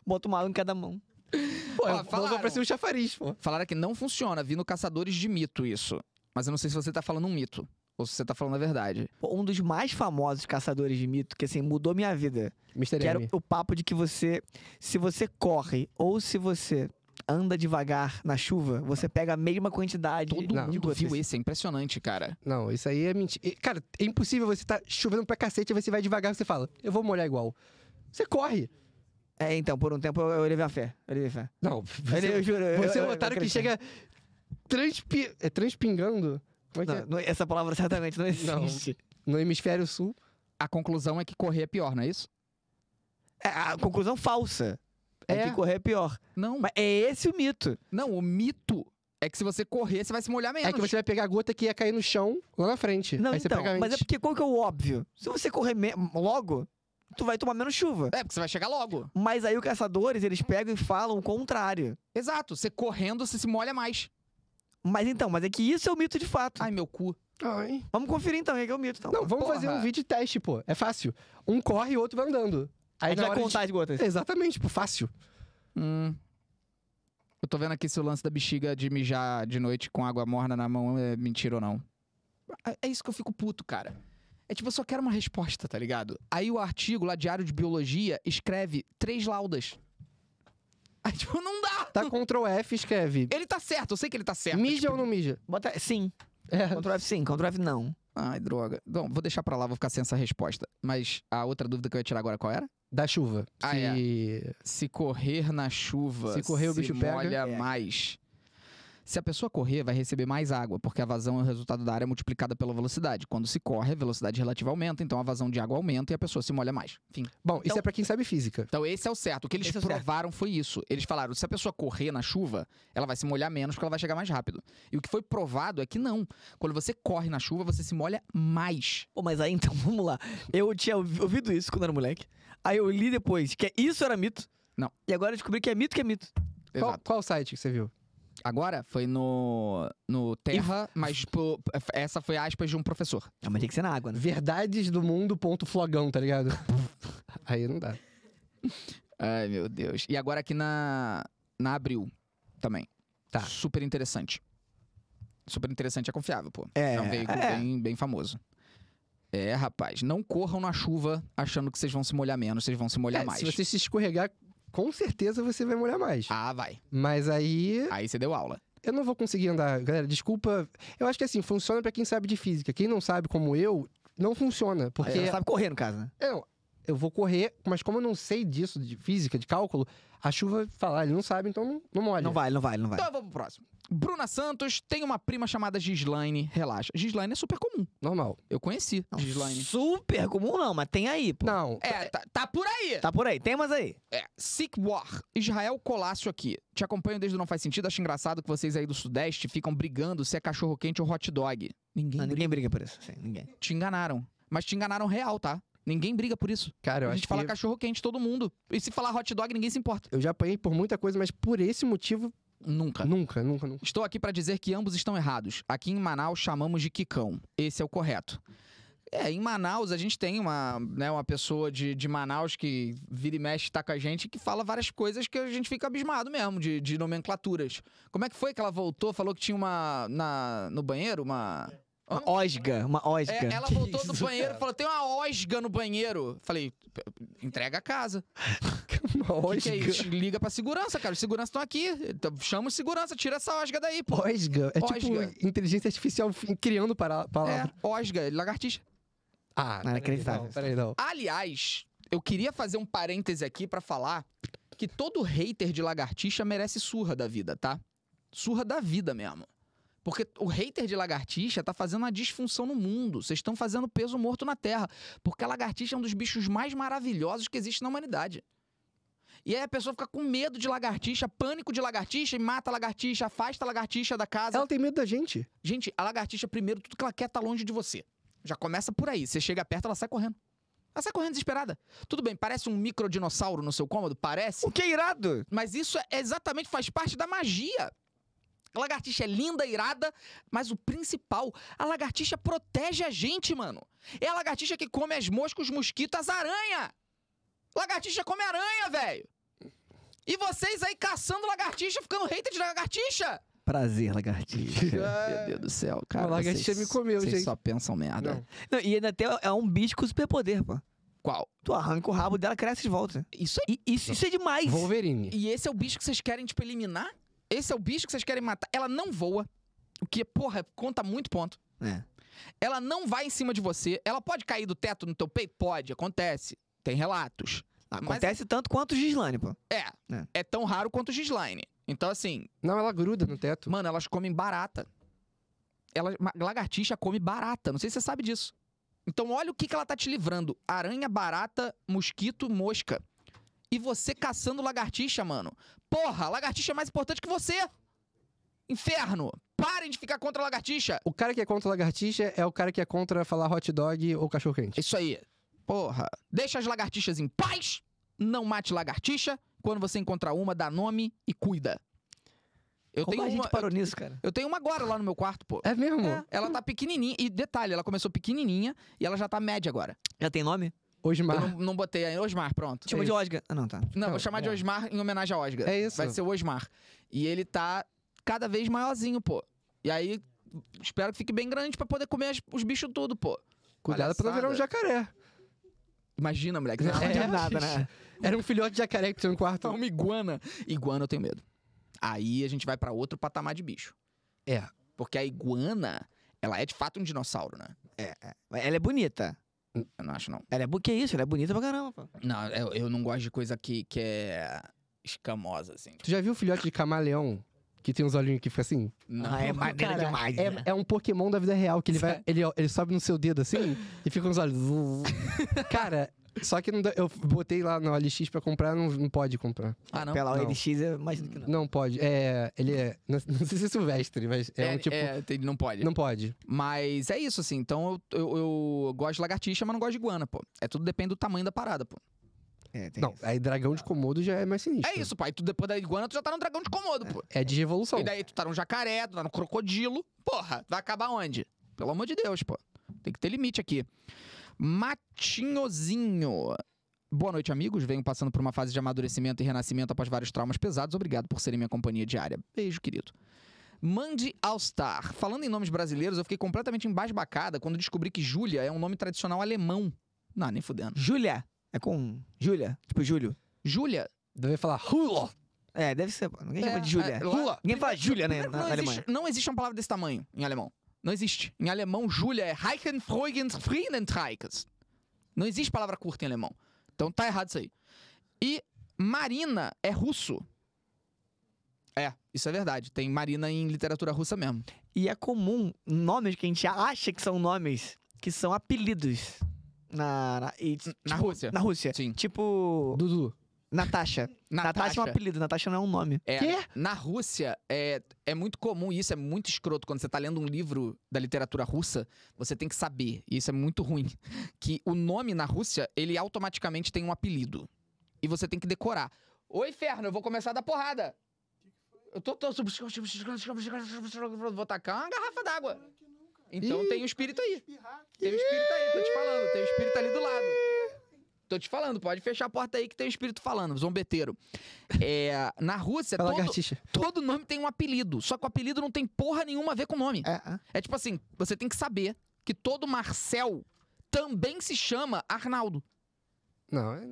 Speaker 2: Bota uma água em cada mão.
Speaker 3: Pô,
Speaker 1: Ó,
Speaker 3: eu vou
Speaker 1: falaram.
Speaker 3: pra ser um chafariz, pô.
Speaker 1: Falaram que não funciona. Vi no Caçadores de Mito isso. Mas eu não sei se você tá falando um mito. Ou se você tá falando a verdade.
Speaker 2: Pô, um dos mais famosos caçadores de mito, que assim, mudou minha vida.
Speaker 3: Mr.
Speaker 2: Que era
Speaker 3: M.
Speaker 2: o papo de que você, se você corre ou se você anda devagar na chuva, você pega a mesma quantidade
Speaker 1: Todo
Speaker 2: de
Speaker 1: mundo
Speaker 2: gotas.
Speaker 1: viu esse, é impressionante, cara.
Speaker 3: Não, isso aí é mentira. Cara, é impossível você tá chovendo pra cacete, aí você vai devagar e você fala, eu vou molhar igual. Você corre.
Speaker 2: É, então, por um tempo eu, eu levei a fé. Eu levei a fé.
Speaker 3: Não,
Speaker 2: Eu,
Speaker 3: você,
Speaker 2: eu juro. eu-
Speaker 3: você é
Speaker 2: eu-
Speaker 3: um
Speaker 2: eu
Speaker 3: otário que
Speaker 2: acredito.
Speaker 3: chega transpi... é, transpingando como é que é?
Speaker 2: Não, não- essa palavra certamente não
Speaker 3: Não.
Speaker 2: existe.
Speaker 3: no hemisfério sul.
Speaker 1: A conclusão é que correr é pior, não é isso?
Speaker 2: É, a conclusão falsa é,
Speaker 3: É.
Speaker 2: que correr é pior.
Speaker 1: Não,
Speaker 2: Mas é esse o mito.
Speaker 1: não. O mito é que se você correr, você vai se molhar menos.
Speaker 3: É que você vai pegar a gota que ia cair no chão lá na frente.
Speaker 2: Não,
Speaker 3: aí você
Speaker 2: então.
Speaker 3: pega
Speaker 2: Mas é
Speaker 3: antes.
Speaker 2: porque qual que é o óbvio? Se você correr me- logo, tu vai tomar menos chuva.
Speaker 1: É, porque você vai chegar logo.
Speaker 2: Mas aí os caçadores, eles pegam e falam o contrário.
Speaker 1: Exato. Você correndo, você se molha mais.
Speaker 2: Mas então, mas é que isso é o mito de fato.
Speaker 1: Ai, meu cu.
Speaker 2: é-
Speaker 3: Ai.
Speaker 2: Vamos conferir então, o que é que é o mito. Então.
Speaker 3: Não, vamos
Speaker 1: Porra.
Speaker 3: fazer um vídeo de teste, pô. É fácil. Um corre e o outro vai andando.
Speaker 2: a
Speaker 3: Aí
Speaker 2: gente
Speaker 3: na
Speaker 2: vai
Speaker 3: hora
Speaker 2: contar as gotas.
Speaker 3: de- Exatamente, pô, fácil.
Speaker 1: Hum. Eu tô vendo aqui se o lance da bexiga de mijar de noite com água morna na mão é mentira ou não. É- É isso que eu fico puto, cara. É tipo, eu só quero uma resposta, tá ligado? Aí o artigo lá, Diário de Biologia, escreve três laudas. Aí, tipo, não dá.
Speaker 3: Tá Ctrl F, escreve.
Speaker 1: Ele tá certo, eu sei que ele tá certo.
Speaker 3: Mija ou não mija?
Speaker 2: Bota sim.
Speaker 3: É.
Speaker 2: Ctrl F sim, Ctrl F não.
Speaker 1: Ai, droga. Bom, vou deixar pra lá, vou ficar sem essa resposta. Mas a outra dúvida que eu ia tirar agora, qual era?
Speaker 3: Da chuva.
Speaker 1: Ah,
Speaker 3: que...
Speaker 1: Se correr na chuva,
Speaker 3: Se correr, o bicho pega.
Speaker 1: molha
Speaker 2: É.
Speaker 1: mais. Se a pessoa correr, vai receber mais água, porque a vazão é o resultado da área multiplicada pela velocidade. Quando se corre, a velocidade relativa aumenta, então a vazão de água aumenta e a pessoa se molha mais. Enfim.
Speaker 3: Bom, isso
Speaker 1: Então-
Speaker 3: é pra quem sabe física.
Speaker 1: Então esse é o certo. O que eles
Speaker 2: Esse é o certo.
Speaker 1: provaram foi isso. Eles falaram, se a pessoa correr na chuva, ela vai se molhar menos porque ela vai chegar mais rápido. E o que foi provado é que não. Quando você corre na chuva, você se molha mais.
Speaker 2: Pô, mas aí então, vamos lá. Eu tinha ouvi- ouvido isso quando era moleque. Aí eu li depois que isso era mito.
Speaker 1: Não.
Speaker 2: E agora eu descobri que é mito que é mito.
Speaker 3: Qual, qual site que você viu?
Speaker 1: Agora foi no, no Terra, mas pô, essa foi aspas de um professor.
Speaker 2: Ah, mas tem que ser na água, né?
Speaker 3: Verdadesdomundo.flogão, tá ligado? Aí não dá.
Speaker 1: Ai, meu Deus. E agora aqui na, na Abril também.
Speaker 3: Tá.
Speaker 1: Super interessante. Super interessante é confiável, pô.
Speaker 2: É,
Speaker 1: É um veículo
Speaker 2: é.
Speaker 1: bem, bem famoso. É, rapaz, não corram na chuva achando que vocês vão se molhar menos, vocês vão se molhar
Speaker 3: É,
Speaker 1: mais.
Speaker 3: Se você se escorregar, com certeza você vai molhar mais.
Speaker 1: Ah, vai.
Speaker 3: Mas aí
Speaker 1: Aí você deu aula.
Speaker 3: eu não vou conseguir andar. Galera, desculpa. Eu acho que assim, funciona pra quem sabe de física. Quem não sabe, como eu, não funciona. Porque.
Speaker 2: Porque sabe correr, no caso, né?
Speaker 3: É, não, eu vou correr, mas como eu não sei disso, de física, de cálculo, a chuva falar, ele não sabe, então não, não molha.
Speaker 2: Não vale, não vale, não vale.
Speaker 1: Então eu vou pro próximo. Bruna Santos tem uma prima chamada Gislaine. Relaxa. Gislaine é super comum.
Speaker 3: Normal.
Speaker 1: Eu conheci
Speaker 2: Não,
Speaker 1: Gislaine.
Speaker 2: super comum não, mas tem aí, pô.
Speaker 3: Não.
Speaker 1: É, tá, tá por aí.
Speaker 2: Tá por aí, tem mais aí.
Speaker 1: É, Sick War. Israel Colácio aqui. Te acompanho desde o Não Faz Sentido. Acho engraçado que vocês aí do Sudeste ficam brigando se é cachorro quente ou hot dog. Ninguém
Speaker 3: Ah,
Speaker 1: briga.
Speaker 2: Não, ninguém briga por isso, sim, ninguém.
Speaker 1: Te enganaram. Mas te enganaram real, tá? Ninguém briga por isso.
Speaker 3: Cara, eu
Speaker 1: a
Speaker 3: acho
Speaker 1: gente fala
Speaker 3: que
Speaker 1: cachorro quente, todo mundo. E se falar hot dog, ninguém se importa.
Speaker 3: eu já apanhei por muita coisa, mas por esse motivo,
Speaker 1: Nunca.
Speaker 3: nunca, nunca, nunca.
Speaker 1: Estou aqui para dizer que ambos estão errados. Aqui em Manaus chamamos de quicão. Esse é o correto. É, em Manaus a gente tem uma, né, uma pessoa de, de Manaus que vira e mexe, tá com a gente, que fala várias coisas que a gente fica abismado mesmo, de, de nomenclaturas. Como é que foi que ela voltou, falou que tinha uma. Na, no banheiro, uma.
Speaker 2: Uma osga, uma osga.
Speaker 1: É, ela voltou do banheiro e falou: tem uma osga no banheiro. Falei, "P- entrega a casa. O que, que é isso? Liga pra segurança, cara. Os seguranças estão aqui. Então, chama o segurança, tira essa osga daí, pô.
Speaker 3: Osga. É
Speaker 1: Osga.
Speaker 3: tipo inteligência artificial fi- criando para palavra.
Speaker 1: É, osga, lagartixa.
Speaker 3: Ah,
Speaker 2: Não, inacreditável.
Speaker 3: não, Peraí, não.
Speaker 1: Aliás, eu queria fazer um parêntese aqui pra falar que todo hater de lagartixa merece surra da vida, tá? Surra da vida mesmo. Porque o hater de lagartixa tá fazendo uma disfunção no mundo. Vocês estão fazendo peso morto na terra. Porque a lagartixa é um dos bichos mais maravilhosos que existe na humanidade. E aí a pessoa fica com medo de lagartixa, pânico de lagartixa e mata a lagartixa, afasta a lagartixa da casa.
Speaker 3: Ela tem medo da gente.
Speaker 1: Gente, a lagartixa, primeiro, tudo que ela quer tá longe de você. Já começa por aí. Você chega perto, ela sai correndo. Ela sai correndo desesperada. Tudo bem, parece um microdinossauro no seu cômodo? Parece.
Speaker 2: O que é irado?
Speaker 1: Mas isso é exatamente faz parte da magia. A lagartixa é linda, irada, mas o principal, a lagartixa protege a gente, mano. É a lagartixa que come as moscas, os mosquitos, as aranha. Lagartixa come aranha, velho. E vocês aí caçando lagartixa, ficando hater de lagartixa.
Speaker 2: Prazer, lagartixa.
Speaker 1: Meu Deus do céu, cara.
Speaker 3: A lagartixa
Speaker 1: vocês-
Speaker 3: me comeu,
Speaker 1: vocês
Speaker 3: gente.
Speaker 1: só pensam merda.
Speaker 3: Não.
Speaker 2: Não, e ainda tem é um bicho com superpoder, pô.
Speaker 1: Qual?
Speaker 2: Tu arranca o rabo dela, cresce de volta.
Speaker 1: Isso aí.
Speaker 2: E isso, isso é demais.
Speaker 3: Wolverine.
Speaker 1: E esse é o bicho que vocês querem, tipo, eliminar? Esse é o bicho que vocês querem matar. Ela não voa. O que, porra, conta muito ponto.
Speaker 2: É.
Speaker 1: Ela não vai em cima de você. Ela pode cair do teto no teu peito? Pode, acontece. Tem relatos.
Speaker 2: Ah, Acontece tanto quanto o Gislane, pô.
Speaker 1: É.
Speaker 2: É.
Speaker 1: É tão raro quanto o Gislaine. Então, assim,
Speaker 3: Não, ela gruda no teto.
Speaker 1: Mano, elas comem barata. Ela, ma- lagartixa come barata. Não sei se você sabe disso. Então, olha o que, que ela tá te livrando: aranha, barata, mosquito, mosca. E você caçando lagartixa, mano. Porra, a lagartixa é mais importante que você! Inferno! Parem de ficar contra a lagartixa!
Speaker 3: O cara que é contra lagartixa é o cara que é contra falar hot dog ou cachorro quente.
Speaker 1: Isso aí. Porra. Deixa as lagartixas em paz. Não mate lagartixa. Quando você encontrar uma, dá nome e cuida. Eu
Speaker 2: Como
Speaker 1: tenho
Speaker 2: a gente
Speaker 1: uma,
Speaker 2: parou nisso, cara?
Speaker 1: eu tenho uma agora lá no meu quarto, pô.
Speaker 3: É mesmo?
Speaker 1: É, ela tá pequenininha. E detalhe, ela começou pequenininha e ela já tá média agora.
Speaker 2: Já tem nome?
Speaker 3: Hoje
Speaker 1: Eu
Speaker 3: mais.
Speaker 1: não, não botei ainda. Osmar, pronto.
Speaker 2: Chama de Osga. Ah, não, tá.
Speaker 1: Não,
Speaker 3: Ah. Tipo, Não,
Speaker 1: vou chamar de
Speaker 3: é.
Speaker 1: Osmar em homenagem a Osga.
Speaker 3: É isso.
Speaker 1: Vai ser o Osmar. E ele tá cada vez maiorzinho, pô. E aí, espero que fique bem grande pra poder comer as- os bichos tudo, pô.
Speaker 3: Cuidado pra não virar um
Speaker 1: Palhaçada.
Speaker 3: jacaré.
Speaker 1: Imagina, moleque. Não,
Speaker 3: É.
Speaker 1: é. Então,
Speaker 2: nada, né?
Speaker 3: Era um filhote de jacaré que tinha no quarto.
Speaker 1: uma iguana. Iguana eu tenho medo. Aí a gente vai pra outro patamar de bicho.
Speaker 3: É.
Speaker 1: Porque a iguana, ela é de fato um dinossauro, né?
Speaker 2: Mas Ela é bonita.
Speaker 1: Eu não acho, não.
Speaker 2: Ela é... bo- Que isso? Ela é bonita pra caramba, pô.
Speaker 1: Não, eu, eu não gosto de coisa que, que é escamosa, assim.
Speaker 3: Tu já viu o filhote de camaleão? Que tem uns olhinhos que fica assim?
Speaker 1: Não.
Speaker 2: Ah, é maneira
Speaker 3: Cara,
Speaker 2: demais, né?
Speaker 3: É, é um Pokémon da vida real, que ele vai. Ele, ele sobe no seu dedo assim e fica com os olhos. Cara, só que não dá- eu botei lá no OLX pra comprar, não, não pode comprar.
Speaker 1: Ah, não?
Speaker 2: Pela
Speaker 3: Não.
Speaker 2: OLX é mais do que não.
Speaker 3: Não pode. É. Ele é. Não, não sei se é silvestre, mas é, um tipo.
Speaker 1: é, tem- não pode.
Speaker 3: Não pode.
Speaker 1: Mas é isso, assim. Então eu, eu, eu gosto de lagartixa, mas não gosto de iguana, pô. É tudo depende do tamanho da parada, pô. Hum.
Speaker 2: É, tem
Speaker 3: Não, aí dragão de Komodo já é mais sinistro.
Speaker 1: É isso, pai. Tu depois da iguana, tu já tá num dragão de comodo, pô.
Speaker 3: É de revolução.
Speaker 1: E daí tu tá num jacaré, tu tá num crocodilo. Porra, vai acabar onde? Pelo amor de Deus, pô. Tem que ter limite aqui. Matinhozinho. Boa noite, amigos. Venho passando por uma fase de amadurecimento e renascimento após vários traumas pesados. Obrigado por serem minha companhia diária. Beijo, querido. Mandy Allstar. Falando em nomes brasileiros, eu fiquei completamente embasbacada quando descobri que Júlia é um nome tradicional alemão. Não, nem fudendo.
Speaker 2: Júlia. É com... Júlia. Tipo, Júlio.
Speaker 1: Júlia.
Speaker 3: Deve falar Hula!
Speaker 2: É, deve ser. pô. Ninguém chama
Speaker 1: É,
Speaker 2: de Júlia.
Speaker 1: é, lá-
Speaker 2: Ninguém fala Júlia, né?
Speaker 1: Primeiro,
Speaker 2: na, na
Speaker 1: não,
Speaker 2: Alemanha.
Speaker 1: existe, não existe uma palavra desse tamanho em alemão. Não existe. Em alemão, Júlia é Reichenfreudenfreundentreikes. Não existe palavra curta em alemão. Então tá errado isso aí. E Marina é russo. É, isso é verdade. Tem Marina em literatura russa mesmo.
Speaker 2: E é comum nomes que a gente acha que são nomes, que são apelidos. Na, na, e,
Speaker 1: Na
Speaker 2: tipo,
Speaker 1: Rússia.
Speaker 2: na Rússia.
Speaker 1: Sim.
Speaker 2: Tipo,
Speaker 3: Dudu.
Speaker 2: Natasha. Natasha é um apelido, Natasha não é um nome.
Speaker 1: É,
Speaker 3: Quê?
Speaker 1: Na Rússia, é, é muito comum, e isso é muito escroto, quando você tá lendo um livro da literatura russa, você tem que saber, e isso é muito ruim, que o nome na Rússia, ele automaticamente tem um apelido. E você tem que decorar. Oi, Ferno, eu vou começar da porrada. Eu tô, tô... Vou tacar uma garrafa d'água. Então tem um espírito aí. Tem um espírito aí, tô te falando. Tem um espírito ali do lado. Tô te falando, pode fechar a porta aí que tem um espírito falando, zombeteiro. É, na Rússia,
Speaker 3: É
Speaker 1: todo,
Speaker 3: lagartixa.
Speaker 1: todo nome tem um apelido. Só que o apelido não tem porra nenhuma a ver com o nome.
Speaker 2: É, é.
Speaker 1: É tipo assim, você tem que saber que todo Marcel também se chama Arnaldo.
Speaker 3: Não, é.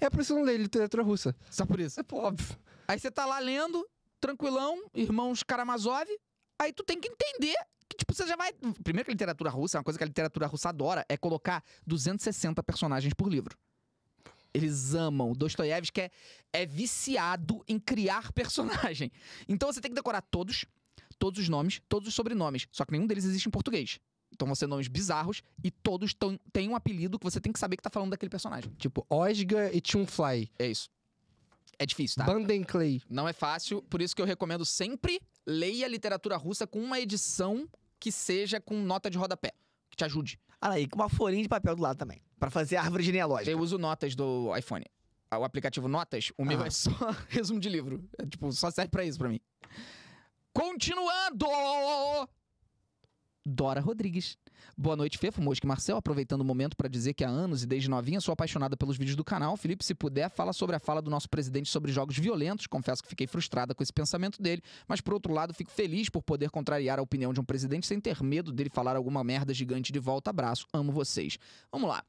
Speaker 3: É por isso que eu não leio literatura russa.
Speaker 1: Só por isso.
Speaker 3: É pô, óbvio.
Speaker 1: Aí você tá lá lendo, tranquilão, irmãos Karamazov. Aí tu tem que entender que, tipo, você já vai. Primeiro que a literatura russa, é uma coisa que a literatura russa adora é colocar 260 personagens por livro. Eles amam. O Dostoiévski é, é viciado em criar personagem. Então você tem que decorar todos, todos os nomes, todos os sobrenomes. Só que nenhum deles existe em português. Então vão ser nomes bizarros e todos tão- têm um apelido que você tem que saber que tá falando daquele personagem.
Speaker 3: Tipo, Osga e Chunfly.
Speaker 1: É isso. É difícil, tá?
Speaker 3: Banden Clay.
Speaker 1: Não é fácil, por isso que eu recomendo sempre leia literatura russa com uma edição que seja com nota de rodapé, que te ajude.
Speaker 2: Ah, lá, e com uma folhinha de papel do lado também. Pra fazer árvore genealógica.
Speaker 1: Eu uso notas do iPhone. O aplicativo Notas, o meu
Speaker 2: Aham.
Speaker 1: é só resumo de livro. É, tipo, só serve pra isso pra mim. Continuando! Dora Rodrigues. Boa noite, Fefo, Mosca e Marcel. Aproveitando o momento para dizer que há anos e desde novinha sou apaixonada pelos vídeos do canal. Felipe, se puder, fala sobre a fala do nosso presidente sobre jogos violentos. Confesso que fiquei frustrada com esse pensamento dele, mas por outro lado, fico feliz por poder contrariar a opinião de um presidente sem ter medo dele falar alguma merda gigante de volta. Abraço, amo vocês. Vamos lá.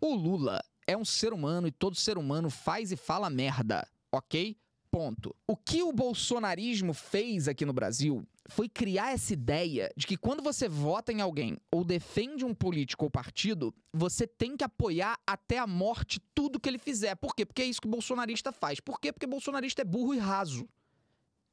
Speaker 1: O Lula é um ser humano e todo ser humano faz e fala merda, ok? Ponto. O que o bolsonarismo fez aqui no Brasil foi criar essa ideia de que quando você vota em alguém ou defende um político ou partido, você tem que apoiar até a morte tudo que ele fizer. Por quê? Porque é isso que o bolsonarista faz. Por quê? Porque bolsonarista é burro e raso.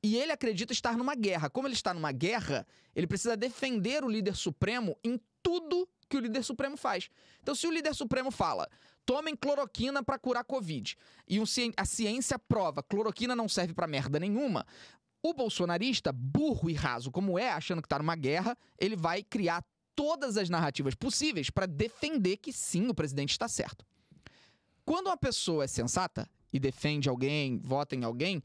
Speaker 1: E ele acredita estar numa guerra. Como ele está numa guerra, ele precisa defender o líder supremo em tudo que o líder supremo faz. Então, se o líder supremo fala, tomem cloroquina pra curar Covid, e um cien- a ciência prova, cloroquina não serve pra merda nenhuma, o bolsonarista, burro e raso como é, achando que tá numa guerra, ele vai criar todas as narrativas possíveis para defender que sim, o presidente está certo. Quando uma pessoa é sensata e defende alguém, vota em alguém,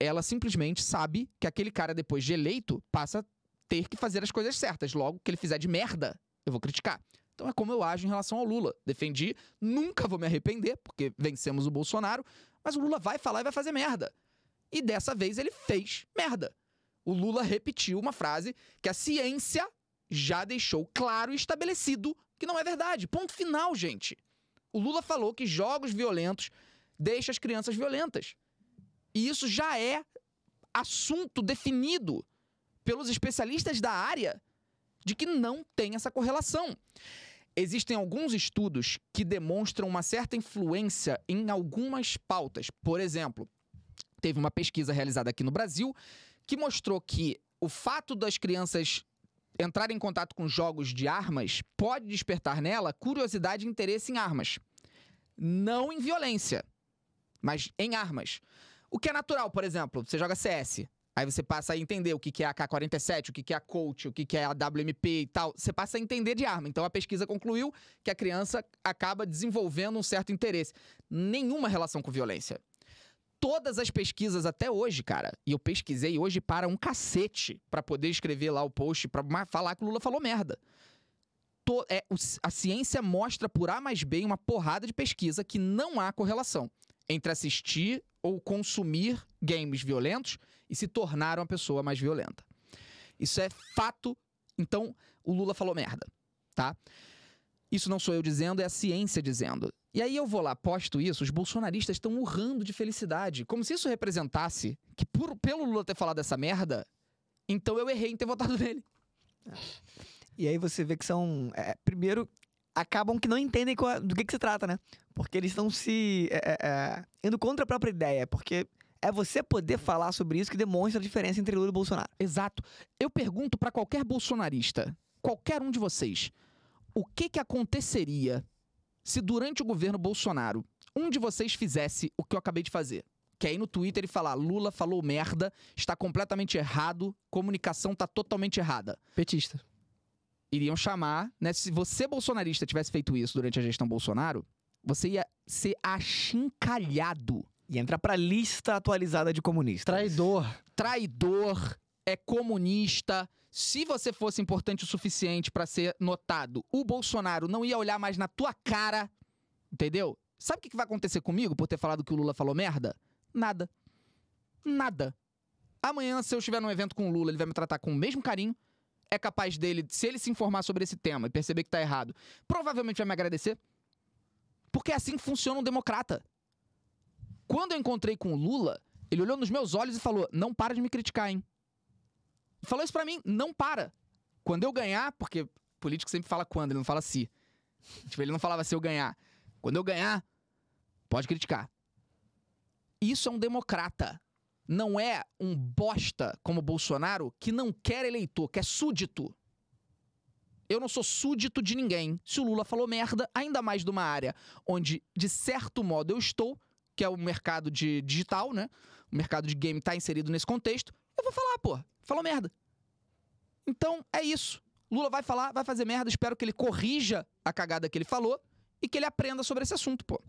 Speaker 1: ela simplesmente sabe que aquele cara, depois de eleito, passa a ter que fazer as coisas certas. Logo, o que ele fizer de merda, eu vou criticar. Então é como eu ajo em relação ao Lula. Defendi, nunca vou me arrepender, porque vencemos o Bolsonaro, mas o Lula vai falar e vai fazer merda. E dessa vez ele fez merda. O Lula repetiu uma frase que a ciência já deixou claro e estabelecido que não é verdade. Ponto final, gente. O Lula falou que jogos violentos deixam as crianças violentas. E isso já é assunto definido pelos especialistas da área de que não tem essa correlação. Existem alguns estudos que demonstram uma certa influência em algumas pautas. Por exemplo, teve uma pesquisa realizada aqui no Brasil que mostrou que o fato das crianças entrarem em contato com jogos de armas pode despertar nela curiosidade e interesse em armas. Não em violência, mas em armas. O que é natural, por exemplo, você joga CS, Aí você passa a entender o que que é a K-47, o que que é a Colt, o que que é a WMP e tal. Você passa a entender de arma. Então a pesquisa concluiu que a criança acaba desenvolvendo um certo interesse. Nenhuma relação com violência. Todas as pesquisas até hoje, cara, e eu pesquisei hoje para um cacete, para poder escrever lá o post, para falar que o Lula falou merda. To- é, o- a ciência mostra por A mais B em uma porrada de pesquisa que não há correlação entre assistir ou consumir games violentos e se tornar uma pessoa mais violenta. Isso é fato. Então, o Lula falou merda, tá? Isso não sou eu dizendo, é a ciência dizendo. E aí eu vou lá, posto isso, os bolsonaristas estão urrando de felicidade, como se isso representasse que por- pelo Lula ter falado essa merda, então eu errei em ter votado nele.
Speaker 2: E aí você vê que são. é, primeiro, acabam que não entendem qual- do que, que se trata, né? Porque eles estão se. é, é, é, indo contra a própria ideia. Porque é você poder falar sobre isso que demonstra a diferença entre Lula e Bolsonaro.
Speaker 1: Exato. Eu pergunto pra qualquer bolsonarista, qualquer um de vocês, o que que aconteceria se durante o governo Bolsonaro um de vocês fizesse o que eu acabei de fazer? Que é ir no Twitter e falar: Lula falou merda, está completamente errado, comunicação tá totalmente errada.
Speaker 3: Petista.
Speaker 1: Iriam chamar, né? Se você, bolsonarista, tivesse feito isso durante a gestão Bolsonaro, você ia ser achincalhado.
Speaker 2: E entrar pra lista atualizada de comunistas.
Speaker 3: Traidor.
Speaker 1: traidor, é comunista. Se você fosse importante o suficiente pra ser notado, o Bolsonaro não ia olhar mais na tua cara, entendeu? Sabe o que que vai acontecer comigo por ter falado que o Lula falou merda? Nada. Nada. Amanhã, se eu estiver num evento com o Lula, ele vai me tratar com o mesmo carinho. É capaz dele, se ele se informar sobre esse tema e perceber que tá errado, provavelmente vai me agradecer. Porque é assim que funciona um democrata. Quando eu encontrei com o Lula, ele olhou nos meus olhos e falou: Não para de me criticar, hein? Falou isso pra mim, não para. Quando eu ganhar, porque político sempre fala quando, ele não fala se. tipo, ele não falava se eu ganhar. Quando eu ganhar, pode criticar. Isso é um democrata. Não é um bosta como Bolsonaro que não quer eleitor, que é súdito. Eu não sou súdito de ninguém. Se o Lula falou merda, ainda mais de uma área onde, de certo modo, eu estou, que é o mercado de digital, né? o mercado de game tá inserido nesse contexto, eu vou falar, pô. Falou merda. Então, é isso. Lula vai falar, vai fazer merda, espero que ele corrija a cagada que ele falou e que ele aprenda sobre esse assunto, pô.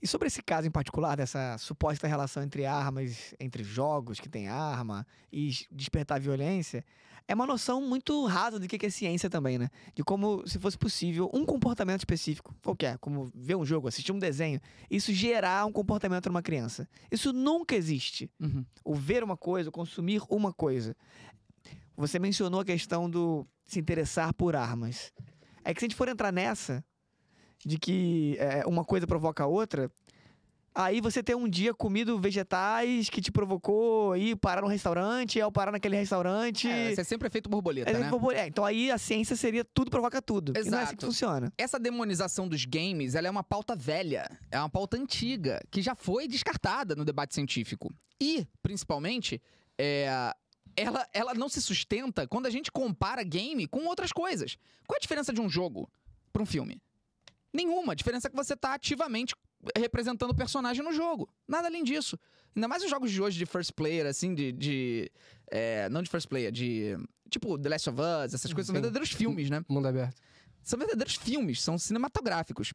Speaker 2: E sobre esse caso em particular, dessa suposta relação entre armas, entre jogos que tem arma e s- despertar violência, é uma noção muito rasa do que que é ciência também, né? De como, se fosse possível, um comportamento específico, qualquer, como ver um jogo, assistir um desenho, isso gerar um comportamento numa criança. Isso nunca existe.
Speaker 1: É,
Speaker 2: O ver uma coisa, o consumir uma coisa. Você mencionou a questão do se interessar por armas. É que se a gente for entrar nessa, de que é, uma coisa provoca a outra, aí você tem um dia comido vegetais que te provocou ir parar num restaurante, e ao parar naquele restaurante.
Speaker 1: É, isso é sempre efeito borboleta,
Speaker 2: Aí
Speaker 1: né?
Speaker 2: ele falou, "É, então aí a ciência seria tudo provoca tudo. E não é assim que
Speaker 1: Exato.
Speaker 2: funciona.
Speaker 1: Essa demonização dos games, ela é uma pauta velha, é uma pauta antiga, que já foi descartada no debate científico. E, principalmente, é, ela, ela não se sustenta quando a gente compara game com outras coisas. Qual é a diferença de um jogo para um filme? Nenhuma. A diferença é que você tá ativamente representando o personagem no jogo. Nada além disso. Ainda mais os jogos de hoje de first player, assim, de. de, é, não de first player, de. Tipo, The Last of Us, essas coisas são
Speaker 3: Sim.
Speaker 1: verdadeiros filmes, né?
Speaker 3: Mundo aberto.
Speaker 1: são verdadeiros filmes, são cinematográficos.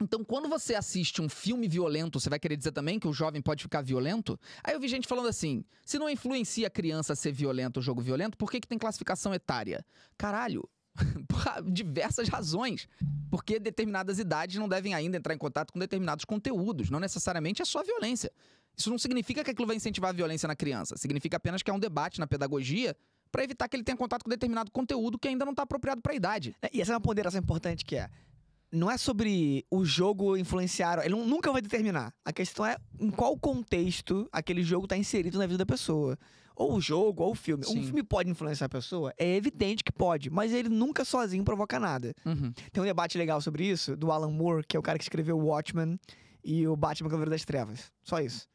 Speaker 1: Então, quando você assiste um filme violento, você vai querer dizer também que o jovem pode ficar violento? Aí eu vi gente falando assim: se não influencia a criança a ser violenta o jogo violento, por que, que tem classificação etária? Caralho! Por diversas razões. Porque determinadas idades não devem ainda entrar em contato com determinados conteúdos. Não necessariamente é só violência. Isso não significa que aquilo vai incentivar a violência na criança. Significa apenas que é um debate na pedagogia para evitar que ele tenha contato com determinado conteúdo que ainda não está apropriado para a idade.
Speaker 2: E essa é uma ponderação importante que é. Não é sobre o jogo influenciar, ele nu- nunca vai determinar. A questão é em qual contexto aquele jogo está inserido na vida da pessoa. Ou o jogo, ou o filme. Um
Speaker 1: Sim.
Speaker 2: filme pode influenciar a pessoa? É evidente que pode, mas ele nunca sozinho provoca nada.
Speaker 1: Uhum.
Speaker 2: Tem um debate legal sobre isso do Alan Moore, que é o cara que escreveu Watchmen e o Batman Cavaleiro das Trevas. Só isso.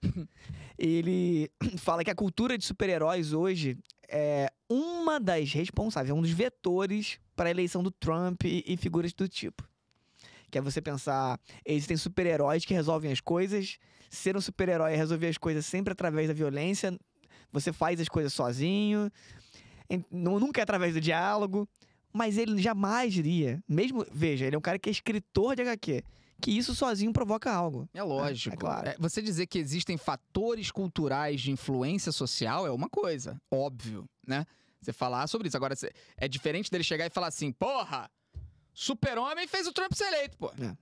Speaker 2: Ele fala que a cultura de super-heróis hoje é uma das responsáveis, é um dos vetores para a eleição do Trump e, e figuras do tipo. Que é você pensar, existem super-heróis que resolvem as coisas, ser um super-herói é resolver as coisas sempre através da violência, você faz as coisas sozinho, em- nu- nunca é através do diálogo. Mas ele jamais diria, mesmo, veja, ele é um cara que é escritor de HQ, que isso sozinho provoca algo.
Speaker 1: É lógico.
Speaker 2: É, é claro.
Speaker 1: É, você dizer que existem fatores culturais de influência social é uma coisa, óbvio, né? Você falar sobre isso. Agora, cê- é diferente dele chegar e falar assim, porra, super-homem fez o Trump ser eleito, pô.
Speaker 2: É.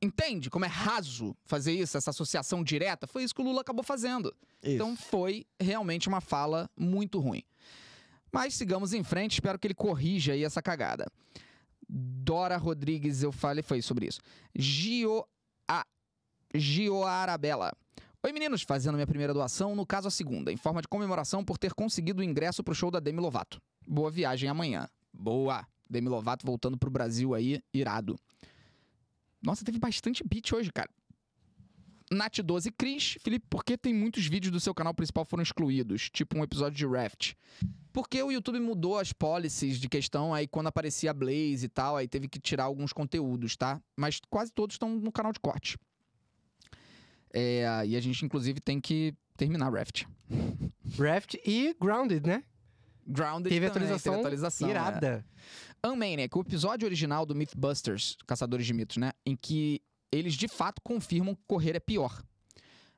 Speaker 1: Entende como é raso fazer isso, essa associação direta? Foi isso que o Lula acabou fazendo. Então foi realmente uma fala muito ruim. Mas sigamos em frente, espero que ele corrija aí essa cagada. Dora Rodrigues, eu falei, foi sobre isso. Gio a Gio Arabella. Oi meninos, fazendo minha primeira doação, no caso a segunda, em forma de comemoração por ter conseguido o ingresso pro show da Demi Lovato. Boa viagem amanhã. Boa. Demi Lovato voltando pro Brasil aí, irado. Nossa, teve bastante beat hoje, cara. Nat12 Cris, Felipe, por que tem muitos vídeos do seu canal principal foram excluídos? Tipo um episódio de Raft. Porque o YouTube mudou as policies de questão, aí quando aparecia Blaze e tal, aí teve que tirar alguns conteúdos, tá? Mas quase todos estão no canal de corte. É, e a gente, inclusive, tem que terminar Raft.
Speaker 3: Raft e Grounded, né?
Speaker 1: Grounded
Speaker 3: Teve
Speaker 1: também,
Speaker 3: atualização,
Speaker 1: teve atualização é.
Speaker 3: irada.
Speaker 1: Unmaniac, né? o episódio original do Mythbusters, Caçadores de Mitos, né? Em que eles de fato confirmam que correr é pior.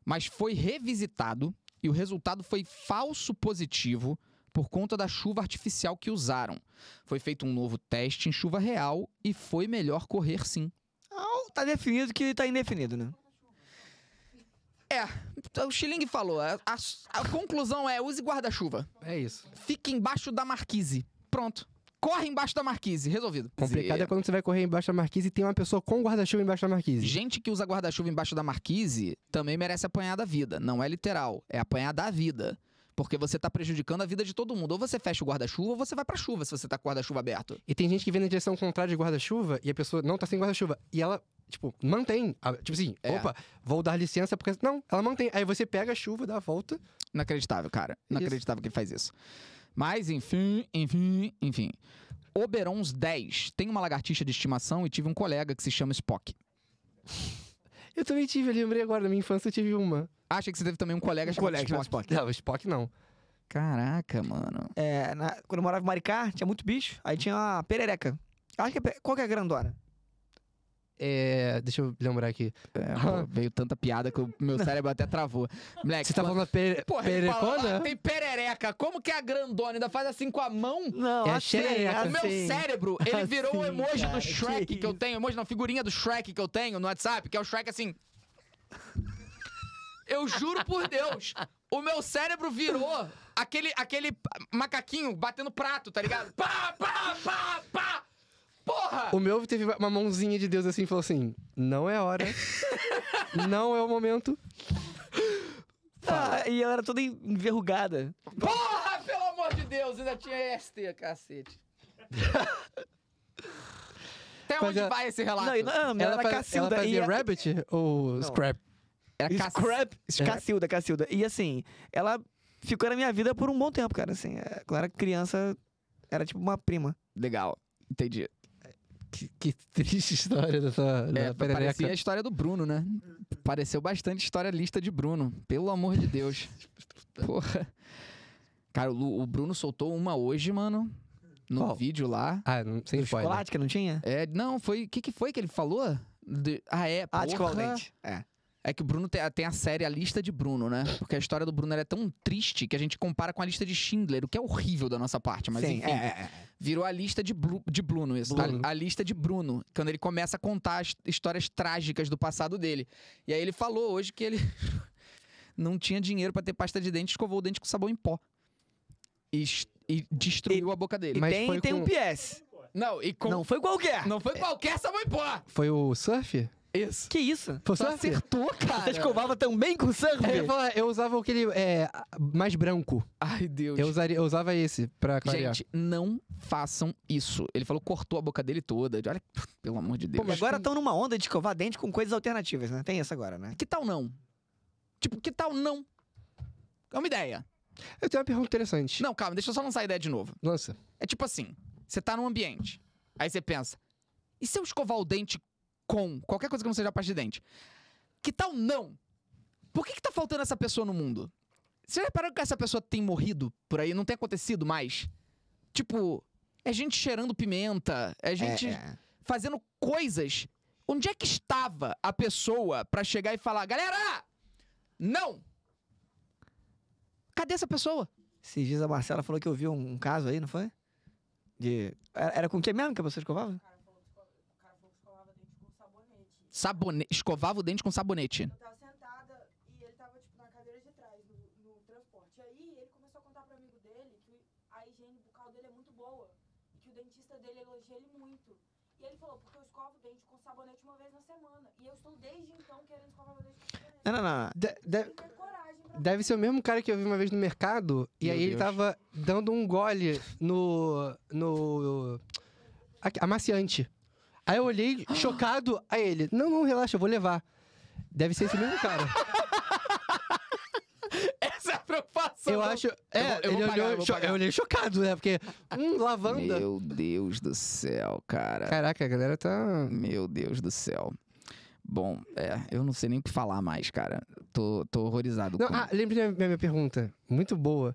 Speaker 1: Mas foi revisitado e o resultado foi falso positivo por conta da chuva artificial que usaram. Foi feito um novo teste em chuva real e foi melhor correr sim.
Speaker 2: Então, tá definido que tá indefinido, né?
Speaker 1: Então, O Xiling falou, a, a- a conclusão é use guarda-chuva.
Speaker 3: É isso.
Speaker 1: Fique embaixo da marquise. Pronto. Corre embaixo da marquise. Resolvido.
Speaker 3: Complicado é quando você vai correr embaixo da marquise e tem uma pessoa com guarda-chuva embaixo da marquise.
Speaker 1: Gente que usa guarda-chuva embaixo da marquise também merece apanhar da vida. Não é literal, é apanhar da vida. Porque você tá prejudicando a vida de todo mundo. Ou você fecha o guarda-chuva ou você vai pra chuva se você tá com o guarda-chuva aberto.
Speaker 3: E tem gente que vem na direção contrária de guarda-chuva e a pessoa não tá sem guarda-chuva. E ela, tipo, mantém. a- Tipo assim,
Speaker 1: É.
Speaker 3: opa, vou dar licença porque. Não, ela mantém. Aí você pega a chuva, dá a volta.
Speaker 1: Inacreditável, cara.
Speaker 3: Isso.
Speaker 1: Inacreditável que ele faz isso. Mas, enfim, enfim, enfim. Oberons 10. Tenho uma lagartixa de estimação e tive um colega que se chama Spock.
Speaker 3: Eu também tive, eu lembrei agora, na minha infância eu tive uma.
Speaker 1: Acha que você teve também um colega chamado
Speaker 2: Colega,
Speaker 1: Spock.
Speaker 2: Spock.
Speaker 3: Não, Spock não.
Speaker 1: Caraca, mano.
Speaker 2: É, na- quando eu morava em Maricá, tinha muito bicho, aí tinha uma perereca. Acho que é, pe- qual que é a grandona?
Speaker 3: É. Deixa eu lembrar aqui.
Speaker 1: É, pô, veio tanta piada que o meu cérebro até travou. Moleque,
Speaker 3: Você tá
Speaker 1: quando-
Speaker 3: falando da pere...
Speaker 1: Porra, ele fala lá,
Speaker 2: né?
Speaker 3: perecona?
Speaker 1: tem perereca. Como que é a grandona ainda faz assim com a mão?
Speaker 2: Não,
Speaker 3: É a assim,
Speaker 2: Ah,
Speaker 3: xerereca.
Speaker 1: O meu cérebro, ele virou o
Speaker 2: Assim,
Speaker 1: emoji
Speaker 2: cara,
Speaker 1: do Shrek
Speaker 2: que
Speaker 1: que, eu tenho, emoji não, figurinha do Shrek que eu tenho no WhatsApp, que é o Shrek assim. Eu juro por Deus, o meu cérebro virou aquele, aquele macaquinho batendo prato, tá ligado? Pá, pá, pá, pá! Porra!
Speaker 3: O meu teve uma mãozinha de Deus assim e falou assim: não é hora. não é o momento.
Speaker 2: Ah, e ela era toda en- enverrugada.
Speaker 1: Porra, pelo amor de Deus, ainda tinha ST, cacete. Até
Speaker 3: Mas
Speaker 1: onde
Speaker 3: a-
Speaker 1: vai esse relato?
Speaker 2: é? Não, e- não, não, ela, era
Speaker 3: faz-
Speaker 2: Cacilda.
Speaker 3: ela
Speaker 2: e
Speaker 3: fazia
Speaker 2: a-
Speaker 3: Rabbit ou Scrap?
Speaker 1: Era
Speaker 2: Isso,
Speaker 1: cac-
Speaker 2: Crap. Cacilda, Cacilda. E assim, ela ficou na minha vida por um bom tempo, cara. Assim, é, quando eu era criança, era tipo uma prima.
Speaker 1: Legal, entendi.
Speaker 3: Que, que triste história dessa
Speaker 1: É, parecia a
Speaker 3: da perereca.
Speaker 1: história do Bruno, né? Pareceu bastante história lista de Bruno. Pelo amor de Deus. Porra. Cara, o, Lu- o Bruno soltou uma hoje, mano. No
Speaker 3: Qual?
Speaker 1: vídeo lá.
Speaker 3: Ah, não, sem
Speaker 2: Do
Speaker 3: spoiler.
Speaker 2: chocolate que não tinha?
Speaker 1: É, não, foi. O que, que foi que ele falou? De- ah, é.
Speaker 2: Ah,
Speaker 1: porra.
Speaker 2: de qual dente? É.
Speaker 1: É que o Bruno tem, a- tem a série A Lista de Bruno, né? Porque a história do Bruno ela é tão triste que a gente compara com a lista de Schindler, o que é horrível da nossa parte, mas
Speaker 2: Sim,
Speaker 1: enfim.
Speaker 2: é, é, é.
Speaker 1: Virou a lista de, Blu, de Bruno, isso. tá?
Speaker 3: Bruno.
Speaker 1: A, a lista de Bruno, quando ele começa a contar as histórias trágicas do passado dele. E aí ele falou hoje que ele não tinha dinheiro pra ter pasta de dente, escovou o dente com sabão em pó. E, es- e destruiu a boca dele.
Speaker 2: E
Speaker 3: Mas
Speaker 2: tem,
Speaker 3: foi
Speaker 2: tem um
Speaker 3: com-
Speaker 2: PS.
Speaker 1: Não, e com...
Speaker 2: Não foi qualquer.
Speaker 1: não foi qualquer sabão em pó!
Speaker 3: Foi o surf?
Speaker 1: Isso.
Speaker 2: Que isso?
Speaker 3: Foi o
Speaker 1: Só
Speaker 3: surf?
Speaker 1: acertou,
Speaker 2: Você
Speaker 1: cara.
Speaker 2: escovava também com surf?
Speaker 3: É, eu ia falar, eu usava aquele é, mais branco.
Speaker 1: Ai, Deus.
Speaker 3: Eu, usaria, eu usava esse pra clarear.
Speaker 1: Gente, não façam isso. Ele falou, cortou a boca dele toda. Olha, pelo amor de
Speaker 2: Pô,
Speaker 1: Deus.
Speaker 2: mas agora estão numa onda de escovar dente com coisas alternativas, né? Tem essa agora, né?
Speaker 1: Que tal não? Tipo, que tal não? É uma ideia.
Speaker 3: Eu tenho uma pergunta interessante.
Speaker 1: Não, calma, deixa eu só lançar a ideia de novo.
Speaker 3: Lança.
Speaker 1: É tipo assim: você tá num ambiente, aí você pensa, e se eu escovar o dente com qualquer coisa que não seja a parte de dente? Que tal não? Por que, que tá faltando essa pessoa no mundo? Você já reparou que essa pessoa tem morrido por aí, não tem acontecido mais? Tipo, é gente cheirando pimenta, é gente
Speaker 2: É, é.
Speaker 1: fazendo coisas. Onde é que estava a pessoa pra chegar e falar, galera, não? Cadê essa pessoa?
Speaker 2: Esses dias a Marcela falou que eu vi um, um caso aí, não foi? De. Era era com o que mesmo que a pessoa escovava?
Speaker 5: O cara falou que escovava dente com sabonete.
Speaker 1: Sabone... Escovava o dente com sabonete.
Speaker 5: Eu tava sentada e ele tava, tipo, na cadeira de trás, no, no transporte. Aí ele começou a contar pro amigo dele que a higiene bucal dele é muito boa. E que o dentista dele elogia ele muito. E ele falou, porque eu escovo o dente com sabonete uma vez na semana. E eu estou desde então querendo escovar meu dente com sabonete.
Speaker 2: Não, não, não.
Speaker 3: De- de-
Speaker 5: E ter coragem pra
Speaker 3: deve ser o mesmo cara que eu vi uma vez no mercado. E
Speaker 1: Meu
Speaker 3: aí ele
Speaker 1: Deus.
Speaker 3: tava dando um gole no. no. aqui, amaciante. Aí eu olhei, chocado, a ele. Não, não, relaxa, eu vou levar. Deve ser esse mesmo cara.
Speaker 1: Essa é a preocupação.
Speaker 3: Eu acho.
Speaker 1: vou-
Speaker 3: É,
Speaker 1: eu vou
Speaker 3: ele
Speaker 1: pagar, eu
Speaker 3: olhou.
Speaker 1: vou
Speaker 3: cho-
Speaker 1: pagar.
Speaker 3: Eu olhei chocado, né? Porque. Hum, lavanda.
Speaker 1: Meu Deus do céu, cara.
Speaker 3: Caraca, a galera tá.
Speaker 1: Meu Deus do céu. Bom, é, eu não sei nem o que falar mais, cara. Tô, tô horrorizado.
Speaker 3: Não,
Speaker 1: com-
Speaker 3: ah, lembrei da minha, minha pergunta. Muito boa.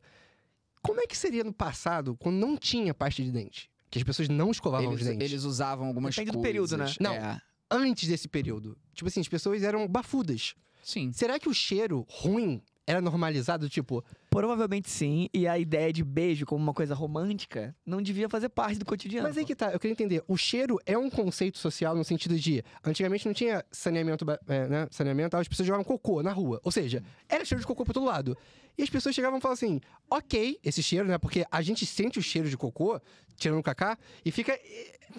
Speaker 3: Como é que seria no passado, quando não tinha pasta de dente? Que as pessoas não escovavam
Speaker 1: eles,
Speaker 3: os dentes.
Speaker 1: eles usavam algumas
Speaker 2: Depende do
Speaker 1: coisas.
Speaker 2: período, né?
Speaker 3: Não.
Speaker 1: É,
Speaker 3: Antes desse período. Tipo assim, as pessoas eram bafudas.
Speaker 1: sim.
Speaker 3: Será que o cheiro ruim era normalizado? Tipo,
Speaker 2: Provavelmente sim, e a ideia de beijo como uma coisa romântica não devia fazer parte do cotidiano.
Speaker 3: mas aí
Speaker 2: pô.
Speaker 3: que tá, eu queria entender. O cheiro é um conceito social no sentido de. Antigamente não tinha saneamento, ba- é, né? saneamento, as pessoas jogavam cocô na rua. Ou seja, era cheiro de cocô por todo lado. E as pessoas chegavam e falavam assim: ok, esse cheiro, né? Porque a gente sente o cheiro de cocô, tirando o cacá, e fica.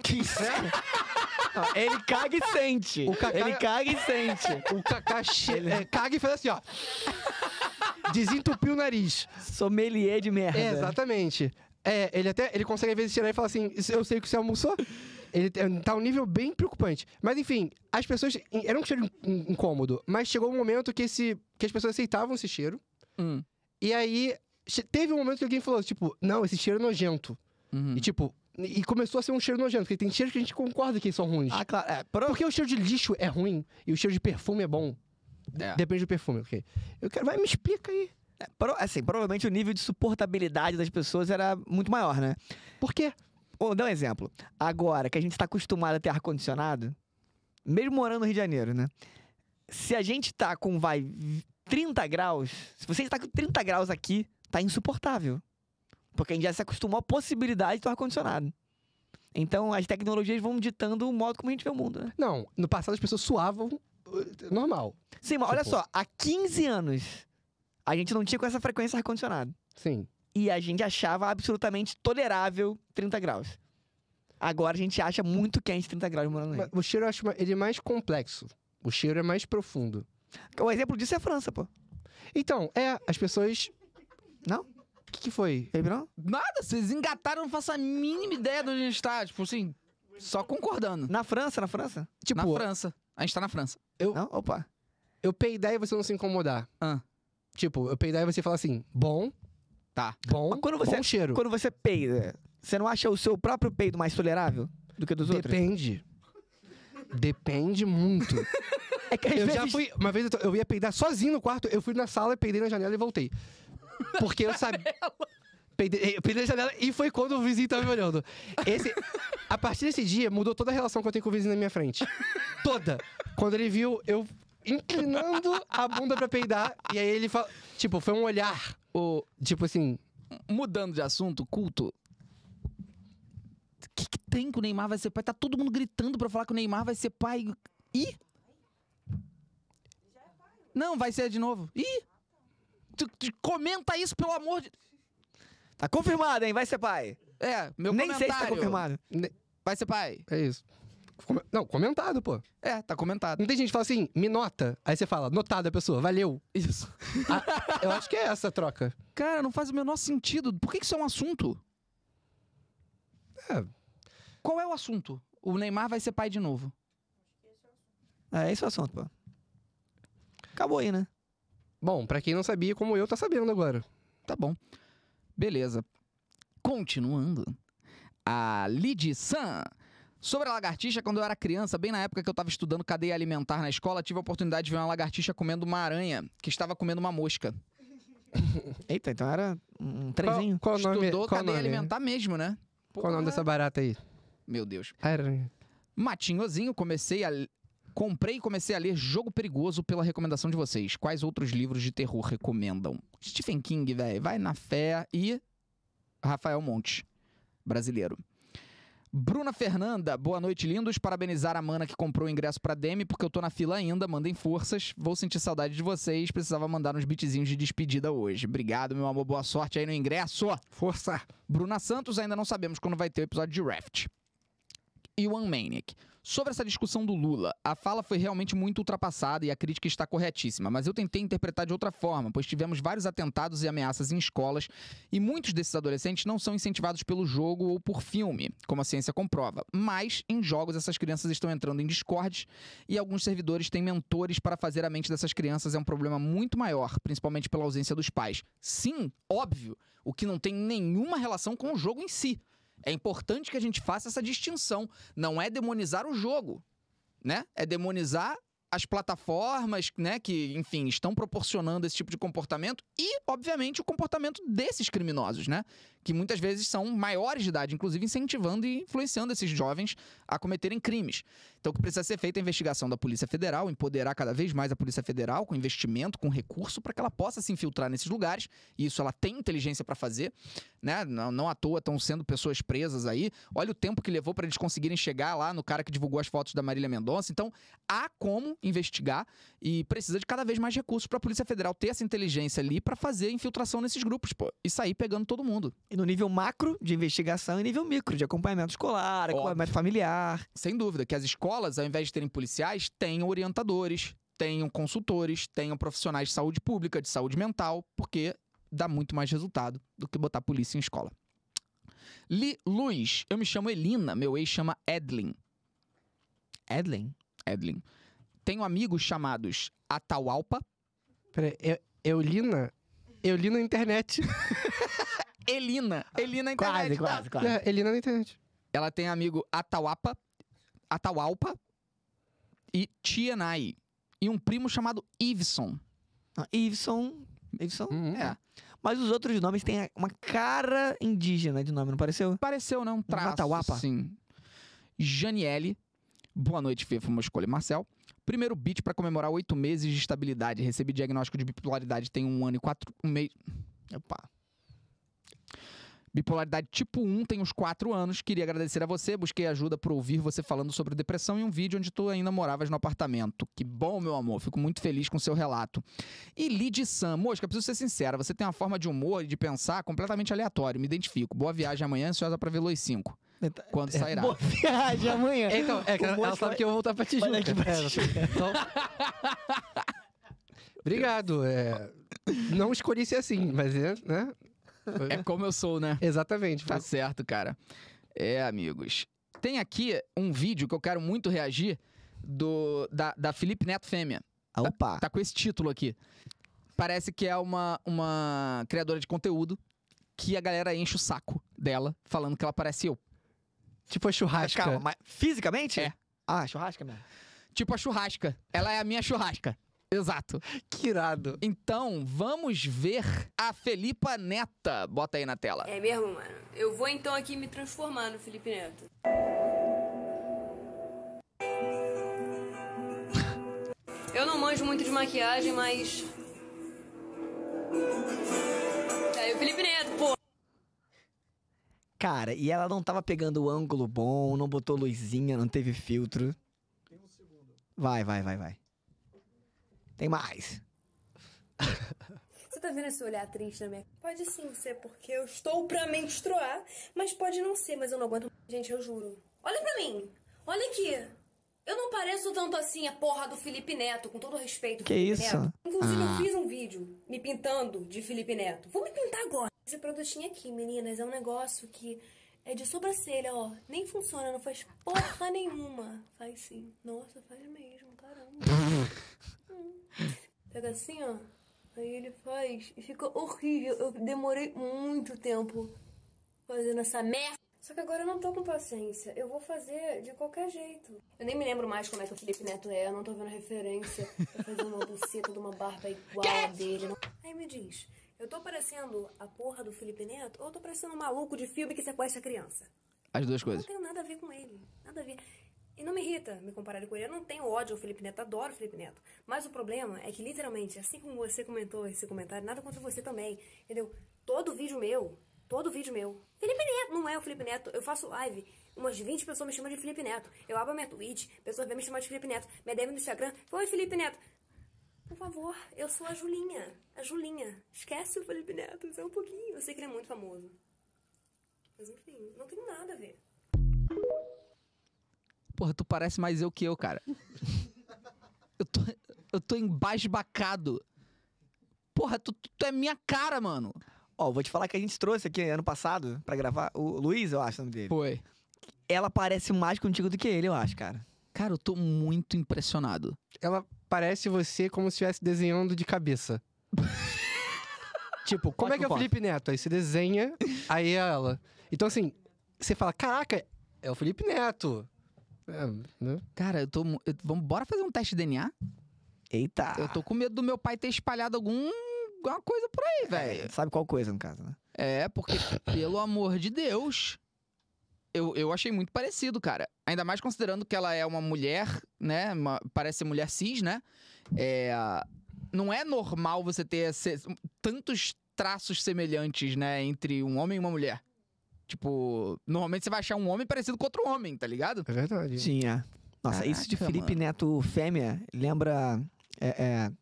Speaker 3: Que
Speaker 2: é. Ó, Ele caga e sente.
Speaker 3: O Kaká-
Speaker 2: Ele caga e sente.
Speaker 3: O Kaká che- é, caga e faz assim, ó. Desentupiu o nariz.
Speaker 2: Sommelier de merda.
Speaker 3: É, exatamente. É, ele até ele consegue às vezes tirar e falar assim: "Isso- Eu sei que você almoçou. Ele te- tá um nível bem preocupante. Mas enfim, as pessoas. Era um cheiro in- in- incômodo, mas chegou um momento que, esse, que as pessoas aceitavam esse cheiro.
Speaker 1: Hum,
Speaker 3: E aí che- teve um momento que alguém falou: Tipo, não, esse cheiro é nojento.
Speaker 1: uhum.
Speaker 3: E tipo, e começou a ser um cheiro nojento, porque tem cheiros que a gente concorda que são ruins.
Speaker 2: Ah, claro. É, pro-
Speaker 3: Porque o cheiro de lixo é ruim e o cheiro de perfume é bom. De-
Speaker 1: É.
Speaker 3: Depende do perfume, ok. Eu quero, vai, me explica aí.
Speaker 2: é, pro- assim, provavelmente o nível de suportabilidade das pessoas era muito maior, né?
Speaker 3: Por quê?
Speaker 2: Vou dar um exemplo. Agora que a gente está acostumado a ter ar-condicionado, mesmo morando no Rio de Janeiro, né? Se a gente tá com, vai, 30 graus, se você está com 30 graus aqui, tá insuportável. Porque a gente já se acostumou à possibilidade do ar-condicionado. Então as tecnologias vão ditando o modo como a gente vê o mundo, né?
Speaker 3: Não, no passado as pessoas suavam uh, normal.
Speaker 2: Sim, mas olha
Speaker 3: Tipo-
Speaker 2: só, há 15 anos a gente não tinha com essa frequência ar-condicionado.
Speaker 3: Sim.
Speaker 2: E a gente achava absolutamente tolerável 30 graus. Agora a gente acha muito quente 30 graus morando no Rio.
Speaker 3: Mas o cheiro eu acho ma- ele é mais complexo. O cheiro é mais profundo.
Speaker 2: O exemplo disso é a França, pô.
Speaker 3: Então, é, as pessoas.
Speaker 2: Não?
Speaker 3: O que, que foi?
Speaker 2: Teve não?
Speaker 1: Nada, vocês engataram, não faço a mínima ideia de onde a gente tá. Tipo assim, só concordando.
Speaker 2: Na França, na França?
Speaker 3: Tipo,
Speaker 1: na França. A gente tá na França.
Speaker 2: Não? Opa.
Speaker 3: eu peidar e você não se incomodar.
Speaker 1: Ah.
Speaker 3: Tipo, eu peidar e você falar assim, bom.
Speaker 1: Tá.
Speaker 3: Bom.
Speaker 2: Mas quando você-
Speaker 3: Bom cheiro.
Speaker 2: Quando você peida, você não acha o seu próprio peido mais tolerável? do que dos outros?
Speaker 3: Depende. Depende muito.
Speaker 2: É que às
Speaker 3: eu
Speaker 2: vezes...
Speaker 3: já fui. Uma vez eu, to- eu ia peidar sozinho no quarto, eu fui na sala, peidei na janela e voltei. Porque eu sabia. Peidei, eu peidei na janela e foi quando o vizinho tava me olhando. Esse, a partir desse dia, mudou toda a relação que eu tenho com o vizinho na minha frente. Toda. Quando ele viu, eu inclinando a bunda pra peidar. E aí ele falou. Tipo, foi um olhar.
Speaker 1: Ô,
Speaker 3: Tipo assim.
Speaker 1: mudando de assunto, culto. O que, que tem que o Neymar vai ser pai? Tá todo mundo gritando pra falar que o Neymar vai ser pai. Ih! Não, vai ser de novo. Ih! Tu- tu- comenta isso, pelo amor de.
Speaker 2: Tá confirmado, hein? Vai ser pai.
Speaker 1: É, meu
Speaker 2: Nem sei
Speaker 1: comentário.
Speaker 2: se tá confirmado.
Speaker 1: Vai ser pai.
Speaker 3: É isso. Come- Não, comentado, pô.
Speaker 1: É, tá comentado.
Speaker 3: Não tem gente que fala assim, me nota. Aí você fala, notada a pessoa, valeu.
Speaker 1: Isso.
Speaker 3: Ah, eu acho que é essa a troca.
Speaker 1: Cara, não faz o menor sentido. Por que que isso é um assunto?
Speaker 3: É.
Speaker 1: Qual é o assunto? O Neymar vai ser pai de novo.
Speaker 2: É esse é o assunto, pô. Acabou aí, né?
Speaker 3: Bom, pra quem não sabia, como eu, tá sabendo agora.
Speaker 1: Tá bom. Beleza. Continuando. A Lid San. Sobre a lagartixa, quando eu era criança, bem na época que eu estava estudando cadeia alimentar na escola, tive a oportunidade de ver uma lagartixa comendo uma aranha que estava comendo uma mosca.
Speaker 2: Eita, então era um um trenzinho.
Speaker 3: Qual, qual o nome?
Speaker 1: Estudou
Speaker 3: Qual o
Speaker 1: cadeia
Speaker 3: nome?
Speaker 1: alimentar mesmo, né?
Speaker 3: Qual o nome dessa barata aí?
Speaker 1: Meu Deus.
Speaker 3: Aranha.
Speaker 1: Matinhozinho, comecei a. Comprei e comecei a ler Jogo Perigoso pela recomendação de vocês. Quais outros livros de terror recomendam? Stephen King, velho. Vai na fé e. Rafael Monte, brasileiro. Bruna Fernanda, boa noite, lindos. Parabenizar a mana que comprou o ingresso pra Demi, porque eu tô na fila ainda. Mandem forças. Vou sentir saudade de vocês. Precisava mandar uns beatzinhos de despedida hoje. Obrigado, meu amor. Boa sorte aí no ingresso.
Speaker 3: Força.
Speaker 1: Bruna Santos, ainda não sabemos quando vai ter o episódio de Raft. E One Maniac. Sobre essa discussão do Lula, a fala foi realmente muito ultrapassada e a crítica está corretíssima, mas eu tentei interpretar de outra forma, pois tivemos vários atentados e ameaças em escolas e muitos desses adolescentes não são incentivados pelo jogo ou por filme, como a ciência comprova. Mas em jogos essas crianças estão entrando em discordes e alguns servidores têm mentores para fazer a mente dessas crianças é um problema muito maior, principalmente pela ausência dos pais. Sim, óbvio, o que não tem nenhuma relação com o jogo em si. É importante que a gente faça essa distinção. Não é demonizar o jogo, né? É demonizar as plataformas, né, que, enfim, estão proporcionando esse tipo de comportamento e, obviamente, o comportamento desses criminosos, né, que muitas vezes são maiores de idade, inclusive incentivando e influenciando esses jovens a cometerem crimes. Então, o que precisa ser feito é a investigação da Polícia Federal, empoderar cada vez mais a Polícia Federal com investimento, com recurso para que ela possa se infiltrar nesses lugares. E isso ela tem inteligência para fazer né? Não, não à toa estão sendo pessoas presas aí. Olha o tempo que levou para eles conseguirem chegar lá no cara que divulgou as fotos da Marília Mendonça. Então, há como investigar e precisa de cada vez mais recursos para a Polícia Federal ter essa inteligência ali para fazer a infiltração nesses grupos, pô, e sair pegando todo mundo.
Speaker 2: E no nível macro de investigação e nível micro de acompanhamento escolar,
Speaker 1: Óbvio.
Speaker 2: acompanhamento familiar.
Speaker 1: Sem dúvida que as escolas, ao invés de terem policiais, tenham orientadores, tenham consultores, tenham profissionais de saúde pública, de saúde mental, porque dá muito mais resultado do que botar polícia em escola. Li Luz, eu me chamo Elina, meu ex chama Edlin.
Speaker 2: Edlen?
Speaker 1: Edlin. Tenho amigos chamados Ataualpa,
Speaker 3: Peraí, eu, eu li na... Eu li na internet.
Speaker 1: Elina. Elina é internet.
Speaker 2: Quase,
Speaker 1: tá?
Speaker 2: quase, quase.
Speaker 3: É, eu li na internet.
Speaker 1: Ela tem amigo Atauapa, Ataualpa e Tianai. E um primo chamado Iveson.
Speaker 2: Não, Iveson. Iveson?
Speaker 3: Hum.
Speaker 1: É.
Speaker 2: Mas os outros nomes têm uma cara indígena de nome, não pareceu?
Speaker 1: Pareceu, né? Um traço.
Speaker 2: Atauapa.
Speaker 1: Sim. Janiele. Boa noite, Fefo Moscoli e Marcel. Primeiro beat pra comemorar oito meses de estabilidade. Recebi diagnóstico de bipolaridade tem um ano e quatro... Um mês.
Speaker 2: Opa.
Speaker 1: Bipolaridade tipo 1, tem uns 4 anos. Queria agradecer a você, busquei ajuda por ouvir você falando sobre depressão e um vídeo onde tu ainda moravas no apartamento. Que bom, meu amor, fico muito feliz com o seu relato. E Lid Sam, Mosca, preciso ser sincera, você tem uma forma de humor e de pensar completamente aleatório, me identifico. Boa viagem amanhã, ansiosa pra ver Los 5. Quando sairá.
Speaker 2: Boa viagem amanhã.
Speaker 3: É, então, é que
Speaker 2: O
Speaker 3: ela,
Speaker 2: moço
Speaker 3: ela sabe
Speaker 2: vai-
Speaker 3: que eu vou voltar pra Tijuca.
Speaker 2: Olha aqui pra
Speaker 3: É, então- Obrigado. é, Não escolhi ser assim, mas é, né?
Speaker 1: É como eu sou, né?
Speaker 3: Exatamente.
Speaker 1: Tá certo, cara. É, amigos. Tem aqui um vídeo que eu quero muito reagir do da, da Felipe Neto Fêmea.
Speaker 2: Ah, Opa.
Speaker 1: tá com esse título aqui. Parece que é uma, uma criadora de conteúdo que a galera enche o saco dela, falando que ela parece eu.
Speaker 3: Tipo a
Speaker 2: Mas
Speaker 3: churrasca.
Speaker 2: calma, mas fisicamente?
Speaker 1: É.
Speaker 2: Ah, churrasca mesmo.
Speaker 1: Tipo a churrasca. Ela é a minha churrasca. Exato.
Speaker 3: Que irado.
Speaker 1: Então, vamos ver a Felipa Neta. Bota aí na tela.
Speaker 6: É mesmo, mano? Eu vou então aqui me transformar no Felipe Neto. Eu não manjo muito de maquiagem, mas. Aí É, o Felipe Neto, pô!
Speaker 2: Cara, e ela não tava pegando o ângulo bom, não botou luzinha, não teve filtro. Vai, vai, vai, vai. Tem mais.
Speaker 6: Você tá vendo esse olhar triste na minha. Pode sim ser, é porque eu estou pra menstruar, mas pode não ser, mas eu não aguento. Gente, eu juro. Olha pra mim! Olha aqui! Eu não pareço tanto assim a porra do Felipe Neto, com todo respeito.
Speaker 2: Que
Speaker 6: Felipe
Speaker 2: isso?
Speaker 6: Neto. Inclusive,
Speaker 2: Ah.
Speaker 6: eu fiz um vídeo me pintando de Felipe Neto. Vou me pintar agora. Esse produtinho aqui, meninas, é um negócio que é de sobrancelha, ó. Nem funciona, não faz porra nenhuma. Faz sim. Nossa, faz mesmo, caramba. Hum. Pega assim, ó. Aí ele faz e fica horrível. Eu demorei muito tempo fazendo essa merda. Só que agora eu não tô com paciência. Eu vou fazer de qualquer jeito. Eu nem me lembro mais como é que o Felipe Neto é. Eu não tô vendo referência. Eu fazer uma buceta de uma barba igual a dele. Não- Aí me diz, eu tô parecendo a porra do Felipe Neto ou eu tô parecendo um maluco de filme que sequestra criança?
Speaker 1: As duas
Speaker 6: Eu
Speaker 1: coisas.
Speaker 6: não tenho nada a ver com ele. Nada a ver. E não me irrita me comparar com ele. Eu não tenho ódio ao Felipe Neto, adoro o Felipe Neto. Mas o problema é que, literalmente, assim como você comentou esse comentário, nada contra você também, entendeu? Todo vídeo meu, todo vídeo meu. Felipe Neto não é o Felipe Neto. Eu faço live, umas 20 pessoas me chamam de Felipe Neto. Eu abro a minha Twitch, pessoas vêm me chamar de Felipe Neto. Me DM no Instagram, oi Felipe Neto. Por favor, eu sou a Julinha. A Julinha. Esquece o Felipe Neto, só um pouquinho. Eu sei que ele é muito famoso. Mas enfim, não tem nada a ver.
Speaker 1: Porra, tu parece mais eu que eu, cara. Eu tô, eu tô embasbacado. Porra, tu, tu tu é minha cara, mano.
Speaker 2: Ó, vou te falar que a gente trouxe aqui ano passado pra gravar o Luiz, eu acho o nome dele.
Speaker 1: Foi.
Speaker 2: Ela parece mais contigo do que ele, eu acho, cara.
Speaker 1: Cara, eu tô muito impressionado.
Speaker 3: Ela parece você como se estivesse desenhando de cabeça. tipo, como
Speaker 1: Ótimo
Speaker 3: é que é o
Speaker 1: ponto.
Speaker 3: Felipe Neto? Aí você desenha, aí é ela. Então, assim, você fala: caraca, é o Felipe Neto. É, né?
Speaker 1: Cara, eu tô. mu- eu- vamos, bora fazer um teste de DNA?
Speaker 2: Eita.
Speaker 1: Eu tô com medo do meu pai ter espalhado algum, alguma coisa por aí, velho.
Speaker 2: Sabe qual coisa, no caso, né?
Speaker 1: É, porque, pelo amor de Deus. Eu, eu achei muito parecido, cara. Ainda mais considerando que ela é uma mulher, né? uma- parece ser mulher cis, né? É, não é normal você ter se- tantos traços semelhantes, né? Entre um homem e uma mulher. Tipo, normalmente você vai achar um homem parecido com outro homem, tá ligado?
Speaker 3: É verdade.
Speaker 2: Tinha. Nossa, isso de
Speaker 1: Caraca,
Speaker 2: Felipe Neto fêmea lembra. é, é,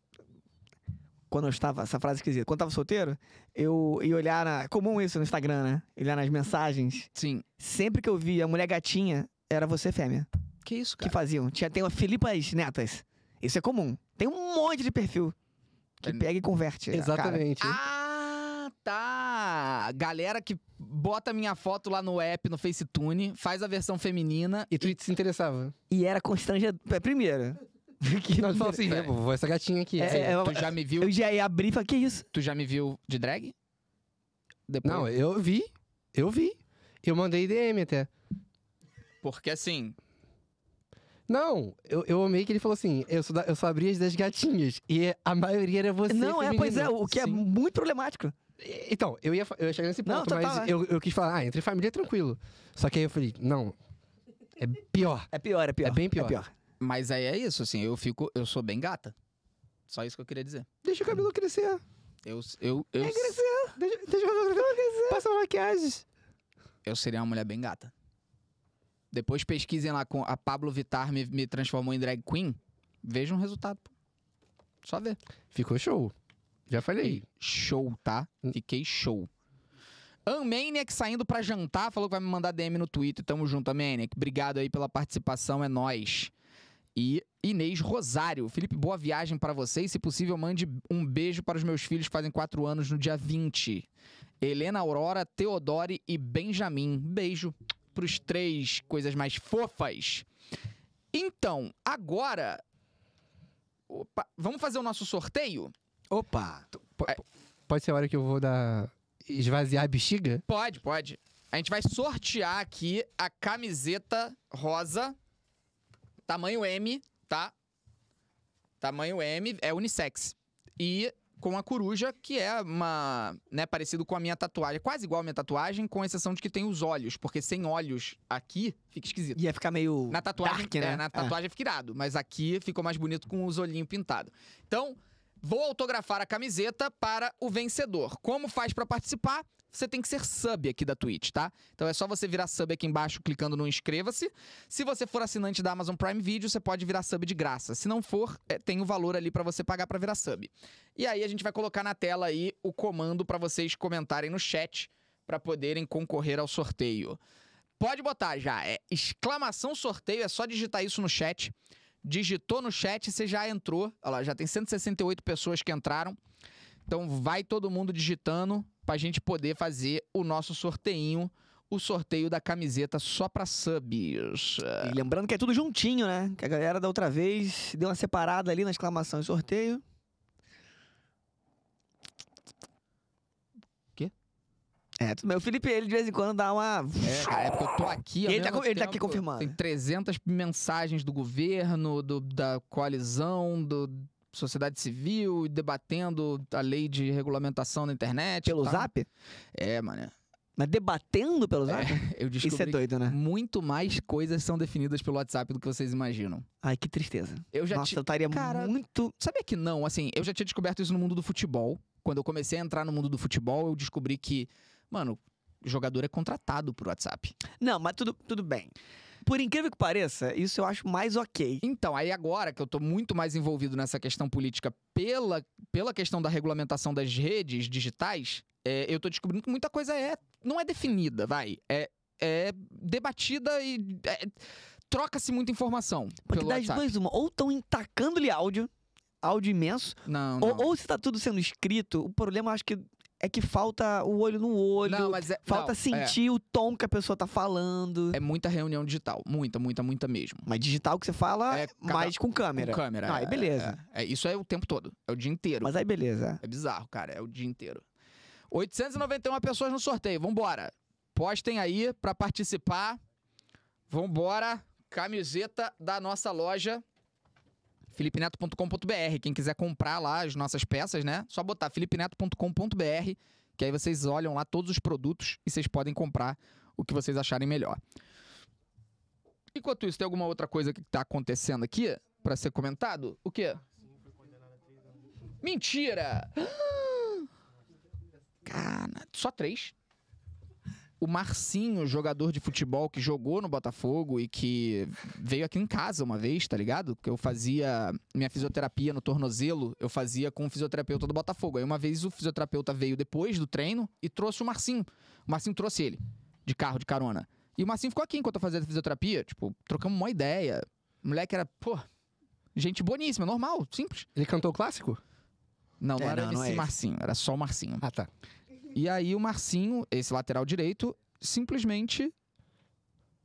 Speaker 2: quando eu estava. Essa frase esquisita. Quando eu tava solteiro, eu ia olhar na. É comum isso no Instagram, né? Olhar nas mensagens.
Speaker 1: Sim.
Speaker 2: Sempre que eu via mulher gatinha, era você fêmea.
Speaker 1: Que isso,
Speaker 2: Que faziam. Tinha, tem uma Filipas Netas. Isso é comum. Tem um monte de perfil que
Speaker 1: É,
Speaker 2: pega e converte. Cara. ah,
Speaker 3: Exatamente.
Speaker 1: Ah, tá. Galera que bota minha foto lá no app, no Facetune, faz a versão feminina.
Speaker 3: E tu se interessava.
Speaker 2: E era constrangedor. É, Primeiro. que
Speaker 3: Não, tu fala assim,
Speaker 1: Pera
Speaker 3: né,
Speaker 1: aí.
Speaker 3: pô, vou essa gatinha aqui. assim.
Speaker 2: É, é,
Speaker 1: Tu já me viu?
Speaker 2: eu já ia abrir e falar, que isso?
Speaker 1: Tu já me viu de drag? Depois.
Speaker 3: Não, eu vi. Eu vi. Eu mandei DM até.
Speaker 1: Porque assim,
Speaker 3: Não, eu, eu amei que ele falou assim: eu só, da- eu só abri as das gatinhas. E a maioria era você.
Speaker 2: Não, é, pois é,
Speaker 3: feminino.
Speaker 2: o que é
Speaker 3: Sim.
Speaker 2: muito problemático.
Speaker 3: Então, eu ia, fa- eu ia chegar nesse
Speaker 2: Não,
Speaker 3: ponto,
Speaker 2: tá-
Speaker 3: mas
Speaker 2: tá lá.
Speaker 3: eu, eu quis falar: ah, entre família é tranquilo. Só que aí eu falei: não, é pior.
Speaker 2: É pior, é pior.
Speaker 3: É bem pior.
Speaker 2: É pior.
Speaker 1: mas aí é isso, assim, eu fico, eu sou bem gata. Só isso que eu queria dizer.
Speaker 3: Deixa o cabelo crescer.
Speaker 1: Eu eu
Speaker 3: É
Speaker 1: eu,
Speaker 3: Deixa, deixa o cabelo crescer. Passa uma maquiagem.
Speaker 1: eu seria uma mulher bem gata. Depois pesquisem lá com a Pablo Vittar me, me transformou em drag queen, vejam o resultado. pô. Só ver.
Speaker 3: Ficou show. Já falei.
Speaker 1: Fiquei show, tá? Fiquei show. Anmaniac saindo pra jantar, falou que vai me mandar DM no Twitter. Tamo junto, Anmaniac. Obrigado aí pela participação, é nóis. E Inês Rosário. Felipe, boa viagem pra você e, se possível, mande um beijo para os meus filhos que fazem 4 anos no dia 20. Helena Aurora, Teodore e Benjamin. Beijo pros três coisas mais fofas. Então, agora. Opa, vamos fazer o nosso sorteio?
Speaker 2: Opa!
Speaker 3: Pode ser a hora que eu vou dar. esvaziar a bexiga?
Speaker 1: Pode, pode. A gente vai sortear aqui a camiseta rosa, tamanho M, tá? Tamanho M, é unissex. E com a coruja, que é uma, né, parecido com a minha tatuagem, quase igual a minha tatuagem, com exceção de que tem os olhos, porque sem olhos aqui fica esquisito.
Speaker 2: Ia ficar meio.
Speaker 1: Na tatuagem,
Speaker 2: dark, né?
Speaker 1: é, na
Speaker 2: É.
Speaker 1: tatuagem fica irado, mas aqui ficou mais bonito com os olhinhos pintados. Então, vou autografar a camiseta para o vencedor. Como faz para participar? Você tem que ser sub aqui da Twitch, tá? Então é só você virar sub aqui embaixo clicando no inscreva-se. Se você for assinante da Amazon Prime Video, você pode virar sub de graça. Se não for, é, tem o valor ali para você pagar para virar sub. E aí a gente vai colocar na tela aí o comando para vocês comentarem no chat para poderem concorrer ao sorteio. Pode botar já, é exclamação sorteio, é só digitar isso no chat. Digitou no chat, você já entrou. Olha lá, já tem 168 pessoas que entraram. Então vai todo mundo digitando pra gente poder fazer o nosso sorteinho, o sorteio da camiseta só pra subs.
Speaker 2: E lembrando que é tudo juntinho, né? Que a galera da outra vez deu uma separada ali na exclamação e sorteio.
Speaker 1: Quê?
Speaker 2: É, tudo bem. O Felipe, ele de vez em quando dá uma.
Speaker 1: É, cara, é porque eu tô aqui. ao
Speaker 2: Ele tá
Speaker 1: mesmo
Speaker 2: co- ele tá aqui
Speaker 1: tempo.
Speaker 2: confirmando.
Speaker 1: Tem 300 mensagens do governo, do- da coalizão, do sociedade civil, debatendo a lei de regulamentação da internet.
Speaker 2: Pelo
Speaker 1: tá?
Speaker 2: zap?
Speaker 1: É, mano.
Speaker 2: Mas debatendo pelo zap?
Speaker 1: Eu
Speaker 2: Isso é
Speaker 1: descobri Hum.
Speaker 2: doido, né?
Speaker 1: que muito mais coisas são definidas pelo WhatsApp do que vocês imaginam.
Speaker 2: Ai, que tristeza.
Speaker 1: Eu já
Speaker 2: Nossa,
Speaker 1: ti-
Speaker 2: eu estaria
Speaker 1: Cara,
Speaker 2: muito.
Speaker 1: Sabia que não? Assim, eu já tinha descoberto isso no mundo do futebol. Quando eu comecei a entrar no mundo do futebol, eu descobri que, mano, jogador é contratado por WhatsApp.
Speaker 2: Não, mas tudo, tudo bem. Por incrível que pareça, isso eu acho mais ok.
Speaker 1: Então, aí agora que eu tô muito mais envolvido nessa questão política pela, pela questão da regulamentação das redes digitais, é, eu tô descobrindo que muita coisa é não é definida, vai. É, é debatida e é, troca-se muita informação
Speaker 2: Porque
Speaker 1: pelo
Speaker 2: das
Speaker 1: WhatsApp.
Speaker 2: duas, uma, ou estão entacando-lhe áudio, áudio imenso,
Speaker 1: Não, não.
Speaker 2: ou, ou se tá tudo sendo escrito, o problema acho que é que falta o olho no olho,
Speaker 1: Não, mas é- não,
Speaker 2: falta
Speaker 1: é.
Speaker 2: sentir o tom que a pessoa tá falando.
Speaker 1: É muita reunião digital. Muita, muita, muita mesmo.
Speaker 2: Mas digital que você fala,
Speaker 1: É, cada-
Speaker 2: Ah, mais com câmera.
Speaker 1: Com câmera.
Speaker 2: Ah, é beleza.
Speaker 1: É, é, isso é o tempo todo. É o dia inteiro.
Speaker 2: Mas aí beleza.
Speaker 1: É bizarro, cara. É o dia inteiro. 891 pessoas no sorteio. Vambora. Postem aí pra participar. Vambora. Camiseta da nossa loja. felipeneto.com.br. Quem quiser comprar lá as nossas peças, né? Só botar felipeneto.com.br. Que aí vocês olham lá todos os produtos e vocês podem comprar o que vocês acharem melhor. Enquanto isso, tem alguma outra coisa que tá acontecendo aqui pra ser comentado? O quê? Mentira! Cara, só três. O Marcinho, jogador de futebol que jogou no Botafogo e que veio aqui em casa uma vez, tá ligado? Que eu fazia minha fisioterapia no tornozelo, eu fazia com o fisioterapeuta do Botafogo. Aí uma vez o fisioterapeuta veio depois do treino e trouxe o Marcinho. O Marcinho trouxe ele, de carro, de carona. E o Marcinho ficou aqui enquanto eu fazia fisioterapia, tipo, trocamos uma ideia. O moleque era, pô, gente boníssima, normal, simples.
Speaker 3: Ele cantou o clássico?
Speaker 1: Não, não
Speaker 2: É,
Speaker 1: era
Speaker 2: não, não
Speaker 1: esse
Speaker 2: é esse.
Speaker 1: Marcinho, era só o Marcinho.
Speaker 3: Ah, tá.
Speaker 1: E aí o Marcinho, esse lateral direito, simplesmente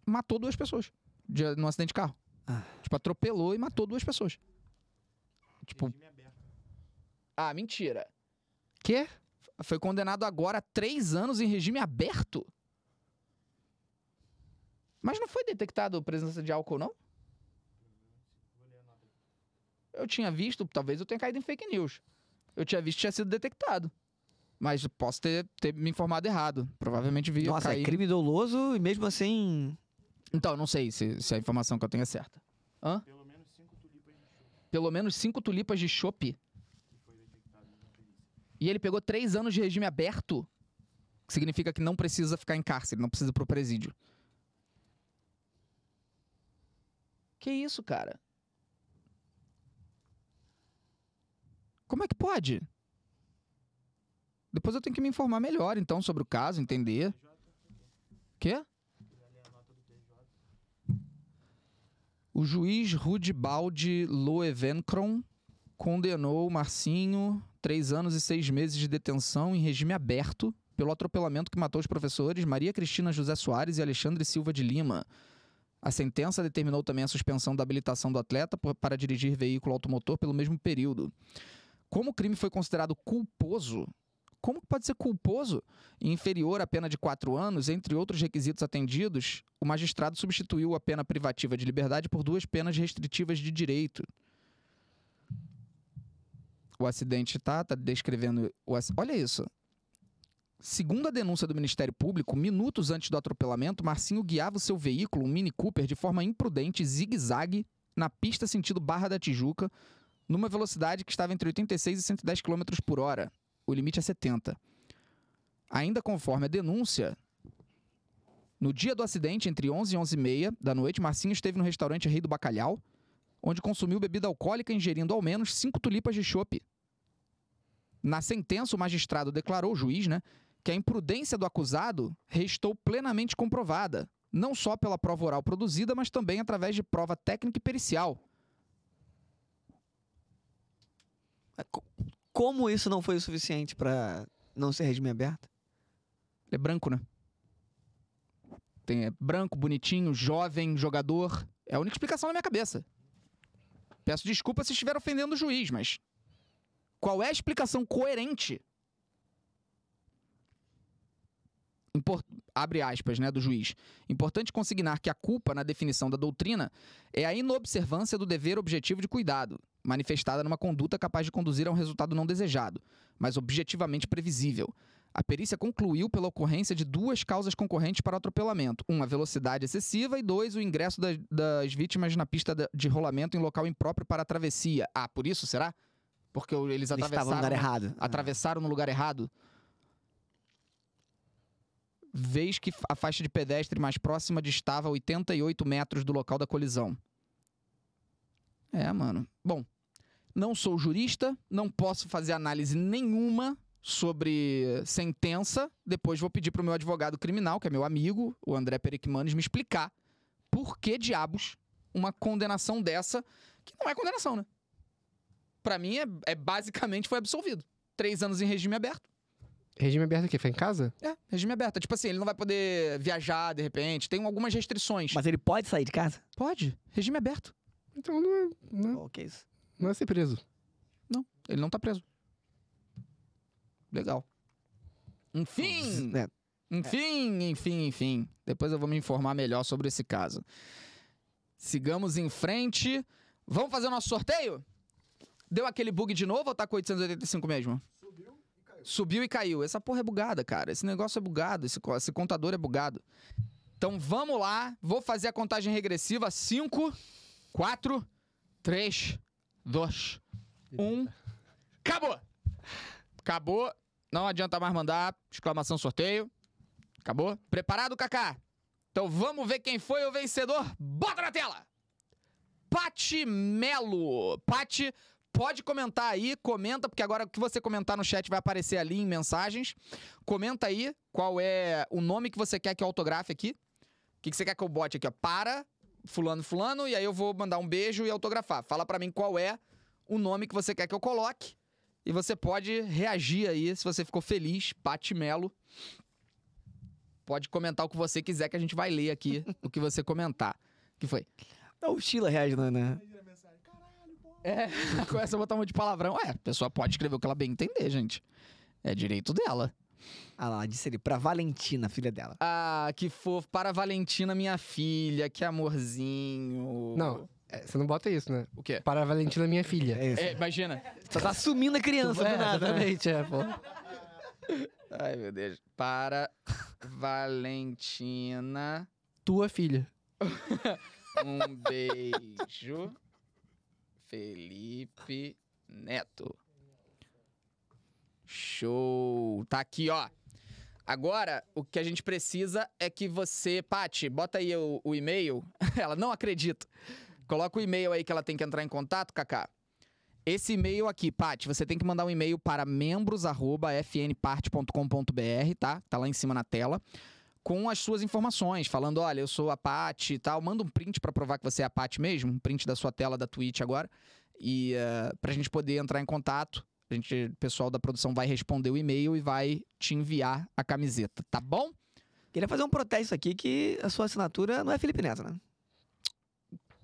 Speaker 1: matou duas pessoas de, num acidente de carro.
Speaker 2: Ah.
Speaker 1: Tipo, atropelou e matou duas pessoas. Tipo,
Speaker 4: Regime aberto.
Speaker 1: ah, mentira.
Speaker 3: Quê?
Speaker 1: Foi condenado agora a três anos em regime aberto? Mas não foi detectado presença de álcool, não? Eu tinha visto, talvez eu tenha caído em fake news. Eu tinha visto que tinha sido detectado. Mas eu posso ter, ter me informado errado. Provavelmente vi eu
Speaker 2: Nossa,
Speaker 1: cair.
Speaker 2: é crime doloso e mesmo assim.
Speaker 1: Então, eu não sei se, se a informação que eu tenho é certa. Hã?
Speaker 4: Pelo menos cinco tulipas de chuva.
Speaker 1: Pelo menos cinco tulipas de chope. E ele pegou três anos de regime aberto. Que significa que não precisa ficar em cárcere, não precisa ir pro presídio. Que isso, cara? Como é que pode? Depois eu tenho que me informar melhor, então, sobre o caso, entender.
Speaker 4: tá
Speaker 1: Quê? O juiz Rudibaldi Loevenkron condenou o Marcinho três anos e seis meses de detenção em regime aberto pelo atropelamento que matou os professores Maria Cristina José Soares e Alexandre Silva de Lima. A sentença determinou também a suspensão da habilitação do atleta por- para dirigir veículo automotor pelo mesmo período. Como o crime foi considerado culposo, como que pode ser culposo e inferior à pena de quatro anos, entre outros requisitos atendidos, o magistrado substituiu a pena privativa de liberdade por duas penas restritivas de direito. O acidente tá, tá descrevendo. O, ac- olha isso. Segundo a denúncia do Ministério Público, minutos antes do atropelamento, Marcinho guiava o seu veículo, um Mini Cooper, de forma imprudente, zigue-zague, na pista sentido Barra da Tijuca, numa velocidade que estava entre 86 e 110 km por hora. O limite é 70. Ainda conforme a denúncia, no dia do acidente, entre 11 e 11 e meia da noite, Marcinho esteve no restaurante Rei do Bacalhau, onde consumiu bebida alcoólica ingerindo ao menos cinco tulipas de chope. Na sentença, o magistrado declarou, o juiz, né, que a imprudência do acusado restou plenamente comprovada, não só pela prova oral produzida, mas também através de prova técnica e pericial.
Speaker 2: Como isso não foi o suficiente pra não ser regime aberto?
Speaker 1: Ele é branco, né? Tem, é branco, bonitinho, jovem, jogador. É a única explicação na minha cabeça. Peço desculpa se estiver ofendendo o juiz, mas. Qual é a explicação coerente? Impor- Abre aspas, né, do juiz. Importante consignar que a culpa, na definição da doutrina, é a inobservância do dever objetivo de cuidado, manifestada numa conduta capaz de conduzir a um resultado não desejado, mas objetivamente previsível. A perícia concluiu pela ocorrência de duas causas concorrentes para o atropelamento: um, a velocidade excessiva, e dois, o ingresso da- das vítimas na pista da- de rolamento em local impróprio para a travessia. Ah, por isso será? Porque o- eles
Speaker 2: Eles estavam no
Speaker 1: atravessaram.
Speaker 2: lugar errado.
Speaker 1: Atravessaram no lugar errado? Vez que a faixa de pedestre mais próxima distava 88 metros do local da colisão. É, mano. Bom, não sou jurista, não posso fazer análise nenhuma sobre sentença. Depois vou pedir pro meu advogado criminal, que é meu amigo, o André Periquimanes, me explicar por que diabos uma condenação dessa, que não é condenação, né? Pra mim, é, é basicamente foi absolvido. Três anos em regime aberto.
Speaker 3: Regime aberto aqui, foi em casa?
Speaker 1: É, regime aberto. É Tipo assim, ele não vai poder viajar de repente. Tem algumas restrições.
Speaker 2: Ah. Mas ele pode sair de casa?
Speaker 1: pode. Regime aberto.
Speaker 3: Então não é,
Speaker 1: Hum.
Speaker 3: não, é-
Speaker 2: Pô, que isso?
Speaker 3: não é ser preso.
Speaker 1: Ele não tá preso. Legal. Enfim.
Speaker 2: É,
Speaker 1: Enfim, enfim, enfim. Depois eu vou me informar melhor sobre esse caso. Sigamos em frente. Vamos fazer o nosso sorteio? Deu aquele bug de novo ou tá com 885 mesmo? Subiu e caiu. Essa porra é bugada, cara. Esse negócio é bugado. Esse, co- esse contador é bugado. Então vamos lá. Vou fazer a contagem regressiva. 5, 4, 3, 2, 1. Acabou! Acabou. Não adianta mais mandar. Exclamação sorteio. Acabou? Preparado, Kaká? Então vamos ver quem foi o vencedor. Bota na tela! Pati Melo. Pati, pode comentar aí, comenta, porque agora o que você comentar no chat vai aparecer ali em mensagens. Comenta aí qual é o nome que você quer que eu autografe aqui. O que, que você quer que eu bote aqui, ó? Para, fulano, fulano, e aí eu vou mandar um beijo e autografar. Fala pra mim qual é o nome que você quer que eu coloque. E você pode reagir aí se você ficou feliz, Pati Melo. Pode comentar o que você quiser, que a gente vai ler aqui o que você comentar. O que foi?
Speaker 2: Não, Então, o Sheila reage, não, né?
Speaker 1: É, começa a botar um monte de palavrão. É, a pessoa pode escrever o que ela bem entender, gente. É direito dela.
Speaker 2: Ah lá, disse ele, pra Valentina, filha dela.
Speaker 1: Ah, que fofo. Para a Valentina, minha filha, que amorzinho.
Speaker 3: Não, é, você não bota isso, né?
Speaker 1: O quê?
Speaker 3: Para a Valentina, minha filha.
Speaker 2: É isso.
Speaker 1: É, imagina.
Speaker 2: Só tá assumindo a criança
Speaker 3: É,
Speaker 2: do nada, né?
Speaker 3: exatamente, é, pô.
Speaker 1: Ai, meu Deus. Para Valentina,
Speaker 3: Tua filha.
Speaker 1: um beijo. Felipe Neto. Show. Tá aqui, ó. Agora, o que a gente precisa é que você. Pati, bota aí o, o e-mail. Ela não acredita. Coloca o e-mail aí que ela tem que entrar em contato, Kaká. Esse e-mail aqui, Pati, você tem que mandar um e-mail para membros.fnparte.com.br, tá? Tá lá em cima na tela. Com as suas informações, falando: olha, eu sou a Pati e tal. Manda um print pra provar que você é a Pati mesmo, um print da sua tela da Twitch agora. E eh, pra gente poder entrar em contato. A gente, o pessoal da produção vai responder o e-mail e vai te enviar a camiseta, tá bom?
Speaker 2: Queria fazer um protesto aqui que a sua assinatura não é Felipe Neto, né?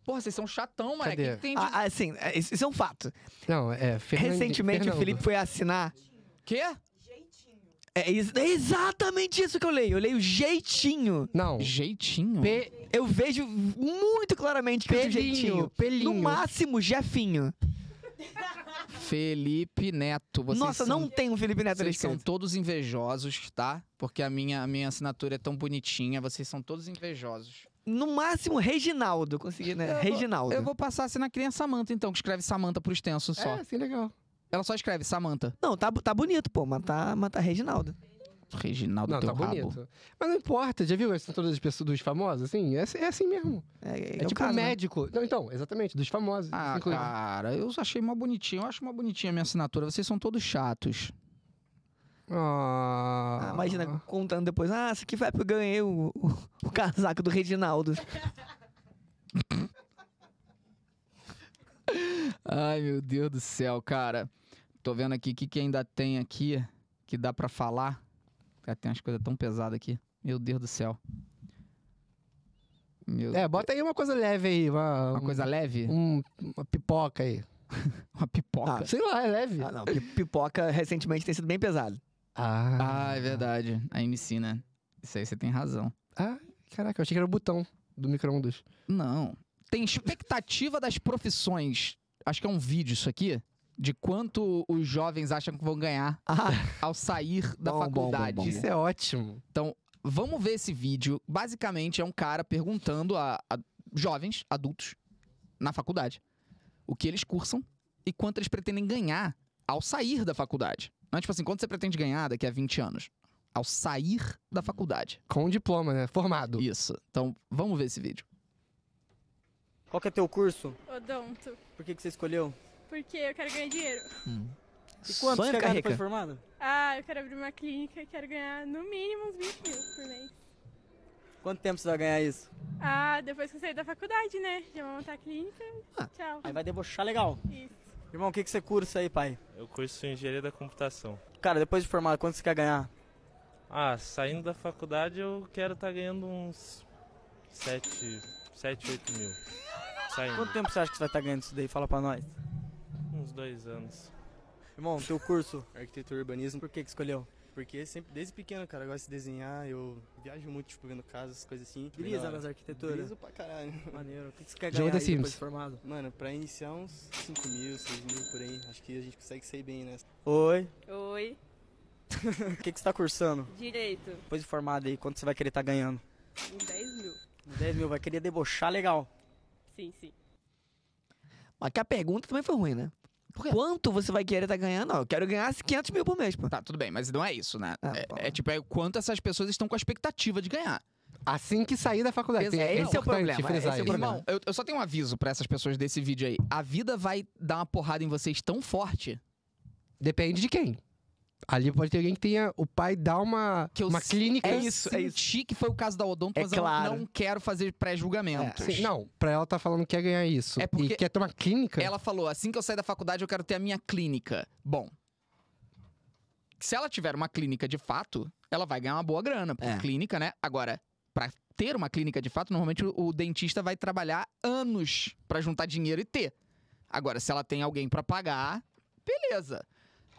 Speaker 1: Porra, vocês são chatão, mano. O
Speaker 3: Cadê?
Speaker 1: que, que tem de.
Speaker 2: Ah, ah, assim, é, isso isso é um fato.
Speaker 3: Não, é Fernandi-
Speaker 2: Recentemente
Speaker 3: Fernando.
Speaker 2: o Felipe foi assinar
Speaker 1: Quê?
Speaker 5: Jeitinho.
Speaker 2: É, ex- é exatamente isso que eu leio. Eu leio jeitinho.
Speaker 3: Não.
Speaker 1: Jeitinho.
Speaker 3: Pe
Speaker 2: Eu vejo muito claramente que é de
Speaker 3: pelinho,
Speaker 2: jeitinho.
Speaker 3: pelinho.
Speaker 2: No máximo, Jefinho.
Speaker 1: Felipe Neto. Vocês
Speaker 2: Nossa,
Speaker 1: são,
Speaker 2: não tem um Felipe Neto ali
Speaker 1: Vocês são
Speaker 2: escrito.
Speaker 1: todos invejosos, tá? Porque a minha, a minha assinatura é tão bonitinha. Vocês são todos invejosos.
Speaker 2: No máximo, Reginaldo. Consegui, né?
Speaker 1: Eu vou-
Speaker 2: Reginaldo.
Speaker 1: Eu vou passar a assinar que nem a Samanta, então, que escreve Samanta pro extenso só.
Speaker 3: É, assim, legal.
Speaker 1: Ela só escreve Samanta.
Speaker 2: Não, tá, tá bonito, pô. Mas tá, mas tá Reginaldo.
Speaker 1: Reginaldo,
Speaker 3: Não,
Speaker 1: teu
Speaker 3: tá
Speaker 1: rabo.
Speaker 3: bonito. Mas não importa, já viu essas todas as pessoas dos famosos? Assim, é, assim- é assim mesmo.
Speaker 2: É,
Speaker 3: É,
Speaker 2: o
Speaker 3: tipo
Speaker 2: caso, né?
Speaker 3: médico. Não, então, exatamente, dos famosos. Assim,
Speaker 1: Ah,
Speaker 3: inclusive.
Speaker 1: cara, eu achei mó bonitinho. Eu acho mó bonitinha a minha assinatura. Vocês são todos chatos.
Speaker 3: Ah.
Speaker 2: Ah, imagina, contando depois. Ah, isso aqui foi porque eu ganhei o, o- o casaco do Reginaldo.
Speaker 1: Ai, meu Deus do céu, cara. Tô vendo aqui o que, que ainda tem aqui que dá pra falar. Cara, tem umas coisas tão pesadas aqui. Meu Deus do céu. Meu-
Speaker 3: É, bota aí uma coisa leve aí. Uma,
Speaker 1: Uma coisa leve?
Speaker 3: um- uma pipoca aí.
Speaker 1: Uma pipoca.
Speaker 3: Sei lá, é leve.
Speaker 2: Ah, não. pi- Pipoca recentemente tem sido bem pesado.
Speaker 3: Ah,
Speaker 1: Ah, é verdade. A MC, né? Isso aí você tem razão.
Speaker 3: Caraca, eu achei que era o botão do micro-ondas.
Speaker 1: Não. Tem expectativa das profissões. Acho que é um vídeo isso aqui. De quanto os jovens acham que vão ganhar
Speaker 2: Ah,
Speaker 1: ao sair da
Speaker 2: Bom, bom, bom,
Speaker 1: faculdade.
Speaker 2: bom.
Speaker 3: Isso é ótimo.
Speaker 1: Vamos ver esse vídeo. Basicamente, é um cara perguntando a, a jovens, adultos, na faculdade, o que eles cursam e quanto eles pretendem ganhar ao sair da faculdade. Não é tipo assim, quanto você pretende ganhar daqui a 20 anos? Ao sair da faculdade.
Speaker 3: Com diploma, né? Formado.
Speaker 1: Isso. Então, vamos ver esse vídeo.
Speaker 7: Qual que é teu curso?
Speaker 8: Odonto,
Speaker 7: Por que, que você escolheu?
Speaker 8: porque eu quero ganhar dinheiro.
Speaker 7: E quanto
Speaker 2: sonho
Speaker 7: você
Speaker 2: ficar
Speaker 7: ganha depois
Speaker 2: rica.
Speaker 7: de formado?
Speaker 8: Ah, eu quero abrir uma clínica e quero ganhar no mínimo uns 20 mil por mês.
Speaker 7: Quanto tempo você vai ganhar isso?
Speaker 8: Ah, depois que eu sair da faculdade, né? Já vou montar a clínica. Tchau.
Speaker 7: Aí vai debochar legal.
Speaker 8: Isso.
Speaker 7: Irmão, o que, que você cursa aí, pai?
Speaker 9: Eu curso engenharia da computação.
Speaker 7: Cara, depois de formado, quanto você quer ganhar?
Speaker 9: Ah, saindo da faculdade eu quero estar ganhando uns 7, 7, 8 mil. Saindo.
Speaker 7: Quanto tempo você acha que você vai estar ganhando isso daí? Fala pra nós.
Speaker 9: Uns dois anos.
Speaker 7: Irmão, teu curso,
Speaker 10: arquitetura e urbanismo,
Speaker 7: por que, que escolheu?
Speaker 10: porque sempre, desde pequeno, cara, eu gosto de desenhar, eu viajo muito, tipo, vendo casas, coisas assim.
Speaker 7: Brisa
Speaker 10: Melhor.
Speaker 7: nas arquiteturas.
Speaker 10: Briso pra caralho.
Speaker 7: Maneiro. O que, que você quer
Speaker 3: Jogo
Speaker 7: ganhar
Speaker 3: The
Speaker 7: aí
Speaker 3: Sims.
Speaker 7: depois de formado?
Speaker 10: Mano, pra iniciar uns 5 mil, 6 mil por aí, acho que a gente consegue sair bem nessa.
Speaker 7: Oi.
Speaker 11: Oi,
Speaker 7: O que, que você tá cursando?
Speaker 11: direito,
Speaker 7: Depois de formado aí, quanto você vai querer estar ganhando?
Speaker 11: em 10 mil.
Speaker 7: 10 mil, vai querer debochar legal.
Speaker 11: Sim, sim.
Speaker 2: mas que a pergunta também foi ruim, né? Quanto você vai querer tá ganhando? Não, eu quero ganhar 500 mil por mês, pô.
Speaker 1: Tá, tudo bem, mas não é isso, né?
Speaker 3: Tá
Speaker 2: Ah,
Speaker 1: É-
Speaker 2: bom.
Speaker 1: é, tipo, é o quanto essas pessoas estão com a expectativa de ganhar.
Speaker 3: Assim que sair da faculdade.
Speaker 1: Exato.
Speaker 3: Tem-
Speaker 1: Esse é o
Speaker 3: importante
Speaker 2: problema, esse é o
Speaker 3: frisar isso, né?
Speaker 2: problema.
Speaker 1: Irmão, eu, eu só tenho um aviso pra essas pessoas desse vídeo aí. A vida vai dar uma porrada em vocês tão forte
Speaker 3: Depende de quem. Ali pode ter alguém que tenha. O pai dá uma,
Speaker 1: que eu
Speaker 3: uma
Speaker 1: se- é
Speaker 3: clínica. é
Speaker 1: eu senti que foi o caso da Odonto,
Speaker 2: É
Speaker 1: mas eu não-
Speaker 2: claro.
Speaker 1: não quero fazer pré-julgamentos.
Speaker 3: É, Sim, não, pra ela tá falando que quer ganhar isso.
Speaker 1: É porque-
Speaker 3: E quer ter uma clínica.
Speaker 1: Ela falou: assim que eu sair da faculdade, eu quero ter a minha clínica. Bom. Se ela tiver uma clínica de fato, ela vai ganhar uma boa grana. Porque
Speaker 2: É.
Speaker 1: clínica, né? Agora, pra ter uma clínica de fato, normalmente o, o dentista vai trabalhar anos pra juntar dinheiro e ter. Agora, se ela tem alguém pra pagar, beleza.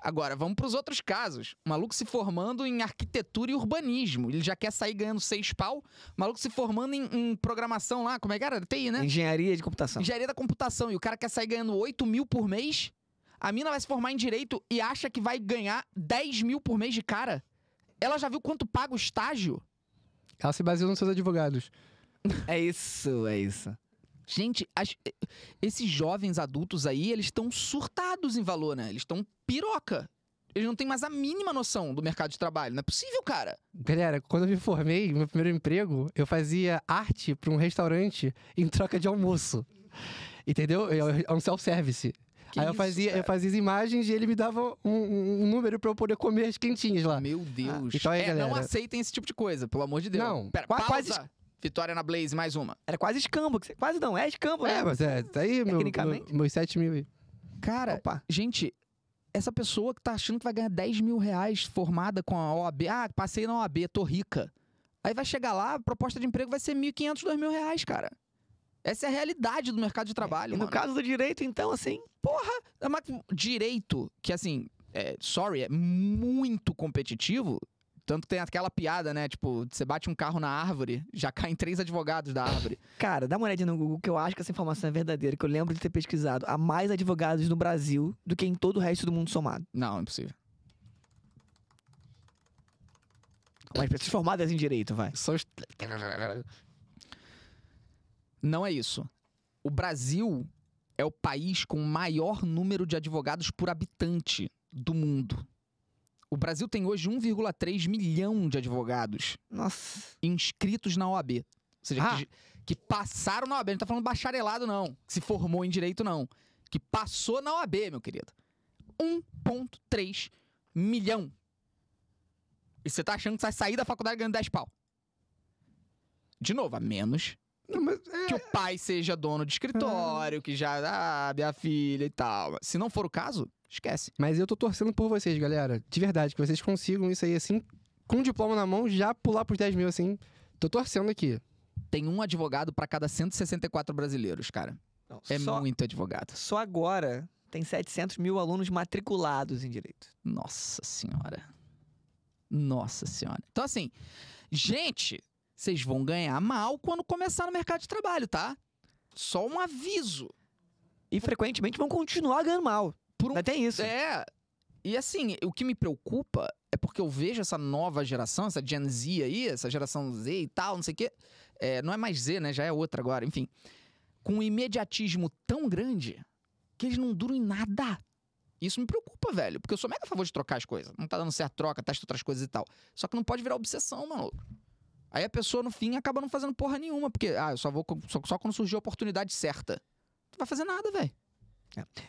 Speaker 1: Agora, vamos pros outros casos. O maluco se formando em arquitetura e urbanismo. Ele já quer sair ganhando seis pau. O maluco se formando em, em programação lá, como é que era? TI, né?
Speaker 2: Engenharia de computação.
Speaker 1: Engenharia da computação e o cara quer sair ganhando 8 mil por mês, a mina vai se formar em direito e acha que vai ganhar 10 mil por mês de cara. Ela já viu quanto paga o estágio?
Speaker 3: Ela se baseou nos seus advogados.
Speaker 2: É isso, é isso.
Speaker 1: Gente, as- esses jovens adultos aí, eles estão surtados em valor, né? Eles estão piroca. Eles não têm mais a mínima noção do mercado de trabalho. Não é possível, cara.
Speaker 3: Galera, quando eu me formei, meu primeiro emprego, eu fazia arte pra um restaurante em troca de almoço. Entendeu? É um self-service.
Speaker 1: Que
Speaker 3: Aí eu
Speaker 1: isso,
Speaker 3: fazia, eu
Speaker 1: cara?
Speaker 3: fazia as imagens e ele me dava um, um- um número pra eu poder comer as quentinhas lá.
Speaker 1: Meu Deus.
Speaker 3: então aí,
Speaker 1: é, não
Speaker 3: galera.
Speaker 1: aceitem esse tipo de coisa, pelo amor de Deus.
Speaker 3: Não,
Speaker 1: Pera,
Speaker 3: qua-
Speaker 1: pausa.
Speaker 3: quase-
Speaker 1: Vitória na Blaze, mais uma.
Speaker 2: Era quase escambo. que você- Quase não, é escambo.
Speaker 3: É,
Speaker 2: né?
Speaker 3: mas é, tá aí meu, meu,
Speaker 2: Tecnicamente.
Speaker 3: meus 7 mil. aí.
Speaker 1: Cara,
Speaker 2: Opa.
Speaker 1: Gente, essa pessoa que tá achando que vai ganhar 10 mil reais formada com a OAB, ah, passei na OAB, tô rica. Aí vai chegar lá, a proposta de emprego vai ser 1.500, 2 mil reais, cara. Essa é a realidade do mercado de trabalho,
Speaker 2: É, E no
Speaker 1: mano.
Speaker 2: caso do direito, então, assim,
Speaker 1: É uma- Direito, que assim, é, sorry, é muito competitivo. Tanto tem aquela piada, né? Tipo, você bate um carro na árvore, já caem três advogados da árvore.
Speaker 2: Cara, dá uma olhadinha no Google que eu acho que essa informação é verdadeira, que eu lembro de ter pesquisado. Há mais advogados no Brasil do que em todo o resto do mundo somado.
Speaker 1: Não, impossível.
Speaker 2: Mas pessoas formadas em direito, vai.
Speaker 1: São os- Não é isso. O Brasil é o país com o maior número de advogados por habitante do mundo. O Brasil tem hoje 1,3 milhão de advogados
Speaker 2: Nossa.
Speaker 1: inscritos na OAB. Ou seja,
Speaker 2: Ah.
Speaker 1: que, que passaram na OAB. Não tá falando bacharelado, não. Que se formou em direito, não. Que passou na OAB, meu querido. 1,3 milhão. E você tá achando que você vai sair da faculdade ganhando 10 pau. De novo, a menos
Speaker 2: é
Speaker 1: que o pai seja dono de escritório, que já. Ah, minha filha e tal. Se não for o caso, esquece.
Speaker 3: Mas eu tô torcendo por vocês, galera. De verdade, que vocês consigam isso aí, assim, com o diploma na mão, já pular pros 10 mil, assim. Tô torcendo aqui.
Speaker 1: Tem um advogado pra cada 164 brasileiros, cara.
Speaker 2: Não,
Speaker 1: É
Speaker 2: só,
Speaker 1: muito advogado.
Speaker 2: só agora tem 700 mil alunos matriculados em direito.
Speaker 1: Nossa senhora. Nossa senhora. Então, assim, gente, vocês vão ganhar mal quando começar no mercado de trabalho, tá? Só um aviso.
Speaker 2: E frequentemente vão continuar ganhando mal.
Speaker 1: Por um-
Speaker 2: Ainda tem isso.
Speaker 1: É. E assim, o que me preocupa é porque eu vejo essa nova geração, essa Gen Z aí, essa geração Z e tal, não sei o quê. É, não é mais Z, né? Já é outra agora, enfim. Com um imediatismo tão grande que eles não duram em nada. Isso me preocupa, velho. Porque eu sou mega a favor de trocar as coisas. Não tá dando certo, troca, testa outras coisas e tal. Só que não pode virar obsessão, mano. Aí a pessoa, no fim, acaba não fazendo porra nenhuma. Porque, ah, eu só vou. co- Só, só quando surgir a oportunidade certa. Não vai fazer nada, velho.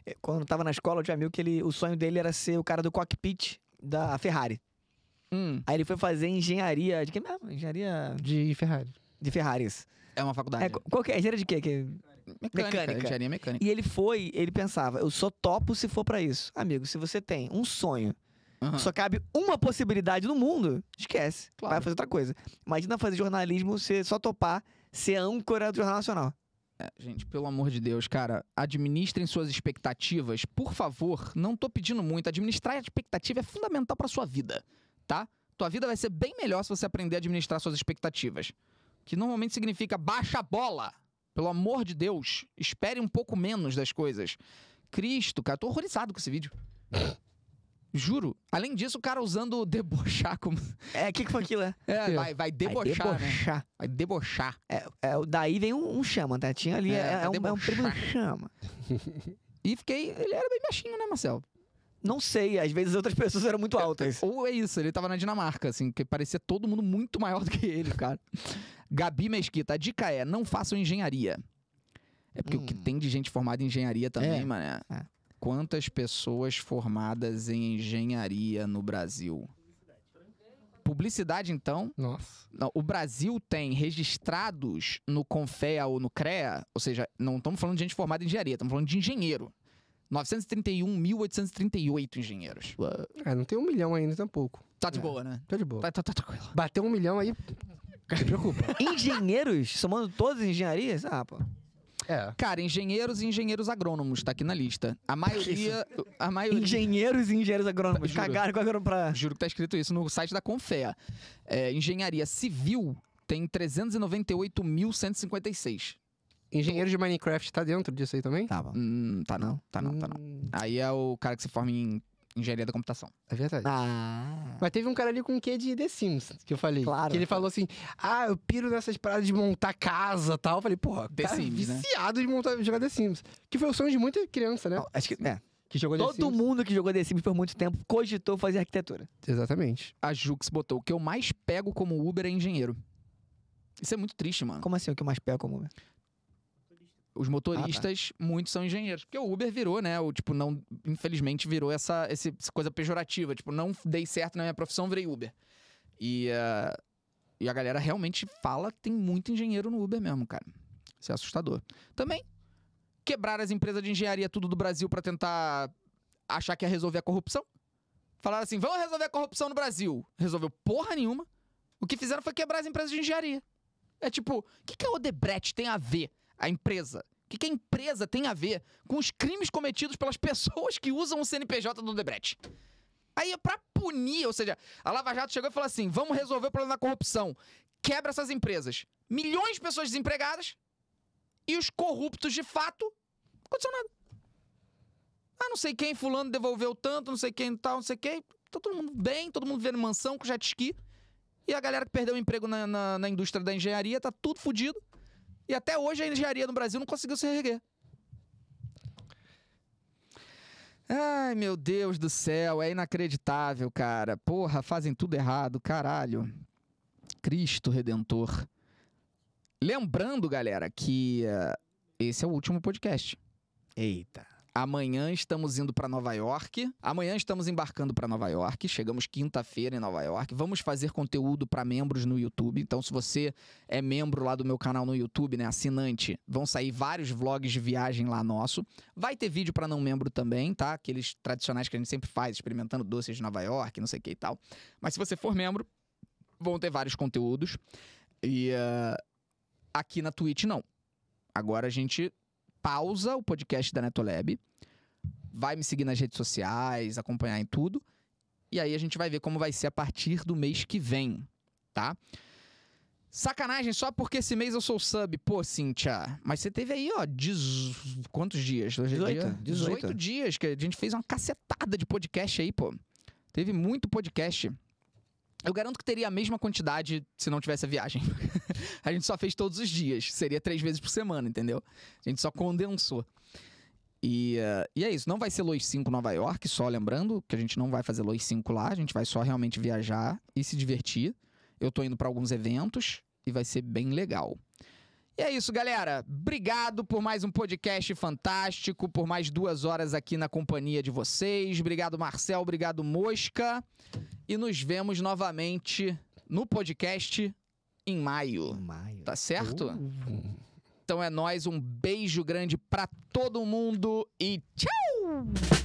Speaker 2: É, Quando eu tava na escola, eu tinha amigo que ele, o sonho dele era ser o cara do cockpit da Ferrari.
Speaker 1: Hum,
Speaker 2: Aí ele foi fazer engenharia de quem mesmo? Engenharia
Speaker 3: De Ferrari.
Speaker 2: de Ferraris.
Speaker 1: é uma
Speaker 2: É,
Speaker 1: faculdade.
Speaker 2: qu- qual que é? Engenharia de quê? Que...
Speaker 1: mecânica,
Speaker 2: mecânica.
Speaker 1: Engenharia mecânica.
Speaker 2: E ele foi, ele pensava, eu só topo se for pra isso. Amigo, se você tem um sonho,
Speaker 1: Aham.
Speaker 2: só cabe uma possibilidade no mundo, esquece.
Speaker 1: Ah. Claro.
Speaker 2: Vai fazer outra coisa. Imagina fazer jornalismo, você só topar ser âncora do Jornal Nacional.
Speaker 1: Gente, pelo amor de Deus, cara, administrem suas expectativas. Por favor, não tô pedindo muito. Administrar a expectativa é fundamental pra sua vida, tá? Tua vida vai ser bem melhor se você aprender a administrar suas expectativas. Que normalmente significa baixa a bola. Pelo amor de Deus, espere um pouco menos das coisas. Cristo, cara, tô horrorizado com esse vídeo. Juro. Além disso, o cara usando o debochar como.
Speaker 2: É, o que, que foi aquilo? É,
Speaker 1: É,
Speaker 3: É.
Speaker 1: vai, vai debochar,
Speaker 2: Vai
Speaker 1: né?
Speaker 2: debochar.
Speaker 1: Vai debochar.
Speaker 2: É, o- daí vem um, um chama, tá? Tinha ali,
Speaker 1: É,
Speaker 2: é,
Speaker 1: vai
Speaker 2: é um, é um primo
Speaker 1: debochar.
Speaker 2: chama.
Speaker 1: E fiquei. Ele era bem baixinho, né, Marcelo?
Speaker 2: Não sei, às vezes outras pessoas eram muito altas.
Speaker 1: Ou é isso, ele tava na Dinamarca, assim, que parecia todo mundo muito maior do que ele, cara. Gabi Mesquita, a dica é: não façam engenharia. É porque o que
Speaker 2: Hum.
Speaker 1: tem de gente formada em engenharia também,
Speaker 2: É.
Speaker 1: mané.
Speaker 2: É.
Speaker 1: Quantas pessoas formadas em engenharia no Brasil? Publicidade, então.
Speaker 3: Nossa.
Speaker 1: Não, o Brasil tem registrados no Confea ou no CREA, ou seja, não estamos falando de gente formada em engenharia, estamos falando de engenheiro. 931.838 engenheiros.
Speaker 3: Ah, não tem um milhão ainda, tampouco.
Speaker 1: Tá de boa, né?
Speaker 3: Tá de boa.
Speaker 1: Tá, tá, tá tranquilo.
Speaker 3: Bateu um milhão aí, se preocupa.
Speaker 2: Engenheiros, somando todas as engenharias? Ah, pô.
Speaker 3: É.
Speaker 1: Cara, engenheiros e engenheiros agrônomos tá aqui na lista. A maioria. A maioria.
Speaker 2: Engenheiros e engenheiros agrônomos.
Speaker 1: Tá, Juro.
Speaker 2: Cagaram com agrônomo pra.
Speaker 1: Juro que tá escrito isso no site da Confea. É, engenharia civil tem 398.156.
Speaker 3: Engenheiro de Minecraft tá dentro disso aí também?
Speaker 2: Tá bom.
Speaker 1: Hum, tá não, tá não, tá não.
Speaker 3: Hum,
Speaker 1: Aí é o cara que se forma em engenharia da computação.
Speaker 3: É verdade.
Speaker 2: Ah.
Speaker 3: Mas teve um cara ali com um quê de The Sims, que eu falei.
Speaker 2: Claro.
Speaker 3: Que ele falou assim, ah, eu piro nessas paradas de montar casa e tal. Eu falei, porra,
Speaker 1: The
Speaker 3: cara
Speaker 1: Sims, né?
Speaker 3: viciado de montar, jogar The Sims. Que foi o sonho de muita criança, né?
Speaker 2: Não, acho que. É.
Speaker 3: Que jogou The
Speaker 2: Todo
Speaker 3: Sims.
Speaker 2: mundo que jogou The Sims por muito tempo cogitou fazer arquitetura.
Speaker 3: Exatamente.
Speaker 1: A Jux botou: o que eu mais pego como Uber é engenheiro. Isso é muito triste, mano.
Speaker 2: Como assim? O que mais pega como.
Speaker 1: Os motoristas, muitos são engenheiros. Porque o Uber virou, né? O tipo, não. Infelizmente, virou essa, esse- essa coisa pejorativa. Tipo, não dei certo na minha profissão, virei Uber. E, ah, e a galera realmente fala que tem muito engenheiro no Uber mesmo, cara. Isso é assustador. Também, quebrar as empresas de engenharia tudo do Brasil pra tentar achar que ia resolver a corrupção. Falaram assim: vamos resolver a corrupção no Brasil. Resolveu porra nenhuma. O que fizeram foi quebrar as empresas de engenharia. É tipo, o que, que a Odebrecht tem a ver? A empresa. O que, que a empresa tem a ver com os crimes cometidos pelas pessoas que usam o CNPJ do Odebrecht? Aí, pra punir, ou seja, a Lava Jato chegou e falou assim: vamos resolver o problema da corrupção. Quebra essas empresas. Milhões de pessoas desempregadas e os corruptos de fato. Não aconteceu nada. Ah, não sei quem, fulano devolveu tanto, não sei quem tal, não sei quem. Tá todo mundo bem, todo mundo vendo mansão com jet ski. E a galera que perdeu o emprego na, na, na indústria da engenharia tá tudo fudido. E até hoje a engenharia no Brasil não conseguiu se reerguer. Ai, meu Deus do céu, é inacreditável, cara. Porra, fazem tudo errado, caralho. Cristo Redentor. Lembrando, galera, que eh, esse é o último podcast.
Speaker 2: Eita.
Speaker 1: Amanhã estamos indo para Nova York. Amanhã estamos embarcando para Nova York. Chegamos quinta-feira em Nova York. Vamos fazer conteúdo para membros no YouTube. Então, se você é membro lá do meu canal no YouTube, né, assinante, vão sair vários vlogs de viagem lá nosso. Vai ter vídeo para não membro também, tá? Aqueles tradicionais que a gente sempre faz, experimentando doces de Nova York, não sei o que e tal. Mas se você for membro, vão ter vários conteúdos. E eh, aqui na Twitch, não. Agora a gente pausa o podcast da Netolab, vai me seguir nas redes sociais, acompanhar em tudo, e aí a gente vai ver como vai ser a partir do mês que vem, tá? Sacanagem, só porque esse mês eu sou sub. Pô, Cintia, mas você teve aí, ó, dezo- quantos dias? Hoje é
Speaker 2: 18,
Speaker 1: dia-
Speaker 2: 18.
Speaker 1: 18 dias que a gente fez uma cacetada de podcast aí, pô. Teve muito podcast. Eu garanto que teria a mesma quantidade se não tivesse a viagem. a gente só fez todos os dias. Seria três vezes por semana, entendeu? A gente só condensou. E, eh, e é isso. Não vai ser Lois 5 Nova York, só lembrando que a gente não vai fazer Lois 5 lá. A gente vai só realmente viajar e se divertir. Eu tô indo pra alguns eventos e vai ser bem legal. E é isso, galera. Obrigado por mais um podcast fantástico, por mais duas horas aqui na companhia de vocês. Obrigado, Marcel. Obrigado, Mosca. E nos vemos novamente no podcast em maio.
Speaker 2: maio.
Speaker 1: Tá certo? Então é nóis. Um beijo grande pra todo mundo e tchau!